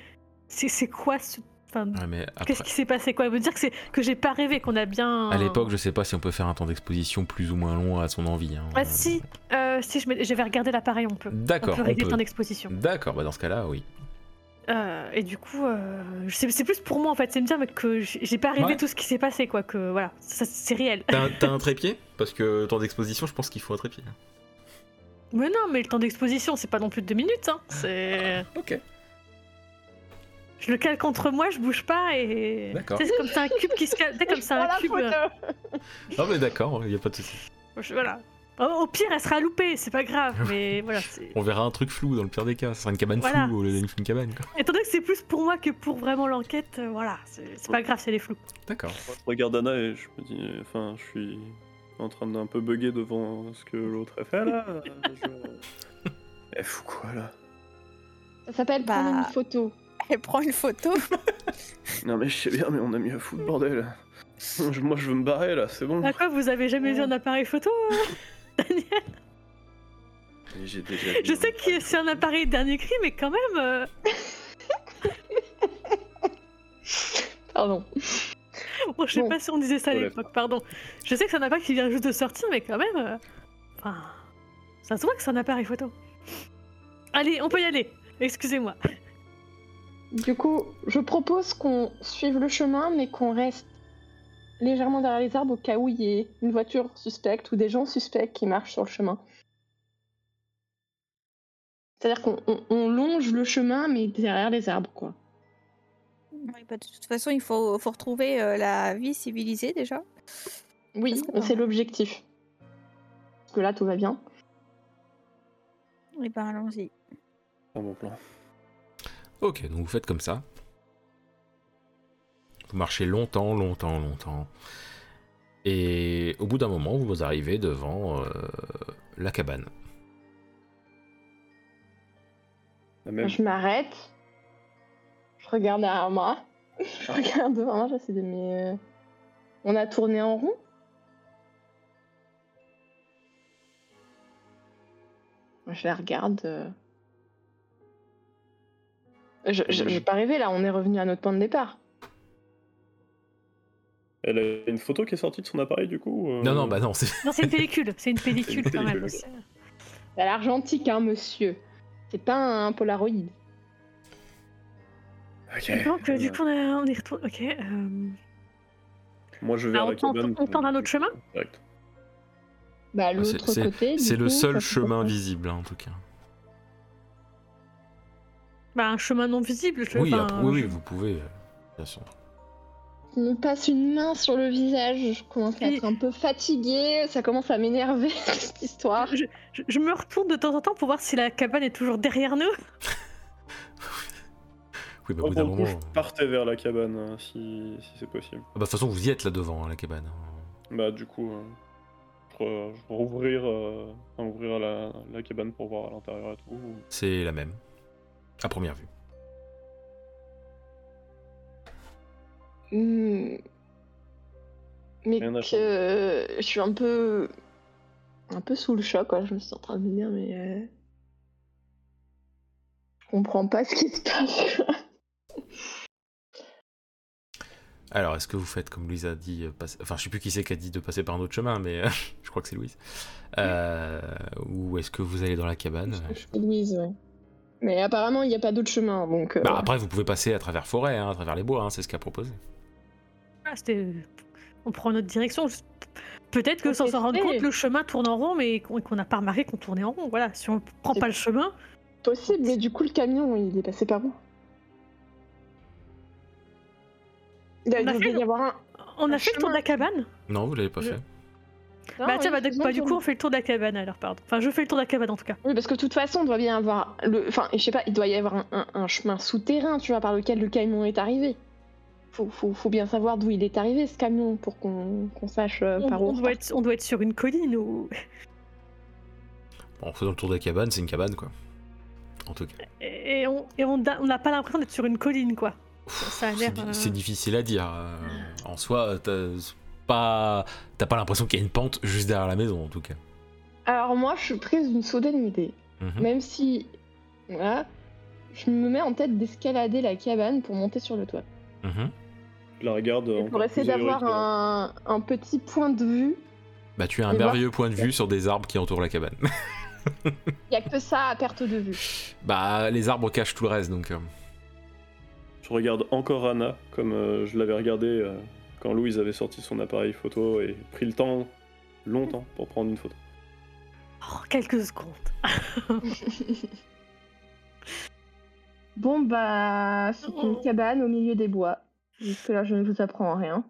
D: c'est c'est quoi ce. Enfin,
A: Ouais, mais après,
D: Qu'est-ce qui s'est passé quoi Me dire que c'est que j'ai pas rêvé, qu'on a bien.
A: à l'époque, je sais pas si on peut faire un temps d'exposition plus ou moins long à son envie. hein.
D: Ah si, euh, si je, mets- je vais regarder l'appareil, on peut.
A: D'accord,
D: on peut
A: on
D: régler le
A: peut.
D: temps d'exposition.
A: D'accord, bah dans ce cas-là, oui.
D: Euh, et du coup, euh, je sais- c'est plus pour moi en fait, c'est me dire mais que j- j'ai pas rêvé
A: Ouais.
D: tout ce qui s'est passé quoi, que voilà, ça, c'est réel.
A: T'as un, t'as un trépied Parce que temps d'exposition, je pense qu'il faut un trépied.
D: Mais non, mais le temps d'exposition, c'est pas non plus de deux minutes, hein. C'est,
A: Ok.
D: je le cale contre moi, je bouge pas et.
A: D'accord.
D: Tu sais, C'est comme c'est un cube qui se cale, tu sais, comme c'est
B: Prends
D: un
B: la
D: cube.
B: photo.
A: Non mais d'accord, y a pas de souci.
D: euh, je- voilà. Au au pire, elle sera loupée, c'est pas grave, mais voilà. c'est-
A: On verra un truc flou dans le pire des cas. Ça sera une cabane
D: Voilà.
A: floue au lieu d'une une cabane. quoi.
D: Étant donné que c'est plus pour moi que pour vraiment l'enquête, euh, voilà, c'est c'est pas grave si elle est floue.
A: D'accord.
E: Moi, je regarde Anna et je me dis, enfin, je suis en train d'un peu bugger devant ce que l'autre a fait là. Je- Elle fout quoi là
B: Ça s'appelle
C: Bah.
B: prendre une photo.
C: Elle prend une photo.
E: Non mais je sais bien, mais on a mis à foutre bordel. Je- Moi je veux me barrer là, c'est bon.
D: À quoi vous avez jamais vu
C: Ouais.
D: un appareil photo euh, Daniel
E: Et j'ai déjà euh,
D: Je sais que c'est un appareil dernier cri, mais quand même. euh,
B: Pardon.
D: Bon, je sais
B: Bon.
D: pas si on disait ça à
E: Relève
D: l'époque, pardon. Je sais que c'est un appareil qui vient juste de sortir, mais quand même. euh, Enfin. Ça se voit que c'est un appareil photo. Allez, on peut y aller. Excusez-moi.
B: Du coup, je propose qu'on suive le chemin, mais qu'on reste légèrement derrière les arbres au cas où il y ait une voiture suspecte ou des gens suspects qui marchent sur le chemin. C'est-à-dire qu'on on- on longe le chemin, mais derrière les arbres, quoi.
C: Oui, bah, de toute façon, il faut, faut retrouver euh, la vie civilisée déjà.
B: Oui,
C: Parce que-
B: c'est l'objectif. Parce que là, tout va bien.
C: Et ben allons-y.
E: Pas mon plan.
A: Ok, donc vous faites comme ça. Vous marchez longtemps, longtemps, longtemps. Et au bout d'un moment, vous arrivez devant euh, la cabane.
E: La même.
B: Je m'arrête. Je regarde derrière moi. Je regarde devant moi. Je me suis dit, mais. euh, On a tourné en rond Je la regarde. euh. Je, je, je vais pas rêver là, on est revenu à notre point de départ.
E: Elle a une photo qui est sortie de son appareil du coup euh,
A: Non, non, bah non, c'est
D: Non, c'est une pellicule. C'est une pellicule quand même.
E: pellicule,
B: C'est l'argentique, hein, monsieur. C'est pas un Polaroid.
E: Ok.
D: Donc, euh, du coup, on, a- on est retourné. Ok. euh,
E: Moi je vais
D: Ah,
E: à la
D: on tente-
E: cabane.
D: on tente un autre chemin
E: Direct.
B: Bah,
A: Ah, c'est-
B: l'autre
A: c'est-
B: côté. du
A: c'est le
B: coup, ça
A: seul
B: fait
A: chemin
B: pas-
A: visible hein, en tout cas.
D: Bah, un chemin non visible. Je...
A: Oui,
D: enfin,
A: après- oui, oui,
D: je-
A: vous pouvez, euh, bien sûr.
B: On me passe une main sur le visage, je commence à
D: Oui.
B: être un peu fatiguée, ça commence à m'énerver cette histoire.
D: Je, je- je me retourne de temps en temps pour voir si la cabane est toujours derrière nous.
A: Oui, bah, au bout
E: Moi, pour
A: d'un
E: le coup,
A: moment.
E: je partais vers la cabane euh, si, si c'est possible.
A: Ah bah, De toute façon, vous y êtes là devant hein, la cabane.
E: Bah du coup, euh, je, re- je vais rouvrir, euh, enfin, ouvrir la, la cabane pour voir à l'intérieur et tout.
A: C'est la même, à première vue.
B: Hmm. Mais
E: Rien à
B: que je suis un peu un peu sous le choc, quoi. je me suis en train de me dire mais euh, je comprends pas ce qui se passe. quoi.
A: Alors, est-ce que vous faites comme Louise a dit euh, passer- Enfin, je sais plus qui c'est qui a dit de passer par un autre chemin, mais euh, je crois que c'est Louise. Euh, Ou est-ce que vous allez dans la cabane
B: Je suis Louise, ouais. Mais apparemment il n'y a pas d'autre chemin donc. euh,
A: Bah, Après, vous pouvez passer à travers forêt, hein, à travers les bois, hein, c'est ce qu'a proposé.
D: Ah, c'était- On prend notre direction. juste- Peut-être que
B: On
D: sans
B: s'est
D: s'en rendre
B: fait.
D: compte, le chemin tourne en rond, mais qu'on qu'on n'a pas remarqué qu'on tournait en rond. Voilà, si on prend
B: C'est-
D: pas le chemin,
B: Possible, mais du coup, le camion, il est passé par où Il
D: On a
B: devait
D: fait
B: y avoir un.
D: on
B: Un
D: a fait le tour de la cabane.
A: Non, vous l'avez pas
D: Je-
A: fait.
B: Non,
D: bah tiens,
B: oui,
D: bah,
B: faisons
D: bah, du
B: tour-
D: coup, on fait le tour de la cabane alors, pardon. Enfin, je fais le tour de la cabane en tout cas.
B: Oui, parce que de toute façon, on doit bien avoir. Le... Enfin, je sais pas, il doit y avoir un, un- un chemin souterrain, tu vois, par lequel le camion est arrivé. Faut, faut, faut bien savoir d'où il est arrivé, ce camion, pour qu'on qu'on sache euh,
D: On,
B: par où.
D: on
B: on
D: doit
B: repart.
D: être, on doit être sur une colline ou.
A: En faisant le tour de la cabane, c'est une cabane, quoi. En tout cas.
D: Et et on et on da- on n'a pas l'impression d'être sur une colline quoi. Ça a
A: C'est
D: l'air,
A: di-
D: euh,
A: C'est difficile à dire. euh, En soi, t'as c'est pas, t'as pas l'impression qu'il y a une pente juste derrière la maison, en tout cas.
B: Alors, moi, je suis prise d'une soudaine idée.
A: Mhm.
B: Même si. Voilà. Je me mets en tête d'escalader la cabane pour monter sur le toit.
A: Mhm.
E: Je la regarde.
B: Et
E: euh, encore
B: pour
E: plus
B: essayer d'avoir
E: ahuri que-
B: un, un petit point de vue.
A: Bah, tu as un
B: Et voir-
A: merveilleux point de vue sur des arbres qui entourent la cabane.
B: Il y a que ça à perte de vue.
A: bah, les arbres cachent tout le reste, donc. euh,
E: Je regarde encore Anna, comme euh, je l'avais regardé euh, quand Louise avait sorti son appareil photo et pris le temps, longtemps, pour prendre une photo.
D: Oh, quelques secondes.
B: Bon, bah, c'est une
D: Oh.
B: cabane au milieu des bois. Jusque là, je ne vous apprends rien.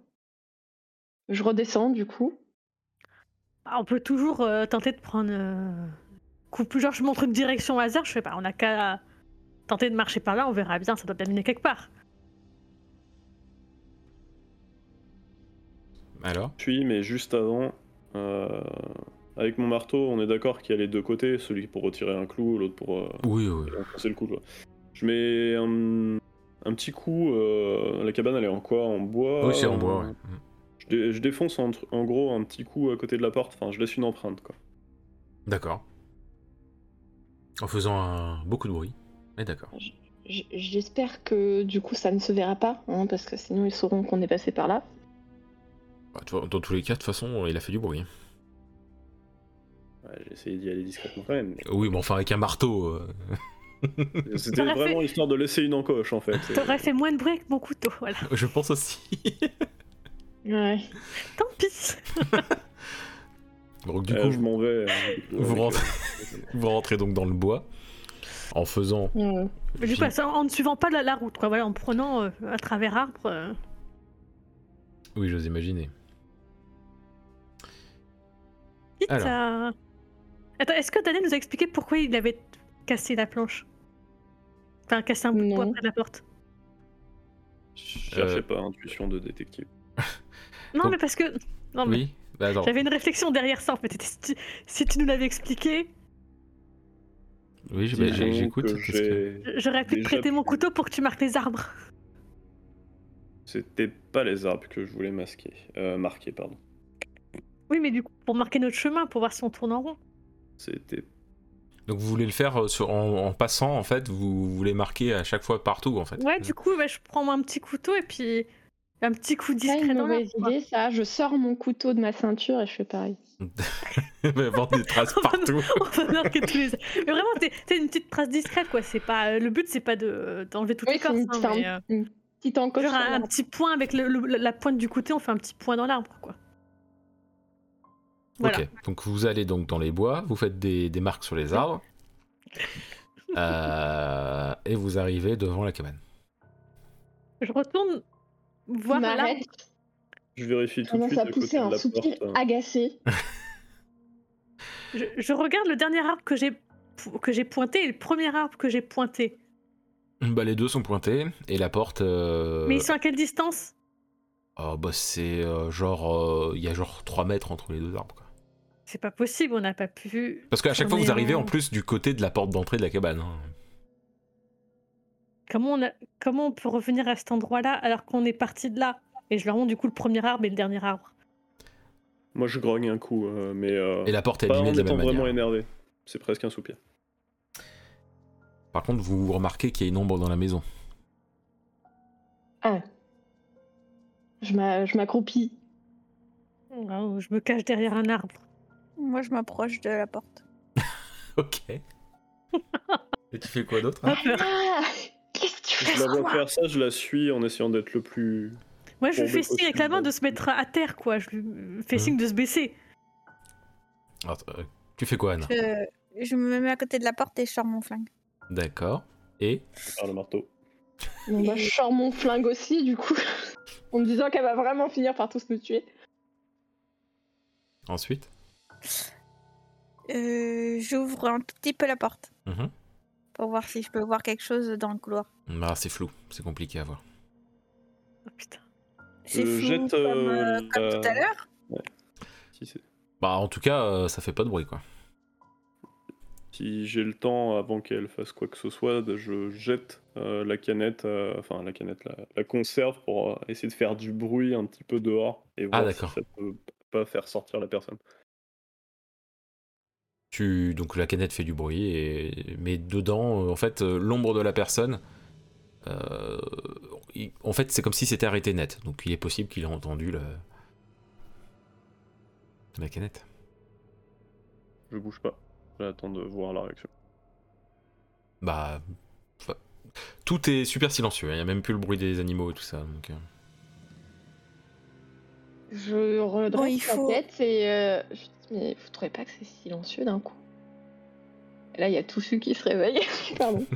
B: Je redescends, du coup.
D: Ah, on peut toujours euh, tenter de prendre. euh, coup- genre, je montre une direction au hasard, je sais pas, on a qu'à tenter de marcher par là, on verra bien, ça doit bien mener quelque part.
A: Alors
E: Puis, mais juste avant, euh, avec mon marteau, on est d'accord qu'il y a les deux côtés, celui pour retirer un clou, l'autre pour euh,
A: Oui, oui.
E: enfoncer le clou. quoi. Je mets un, un petit coup. euh, la cabane, elle est en quoi En bois
A: oui, c'est
D: Euh,
A: en bois, ouais. Mhm.
E: Je, dé- je défonce en, en gros un petit coup à côté de la porte. Enfin, je laisse une empreinte, quoi.
A: D'accord. En faisant un- beaucoup de bruit. Mais d'accord.
B: J- J'espère que, du coup, ça ne se verra pas, hein, parce que sinon, ils sauront qu'on est passé par là.
A: Bah, tu vois, dans tous les cas, de toute façon, il a fait du bruit. hein.
E: Ouais, J'ai essayé d'y aller discrètement quand même.
A: Oui, mais enfin, avec un marteau. euh,
E: mais C'était
D: T'aurais
E: vraiment histoire de laisser une encoche, en fait.
D: T'aurais fait moins de bruit avec mon couteau, voilà.
A: je pense aussi.
B: Ouais.
D: Tant pis
A: Donc, du
E: Euh,
A: coup,
E: je m'en vais. euh,
A: vous
E: avec,
A: rentrez.
E: euh,
A: Vous rentrez donc dans le bois en faisant.
B: ouais.
D: Mais Du coup, ça, en ne suivant pas la, la route, quoi, voilà, en prenant euh, à travers arbre. euh.
A: Oui, j'ose imaginer.
D: Quitte
A: Alors.
D: à- Attends, est-ce que Daniel nous a expliqué pourquoi il avait cassé la planche Enfin, cassé un bout de bois
B: Non.
D: près de la porte.
E: Je
A: Euh,
E: cherchais pas intuition de détective.
D: Non,
A: Donc-
D: mais parce que. Non, mais
A: Oh. Oui Bah, attends.
D: j'avais une réflexion derrière ça, en fait. Si tu, si tu nous l'avais expliqué,
A: Oui, j'ai- bah, j'ai-
E: Disons
A: j'écoute.
E: que
A: qu'est-ce que-
E: j'ai-
D: j'aurais pu te
E: Déjà
D: prêter mon
E: plus.
D: couteau pour que tu marques les arbres.
E: C'était pas les arbres que je voulais masquer. Euh, marquer, pardon.
D: Oui, mais du coup, pour marquer notre chemin, pour voir si on tourne en rond.
E: C'était.
A: Donc, vous voulez le faire euh, sur- en, en passant, en fait, vous voulez marquer à chaque fois partout, en fait.
D: Ouais, du coup, bah, je prends un petit couteau et puis un petit coup
B: Pas
D: discret
B: une
D: dans
B: mauvaise
D: l'arbre.
B: idée, ça. Je sors mon couteau de ma ceinture et je fais pareil.
A: Il va y avoir des traces partout.
D: On va marquer tous les. Mais vraiment, t'es t'es une petite trace discrète, quoi. C'est pas le but, c'est pas de d'enlever toute
B: Oui, c'est
D: l'écorce.
B: une- c'est
D: hein,
B: un-
D: mais, euh,
B: une petite encoche.
D: genre
B: sur
D: un, un
B: l'arbre.
D: petit point avec le- le- la pointe du couteau, on fait un petit point dans l'arbre, quoi. Voilà.
A: Ok, donc vous allez donc dans les bois, vous faites des, des marques sur les arbres. Euh, et vous arrivez devant la cabane.
D: Je retourne voir l'arbre.
B: M'arrête,
E: Je vérifie tout de
B: commence
E: suite
B: à
E: à côté
B: pousser
E: de
B: un
E: la
B: soupir
E: porte. hein.
B: agacé.
D: Je, je regarde le dernier arbre que j'ai que j'ai pointé et le premier arbre que j'ai pointé.
A: Bah, les deux sont pointés et la porte. euh,
D: Mais ils sont à quelle distance
A: oh, bah, c'est euh, genre. euh, Il y a genre 3 mètres entre les deux arbres. quoi.
D: C'est pas possible, on n'a pas pu.
A: Parce qu'à chaque
D: On
A: fois,
D: est
A: vous arrivez
D: en-
A: en plus du côté de la porte d'entrée de la cabane. hein.
D: Comment on, a- Comment on peut revenir à cet endroit-là alors qu'on est parti de là Et je leur montre du coup le premier arbre et le dernier arbre.
E: Moi, je grogne un coup, euh, mais. euh,
A: Et la porte est
E: pas en
A: abîmée de la
E: étant
A: même
E: vraiment
A: manière.
E: énervé. C'est presque un soupir.
A: Par contre, vous remarquez qu'il y a une ombre dans la maison.
B: Ah. Je m'a- je m'accroupis.
D: Oh, je me cache derrière un arbre.
C: Moi, je m'approche de la porte.
A: Ok. et tu fais quoi d'autre hein
B: Ah Qu'est-ce que tu
E: Je
B: fais
E: la vois faire ça, je la suis en essayant d'être le plus.
D: Moi, je
E: Bon,
D: lui fais
E: mais
D: signe avec la main de se mettre à terre, quoi. Je lui fais
A: Mhm.
D: signe de se baisser.
A: Attends, euh, Tu fais quoi, Anna
C: Je, Euh, je me mets à côté de la porte et je sors mon flingue.
A: D'accord. Et
E: par le marteau.
B: Bon, bah, je sors mon flingue aussi, du coup, en me disant qu'elle va vraiment finir par tous nous tuer.
A: Ensuite
C: Euh, J'ouvre un tout petit peu la porte
A: Mhm.
C: pour voir si je peux voir quelque chose dans le couloir.
A: Bah, c'est flou, c'est compliqué à voir.
D: Oh, putain.
C: C'est
E: Euh,
C: flou
E: jette,
C: comme, euh,
E: euh,
C: comme tout à
E: la-
C: l'heure.
E: Si, c'est-
A: Bah, en tout cas, euh, ça fait pas de bruit, quoi.
E: si j'ai le temps avant qu'elle fasse quoi que ce soit, de- je jette euh, la canette, euh, enfin la canette, la, la conserve pour euh, essayer de faire du bruit un petit peu dehors et voir si
A: Ah, d'accord.
E: ça peut pas faire sortir la personne.
A: Tu... Donc la canette fait du bruit, et... mais dedans, euh, en fait, euh, l'ombre de la personne, euh, il- en fait, c'est comme si c'était arrêté net. Donc il est possible qu'il ait entendu le... la canette.
E: Je bouge pas. J'attends de voir la réaction.
A: Bah, enfin, tout est super silencieux. hein, Il y a même plus le bruit des animaux et tout ça. Donc, euh,
B: Je redresse
C: Bon, il faut-
B: la tête et euh, je dis, mais vous trouvez pas que c'est silencieux d'un coup Là, il y a tout ceux qui se réveille. Pardon.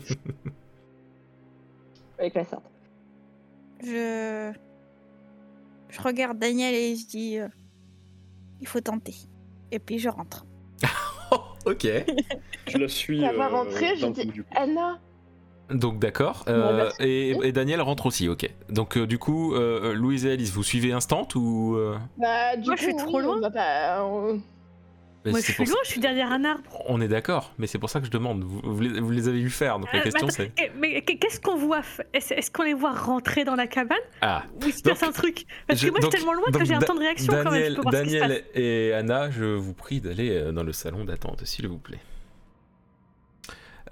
B: Avec la sorte.
C: Je... je regarde Daniel et je dis euh, il faut tenter. Et puis je rentre.
A: ok.
E: Je la suis.
B: Ça va
E: euh,
B: rentrer, je
E: d'un
B: dis
E: bout du coude.
B: Anna
A: Donc d'accord.
B: Bon,
A: euh,
B: merci.
A: et, et Daniel rentre aussi, ok. Donc euh, du coup, euh, Louise et Alice, vous suivez instant ou... euh,
B: Bah, du
D: Moi,
B: coup,
D: je suis
B: oui,
D: trop
B: on
D: loin.
B: va pas- on-
D: Moi, je
A: c'est
D: suis
A: pour ça-
D: loin, je suis derrière un arbre.
A: On est d'accord, mais c'est pour ça que je demande. Vous, vous les, vous les avez vu faire, donc la
D: Euh,
A: question
D: mais
A: c'est...
D: Eh, Mais qu- qu'est-ce qu'on voit f- Est-ce est-ce qu'on les voit rentrer dans la cabane
A: Ah,
D: ou il se passe
A: Donc,
D: un truc Parce
A: je-
D: que moi,
A: donc-
D: je suis tellement loin
A: donc
D: que j'ai un
A: Da-
D: temps de réaction quand même. Je
A: Daniel,
D: peux voir ce qui se passe.
A: Daniel et Anna, je vous prie d'aller euh, dans le salon d'attente, s'il vous plaît.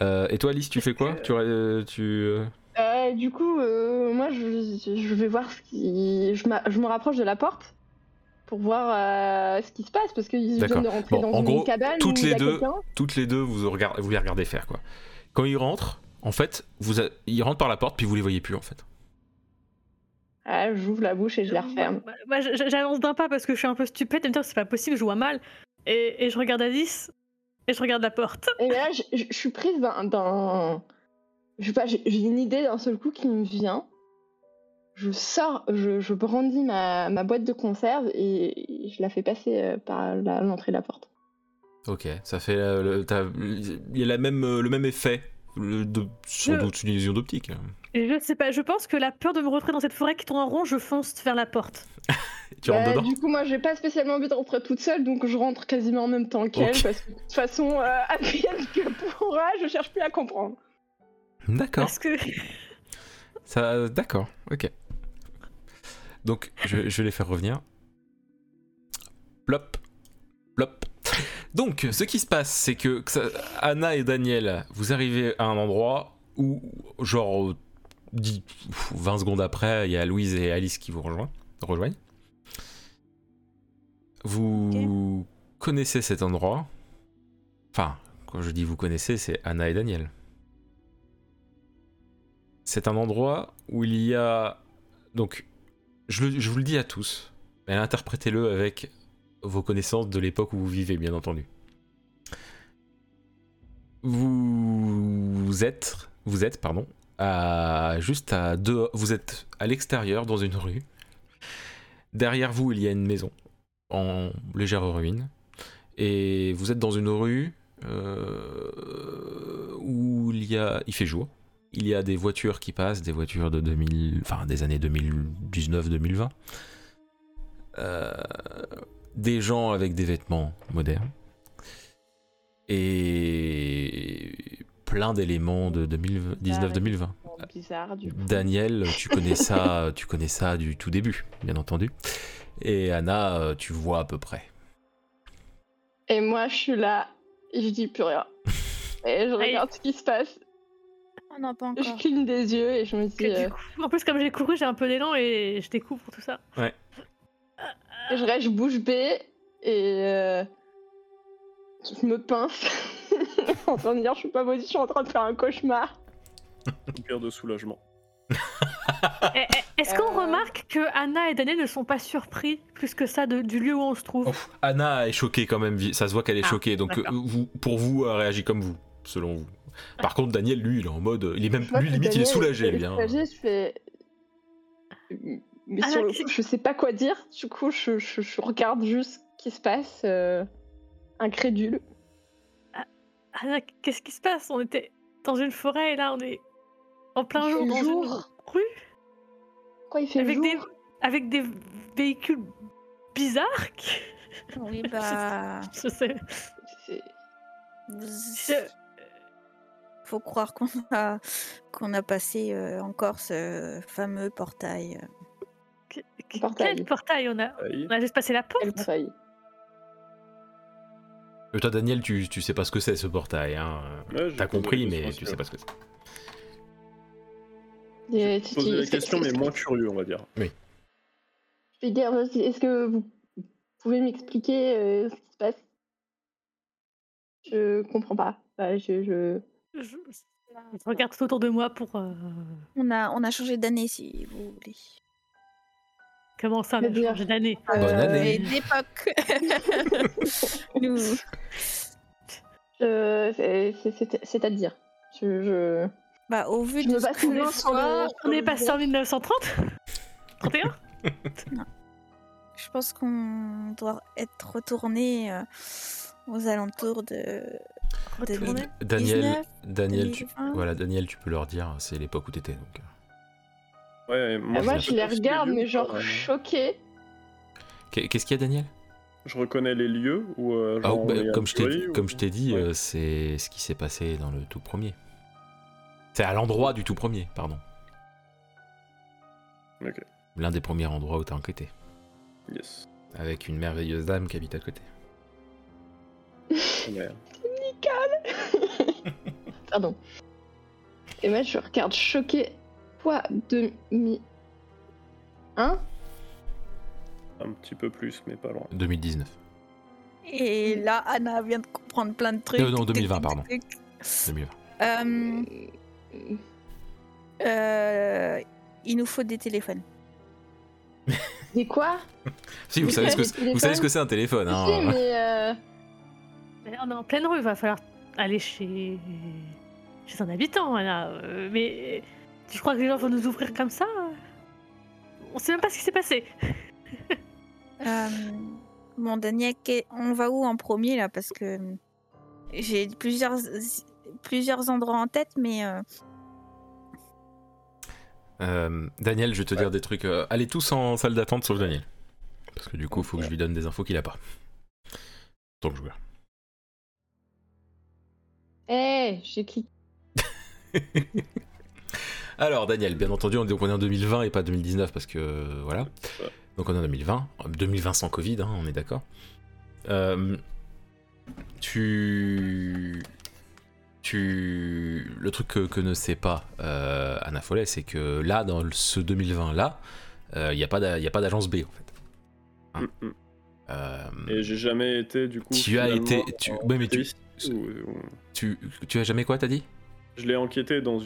A: Euh, et toi, Alice, tu fais quoi Tu... euh, tu euh,
B: Euh, du coup, euh, moi, je, je vais voir ce qui. Je, m'a- je me rapproche de la porte pour voir euh, ce qui se passe parce qu'ils
A: D'accord.
B: viennent de rentrer
A: Bon,
B: dans
A: en
B: une
A: gros,
B: cabane.
A: toutes
B: où il y
A: les
B: a
A: deux-
B: quelqu'un.
A: Toutes les deux, vous, regardez, vous les regardez faire, quoi. Quand ils rentrent, en fait, vous a- ils rentrent par la porte, puis vous les voyez plus, en fait.
B: Ah, J'ouvre la bouche et je la referme.
D: Moi, moi, bah, je- je- j'avance d'un pas parce que je suis un peu stupide. En même temps, c'est pas possible, je vois mal. Et, et je regarde Alice et je regarde la porte.
B: Et là, je, je- je suis prise d'un. d'un- Je sais pas, j'ai j'ai une idée d'un seul coup qui me vient. Je sors, je, je brandis ma, ma boîte de conserve et je la fais passer euh, par la- l'entrée de la porte.
A: Ok, ça fait. euh, le- t'as- Il y a la même, euh, le même effet, le- de, sans
D: Je-
A: doute une illusion d'optique.
D: Et je sais pas, je pense que la peur de me retrouver dans cette forêt qui tourne en rond, je fonce vers la porte.
A: Tu rentres
B: Bah,
A: dedans
B: Du coup, moi, j'ai pas spécialement envie de rentrer toute seule, donc je rentre quasiment en même temps qu'elle,
A: Ok.
B: parce que de toute façon, euh, advienne que pourra, je cherche plus à comprendre.
A: D'accord.
D: Parce que.
A: Ça, d'accord, ok. Donc, je, je vais les faire revenir. Plop, plop. Donc, ce qui se passe, c'est que, que ça- Anna et Daniel, vous arrivez à un endroit où, genre, euh, dix- pff, 20 secondes après, il y a Louise et Alice qui vous rejoignent. rejoignent. Vous connaissez cet endroit. Enfin, quand je dis vous connaissez, c'est Anna et Daniel. C'est un endroit où il y a. Donc, je, le- je vous le dis à tous, mais interprétez-le avec vos connaissances de l'époque où vous vivez, bien entendu. Vous êtes, vous êtes, pardon, à juste à deux, vous êtes à l'extérieur dans une rue. Derrière vous, il y a une maison en légère ruine, et vous êtes dans une rue euh, où il y a, il fait jour. Il y a des voitures qui passent, des voitures de 2000, enfin des années 2019-2020. Euh, des gens avec des vêtements modernes. Et plein d'éléments de 2019-2020.
B: Bon, bizarre, du coup.
A: Daniel, tu connais ça, tu connais ça du tout début, bien entendu. Et Anna, euh, tu vois à peu près.
B: Et moi, je suis là, et je dis plus rien. Et je regarde ce qui se passe,
C: Oh non, pas
B: je
C: encore.
B: cligne des yeux et je me
D: que
B: dis.
D: du
B: euh,
D: coup- En plus, comme j'ai couru, j'ai un peu d'élan et je découvre tout ça.
B: et je reste bouche bée et. euh, je me pince. en train de dire, je suis pas maudite, je suis en train de faire un cauchemar.
E: Soupir de soulagement.
D: Eh, eh, Est-ce qu'on
B: Euh.
D: remarque que Anna et Daniel ne sont pas surpris plus que ça de- du lieu où on se trouve
A: Ouf, Anna est choquée quand même, vi- ça se voit qu'elle est
D: Ah,
A: choquée, donc
D: d'accord.
A: euh, vous- pour vous, elle réagit comme vous, selon vous. Par contre, Daniel, lui, il est en mode, euh, il est même,
B: Je vois
A: lui,
B: que
A: limite, il est
B: Daniel
A: soulagé, lui. hein.
B: soulagé, je fais. Mais
D: Ah,
B: sur le
D: qu'est-ce
B: Ah, coup, je sais pas quoi dire. Du coup, je, je, je regarde juste qui se passe, euh, incrédule.
D: Anna, qu'est-ce qui se passe On était dans une forêt et là on est en plein
B: Il
D: jour
B: fait
D: dans une
B: jour.
D: rue
B: Quoi, il fait
D: avec
B: jour
D: des, avec des véhicules bizarres. qui-
C: Oui, bah.
B: Ah.
D: Je sais.
B: C'est-
D: Je-
C: Faut croire qu'on a, qu'on a passé euh, encore ce fameux portail. euh.
D: que- que-
B: Portail.
D: Quel portail on a On a juste passé la
B: Quel
D: porte.
B: portail
A: Euh, toi, Daniel, tu, tu sais pas ce que c'est ce portail. Hein.
E: Ouais, j'ai
A: T'as
E: posé
A: compris,
E: la
A: mais
E: question,
A: tu sais pas ce que c'est.
B: Des- tu-
E: J'ai posé
B: tu-
E: la
B: est-ce que-
E: question, mais
B: est-ce que-
E: moins curieux, on va dire.
B: je vais dire, vas-y, Est-ce que vous pouvez m'expliquer euh, ce qui se passe Je comprends pas. Bah, je, je...
D: Je, je regarde tout autour de moi pour euh,
C: On a, on a changé d'année, si vous voulez.
D: comment ça on a
B: C'est-à-dire
D: changé d'année.
A: Bonne
B: Euh,
A: année.
C: Et d'époque. Nous.
B: je- c'est- c'est- c'est- C'est-à-dire je, je...
C: Bah, au vu
B: Je
C: de
B: me
C: ce
B: bats
C: que
B: tout le
C: je
B: temps sur oh, le-
C: vois,
D: Ah, On est passé en 1930 31
C: je pense qu'on doit être retourné euh, aux alentours de.
D: Retourné.
A: Euh, Daniel,
C: 19,
A: Daniel, tu,
C: 20.
A: voilà, Daniel, tu peux leur dire, c'est l'époque où t'étais. Donc.
E: Ouais, et moi,
B: Ah, moi,
A: je
B: je les
E: sais pas
B: regarde,
E: si les
B: mais
E: lieux,
B: genre
E: euh,
B: choquée.
A: Qu'est- Qu'est-ce qu'il y a, Daniel
E: Je reconnais les lieux où. euh,
A: Ah,
E: genre,
A: bah,
E: on est
A: comme, je t'ai
E: accueilli,
A: dit,
E: ou-
A: comme je t'ai dit,
E: Ouais.
A: euh, c'est ce qui s'est passé dans le tout premier. C'est à l'endroit du tout premier, pardon.
E: Ok.
A: L'un des premiers endroits où t'as enquêté.
E: Yes.
A: Avec une merveilleuse dame qui habite à côté.
E: Ouais.
B: Pardon. Et moi, je regarde choquée. Quoi demi Hein
E: Un petit peu plus, mais pas loin.
A: 2019.
C: Et là, Anna vient de comprendre plein de trucs.
A: Euh, non, 2020,
C: Tic,
A: pardon.
C: tic, tic, tic.
A: 2020.
D: Hmm.
C: Euh,
B: Euh,
C: euh, il nous faut des téléphones.
B: Des quoi
A: Si, vous
B: Vous
A: savez ce que
B: avez
A: c'est-
B: des
A: vous savez ce que c'est un téléphone. hein.
B: Si, mais euh,
D: Mais là, on est en pleine rue, il va falloir aller chez, chez un habitant, voilà. Euh, Mais tu crois que les gens vont nous ouvrir comme ça On sait même pas ce qui s'est passé.
C: Euh, bon, Daniel, qu'est- on va où en premier là Parce que j'ai plusieurs, plusieurs endroits en tête, mais euh,
A: Euh, Daniel, je vais te dire des trucs. euh, allez tous en salle d'attente sauf Daniel. Parce que du coup, faut que je lui donne des infos qu'il a pas. Tant que joueur.
B: Eh, j'ai cliqué.
A: Alors, Daniel, bien entendu, on, donc on est en 2020 et pas 2019 parce que euh, voilà. Donc on est en 2020. 2020 sans Covid, hein, on est d'accord. Euh, tu. Tu. Le truc que, que ne sait pas euh, Anna Follet, c'est que là, dans le- ce 2020-là, il n'y a pas d'a- euh, y a pas d'agence B en fait. Ah.
E: Mm, mm.
A: Euh,
E: Et j'ai jamais été, du coup.
A: Tu as
E: finalement,
A: été- tu-
E: en
A: ouais, mais tu-
E: police, ou- ou-
A: tu, tu as jamais quoi, t'as dit
E: Je l'ai enquêté dans.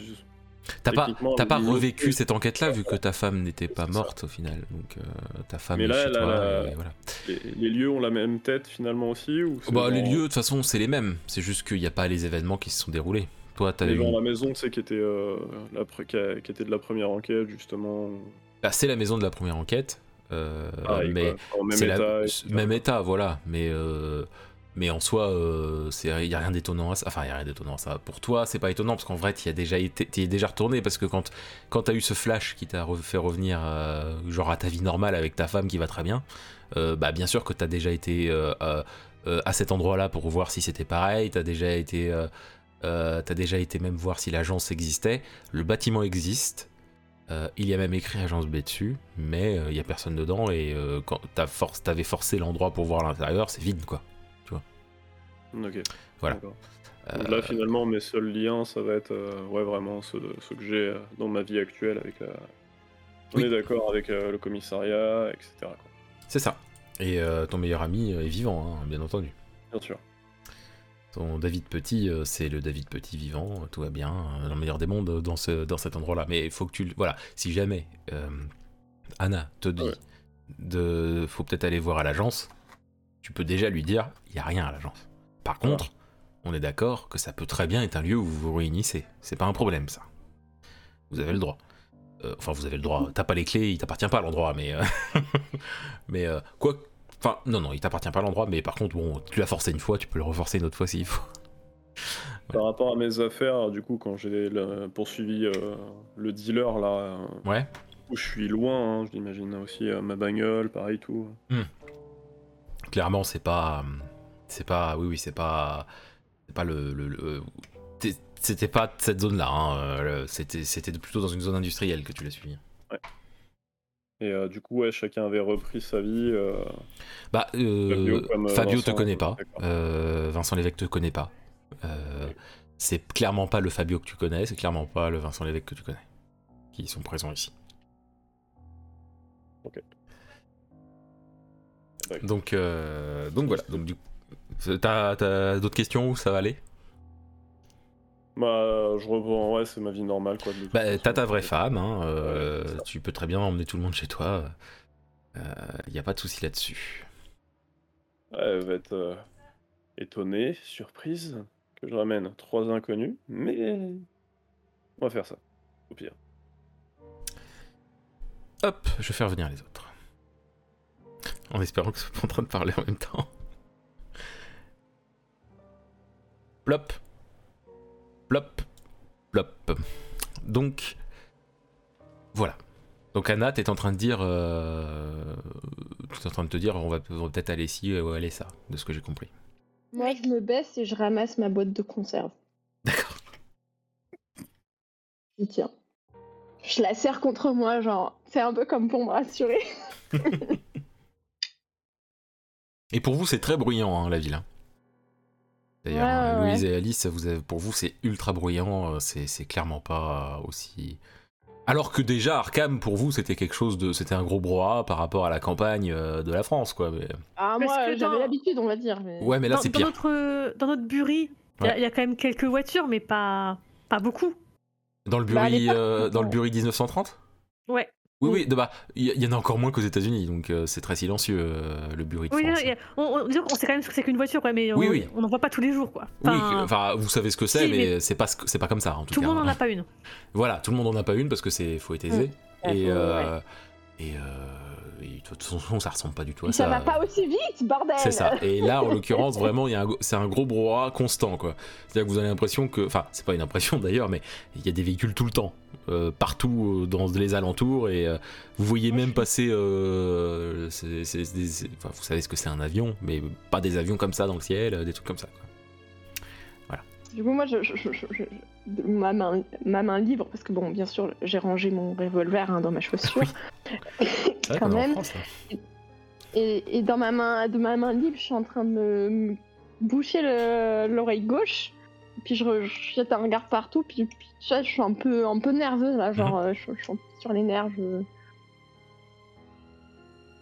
A: T'as pas,
E: Techniquement,
A: t'as pas
E: oui.
A: revécu cette enquête-là vu que ta femme n'était pas
E: C'est ça.
A: morte au final. Donc euh, ta femme
E: Mais
A: est
E: là,
A: chez
E: là,
A: toi.
E: là,
A: et voilà.
E: Les, les lieux ont la même tête finalement aussi ou c'est
A: Bah, les
E: genre-
A: lieux, de toute façon, c'est les mêmes. C'est juste qu'il n'y a pas les événements qui se sont déroulés. Toi, t'as
E: Les
A: eu.
E: gens à la maison, tu sais, qui était, euh, la pre- qui a- qui était de la première enquête, justement.
A: Bah, c'est la maison de la première enquête. euh,
E: Pareil,
A: mais
E: Ah, quoi. En même
A: c'est
E: état.
A: la-
E: etc.
A: même état, voilà. Mais euh, mais en soi, euh, c'est- il y a rien d'étonnant à ça. Enfin, il y a rien d'étonnant à ça. Pour toi, c'est pas étonnant parce qu'en vrai, t'y as déjà été, t'y es déjà retourné parce que quand quand t'as eu ce flash qui t'a re- fait revenir euh, genre à ta vie normale avec ta femme qui va très bien, euh, bah bien sûr que t'as déjà été euh, euh, euh, à cet endroit-là pour voir si c'était pareil. T'as déjà été euh, euh, t'as déjà été même voir si l'agence existait. Le bâtiment existe. Euh, il y a même écrit agence B dessus, mais euh, il y a personne dedans et euh, quand t'as for- t'avais forcé l'endroit pour voir l'intérieur, c'est vide quoi.
E: Ok.
A: Voilà.
E: D'accord.
A: Euh,
E: Donc là, finalement, mes seuls liens, ça va être euh, ouais, vraiment ceux, de- ceux que j'ai euh, dans ma vie actuelle avec la. On
A: Oui.
E: est d'accord avec euh, le commissariat, etc. quoi.
A: c'est ça. Et euh, ton meilleur ami euh, est vivant, hein, bien entendu.
E: Bien sûr.
A: Ton David Petit, euh, c'est le David Petit vivant, euh, tout va bien, euh, dans le meilleur des mondes euh, dans, ce, dans cet endroit-là. Mais il faut que tu le. Voilà, si jamais euh, Anna te dit
E: Ouais.
A: de. Faut peut-être aller voir à l'agence, tu peux déjà lui dire, il n'y a rien à l'agence. Par contre, on est d'accord que ça peut très bien être un lieu où vous vous réunissez. C'est pas un problème, ça. Vous avez le droit. Euh, enfin, vous avez le droit. T'as pas les clés, il t'appartient pas à l'endroit, mais. euh, mais euh, quoi. Enfin, non, non, il t'appartient pas l'endroit, mais par contre, bon, tu l'as forcé une fois, tu peux le reforcer une autre fois s'il faut.
E: Par rapport à mes affaires, du coup, quand j'ai le- poursuivi euh, le dealer, là, euh,
A: Ouais.
E: où je suis loin, hein, je l'imagine aussi, euh, ma bagnole, pareil, tout.
A: Clairement, c'est pas. euh, C'est pas. Oui, oui, c'est pas. C'est pas le. le- le- t'es- c'était pas de cette zone-là. hein, euh, le- C'était c'était plutôt dans une zone industrielle que tu l'as suivi.
E: Et euh, du coup, ouais, chacun avait repris sa vie. euh,
A: Bah, euh,
E: Fabio comme, euh,
A: Fabio te
E: Vincent,
A: connaît pas.
E: d'accord.
A: euh, Vincent Lévesque te connaît pas. Euh, c'est clairement pas le Fabio que tu connais, c'est clairement pas le Vincent Lévesque que tu connais. Qui sont présents ici.
E: Ok. Bah, écoute.
A: Donc, euh, donc voilà. Donc, du... T'as t'as d'autres questions où ça va aller
E: Bah, euh, je reprends, ouais, c'est ma vie normale, quoi. de toute
A: Bah,
E: façon.
A: t'as ta vraie femme, hein, euh,
E: Ouais, c'est ça.
A: tu peux très bien emmener tout le monde chez toi. Il n'y a pas de souci là-dessus.
E: Ouais, elle va être euh, étonnée, surprise, que je ramène trois inconnus, mais on va faire ça, au pire.
A: Hop, je vais faire venir les autres. En espérant que ce soit pas en train de parler en même temps. Plop. Plop. Plop. Donc, voilà. Donc Anna, t'es en train de dire... euh, t'es en train de te dire, on va, on va peut-être aller ci ou aller ça, de ce que j'ai compris.
B: Moi, je me baisse et je ramasse ma boîte de conserve.
A: D'accord.
B: Je tiens. Je la serre contre moi, genre, c'est un peu comme pour me rassurer.
A: Et pour vous, c'est très bruyant, hein, la ville. hein. D'ailleurs,
B: Ouais,
A: hein,
B: ouais,
A: Louise et Alice, vous avez- pour vous, c'est ultra bruyant. euh, C'est c'est clairement pas euh, aussi. Alors que déjà, Arkham, pour vous, c'était quelque chose de. C'était un gros brouhaha par rapport à la campagne euh, de la France, quoi. mais-
B: Ah,
D: Parce
B: moi,
D: que
B: j'avais
D: dans-
B: l'habitude, on va dire. Mais...
A: Ouais, mais là,
D: dans,
A: c'est
D: dans
A: pire.
D: notre, euh, dans notre bureau, il y a-
A: Ouais.
D: il y, a quand même quelques voitures, mais pas, pas beaucoup.
A: Dans le
B: Bah, à
A: Bury,
B: l'époque,
A: euh, dans le
B: ouais.
A: Bury 1930
D: Ouais.
A: Oui,
D: Oui.
A: oui, de- bah, il y, il y en a encore moins qu'aux États-Unis, donc euh, c'est très silencieux, euh, le Bury de
D: Oui,
A: France.
D: il y a- on, on, disons qu'on sait quand même ce que c'est qu'une voiture, quoi, mais on
A: Oui, oui.
D: on n'en voit pas tous les jours. Quoi.
A: Oui,
D: Enfin,
A: que- enfin, vous savez ce que c'est,
D: si,
A: mais,
D: mais-
A: c'est pas, ce que- c'est pas comme ça, en tout,
D: tout le
A: cas.
D: monde
A: hein.
D: n'en a pas une.
A: Voilà, tout le monde en a pas une parce que c'est faut être aisé.
B: Ouais,
A: Et,
B: Mmh. faut-
A: euh, et, euh, et de toute façon, ça ressemble pas du tout à
B: Mais ça
A: ça.
B: va pas aussi vite, bordel
A: C'est ça. Et là, en l'occurrence, vraiment, il y a un go- c'est un gros brouhaha constant, quoi. C'est-à-dire que vous avez l'impression que, enfin, c'est pas une impression d'ailleurs, mais il y a des véhicules tout le temps, euh, partout euh, dans les alentours, et euh, vous voyez même passer, euh, c'est- c'est- c'est des- enfin, vous savez ce que c'est un avion, mais pas des avions comme ça dans le ciel, euh, des trucs comme ça. quoi.
B: Du coup, moi, je, je- je- je- je- de- ma, main, ma main libre, parce que bon, bien sûr, j'ai rangé mon revolver hein, dans ma chaussure.
A: C'est vrai
B: Quand
A: qu'on est en
B: même.
A: France, hein.
B: Et, et dans ma main, de ma main libre, je suis en train de me, me boucher le- l'oreille gauche. Puis je, re- je jette un regard partout. Puis, puis tu vois, je suis un peu, un peu nerveuse là, genre euh, je, je suis un peu sur les nerfs. je-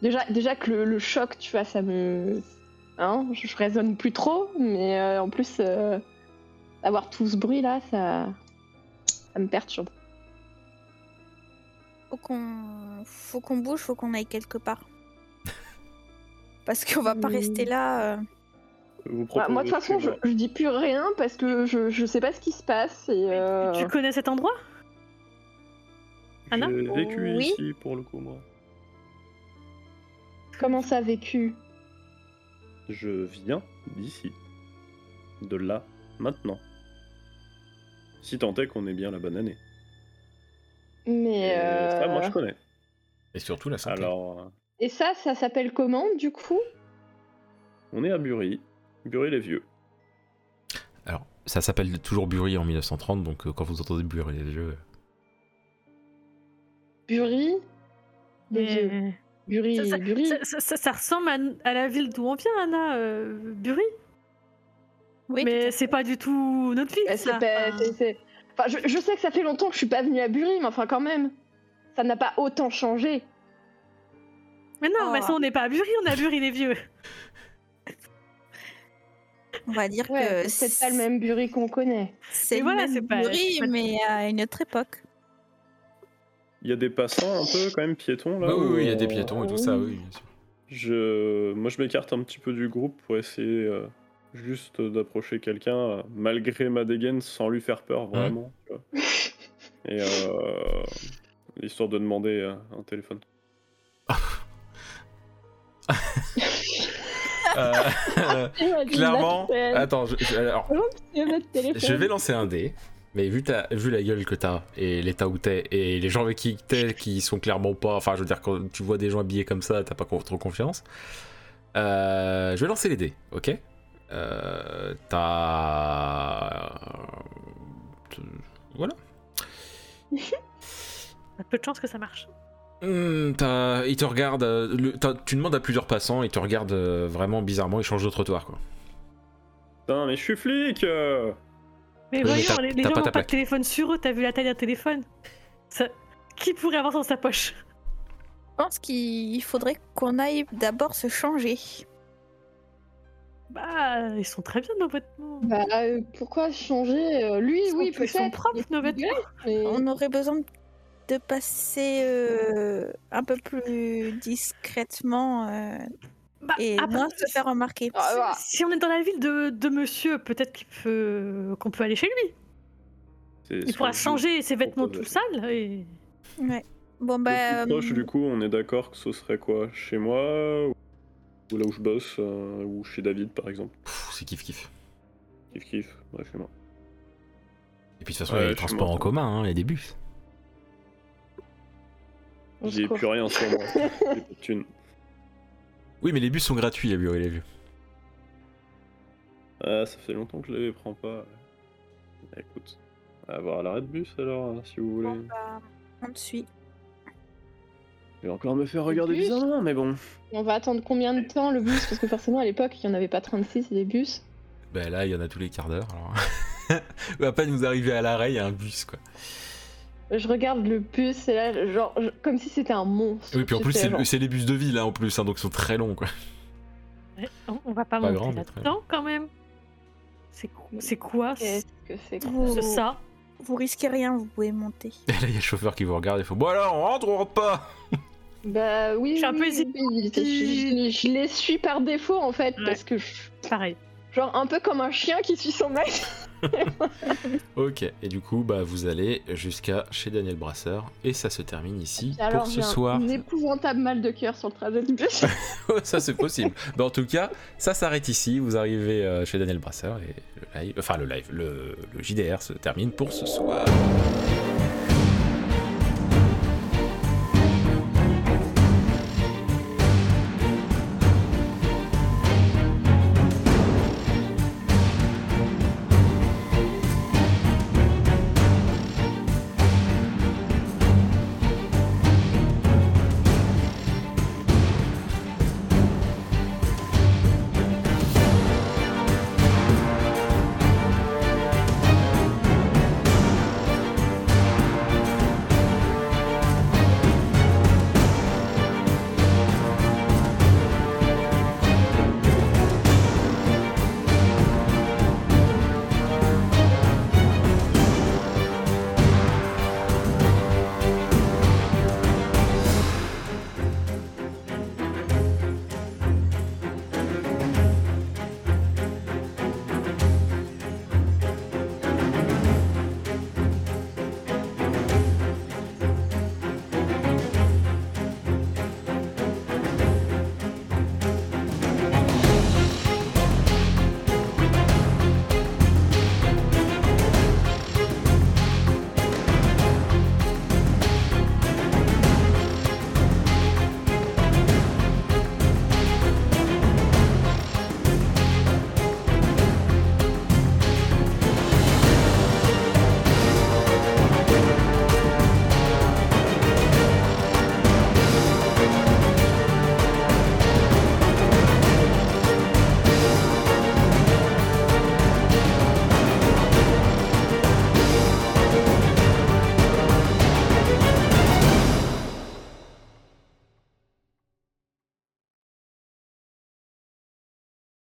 B: Déjà, déjà que le, le choc, tu vois, ça me, hein, je, je raisonne plus trop. Mais euh, en plus, euh, avoir tout ce bruit là, ça, ça me perturbe.
C: Faut qu'on faut qu'on bouge, faut qu'on aille quelque part. Parce qu'on va pas
B: Hmm.
C: rester là. euh.
E: Vous
B: Bah, moi, de toute
E: proposez-
B: façon, je, je dis plus rien parce que je, je sais pas ce qui se passe et. euh,
D: Tu connais cet endroit Anna
E: J'ai vécu
C: Oui.
E: ici, pour le coup, moi.
B: Comment ça a vécu
E: Je viens d'ici. De là, maintenant. Si tant est qu'on ait bien la bonne année.
B: Mais
E: Ça, moi, je
B: euh,
E: connais.
A: Et surtout la santé.
E: Alors, euh,
B: Et ça, ça s'appelle comment du coup
E: on est à Bury. Bury les vieux.
A: Alors, ça s'appelle toujours Bury en 1930, donc euh, quand vous entendez Bury les vieux.
B: Bury des
D: Mais-
B: vieux. Bury,
D: ça, ça-
B: Bury.
D: ça- ça- ça- ça ressemble à, à la ville d'où on vient, Anna, euh, Bury.
C: Oui, tout à
D: mais
C: fait. Euh,
D: c'est pas du tout notre
B: Bah,
D: ville.
B: c'est
D: ça.
B: pas-
D: Enfin,
B: c'est- c'est- Enfin, je, je sais que ça fait longtemps que je suis pas venue à Bury, mais enfin quand même, ça n'a pas autant changé.
D: Mais non,
C: Oh.
D: mais ça, on n'est pas à Bury, on est à Bury les vieux.
C: on va dire
B: Ouais,
C: que
B: c'est peut-être pas le même Bury qu'on connaît.
C: C'est
D: Mais
C: le
D: voilà,
C: même
D: c'est pas-
C: bruit,
D: c'est pas-
C: mais à une autre époque.
E: Il y a des passants un peu, quand même,
A: euh,
E: piétons, là.
A: Bah
E: où on-
B: et tout ça, oui,
A: bien sûr.
E: Je... Moi, je m'écarte un petit peu du groupe pour essayer euh, juste d'approcher quelqu'un, euh, malgré ma dégaine, sans lui faire peur, vraiment. tu vois. Et euh, histoire de demander euh, un téléphone.
A: Euh, clairement. Attends, je, je- alors, je vais lancer un dé, mais vu, ta, vu la gueule que t'as, et l'état où t'es, et les gens avec qui t'es, qui sont clairement pas. Enfin, je veux dire, quand tu vois des gens habillés comme ça, t'as pas con- trop confiance. Euh, je vais lancer les dés, ok Euh, T'as. Voilà.
D: On a peu de chance que ça marche.
A: Hmm, t'as- il te regarde. euh, le- t'as- tu demandes à plusieurs passants, il te regarde euh, vraiment bizarrement, il change de trottoir, quoi.
E: Putain, mais je suis flic euh.
D: Mais
A: Mais
D: voyons,
A: t'as-
D: les, les
A: t'as
D: gens
A: pas
D: n'ont
A: ta
D: pas
A: plaque.
D: de téléphone sur eux, t'as vu la taille d'un téléphone Ça- Qui pourrait avoir dans sa poche
C: Je pense qu'il faudrait qu'on aille d'abord se changer.
D: Bah, ils sont très bien nos vêtements.
B: Bah, euh, pourquoi changer euh, Lui,
D: Ils sont-
B: oui,
D: ils sont
B: peut-être.
D: propres nos vêtements.
B: mais-
C: On aurait besoin de passer euh, un peu plus discrètement euh,
D: Bah,
C: et
D: après,
C: moins se faire remarquer.
B: Ah, voilà.
D: Si on est dans la ville de, de monsieur, peut-être qu'il peut- qu'on peut aller chez lui.
E: C'est
D: Il
E: ce
D: pourra
E: que je
D: changer ses vêtements tout
E: propose.
D: sales. Et...
C: Ouais. Bon,
E: Le
C: bah.
E: plus proche,
C: euh,
E: du coup, on est d'accord que ce serait quoi Chez moi ou- Ou là où je bosse euh, Ou chez David, par exemple
A: Pff, c'est kiff kiff.
E: Kiff kiff, ouais, chez moi.
A: Et puis de toute façon,
E: Ouais,
A: il y a les
E: je suis
A: transports en
E: mort.
A: commun, hein, il y a des bus.
B: Au
E: J'ai
B: secours.
E: plus rien sur moi. J'ai plus de thunes.
A: Oui, mais les bus sont gratuits, à Bureau et les Vieux.
E: Ah, ça fait longtemps que je les prends pas. Bah, écoute, on va voir à l'arrêt de bus alors, hein, si vous voulez.
C: bon, bah, on te suit.
E: Je vais encore me faire regarder
B: bus
E: bizarrement, mais bon.
B: On va attendre combien de temps le bus Parce que forcément, à l'époque, il n'y en avait pas 36 des bus.
A: Ben là, il y en a tous les quarts d'heure. Alors... va pas nous arriver à l'arrêt, il y a un bus quoi.
B: Je regarde le bus et là, genre, je- comme si c'était un monstre.
A: Oui, puis en
B: tu
A: plus,
B: sais,
A: c'est
B: genre.
A: c'est les bus de ville hein, en plus, hein, donc ils sont très longs quoi.
D: On, on va pas,
A: Pas
D: monter
A: grand, mais très
D: là-dedans quand même. C'est cou- c'est quoi ce,
B: Qu'est-ce que c'est que
C: Vous,
D: ce ça
C: vous risquez rien, vous pouvez monter.
A: Et là, il y a le chauffeur qui vous regarde et fait Bon alors, on rentre ou on rentre pas
B: Bah oui,
D: Je suis un
B: oui,
D: peu hésitante.
B: oui, je, je- je les suis par défaut en fait,
D: Ouais.
B: parce que je-
D: Pareil.
B: genre un peu comme un chien qui suit son maître.
A: Ok, et du coup, bah vous allez jusqu'à chez Daniel Brasseur et ça se termine ici
B: Alors
A: pour ce
B: j'ai un,
A: soir.
B: un épouvantable mal de cœur sur le trajet du bus.
A: ça c'est possible. Mais en tout cas, ça s'arrête ici. Vous arrivez euh, chez Daniel Brasseur et le live, enfin le live, le, le JDR se termine pour ce soir.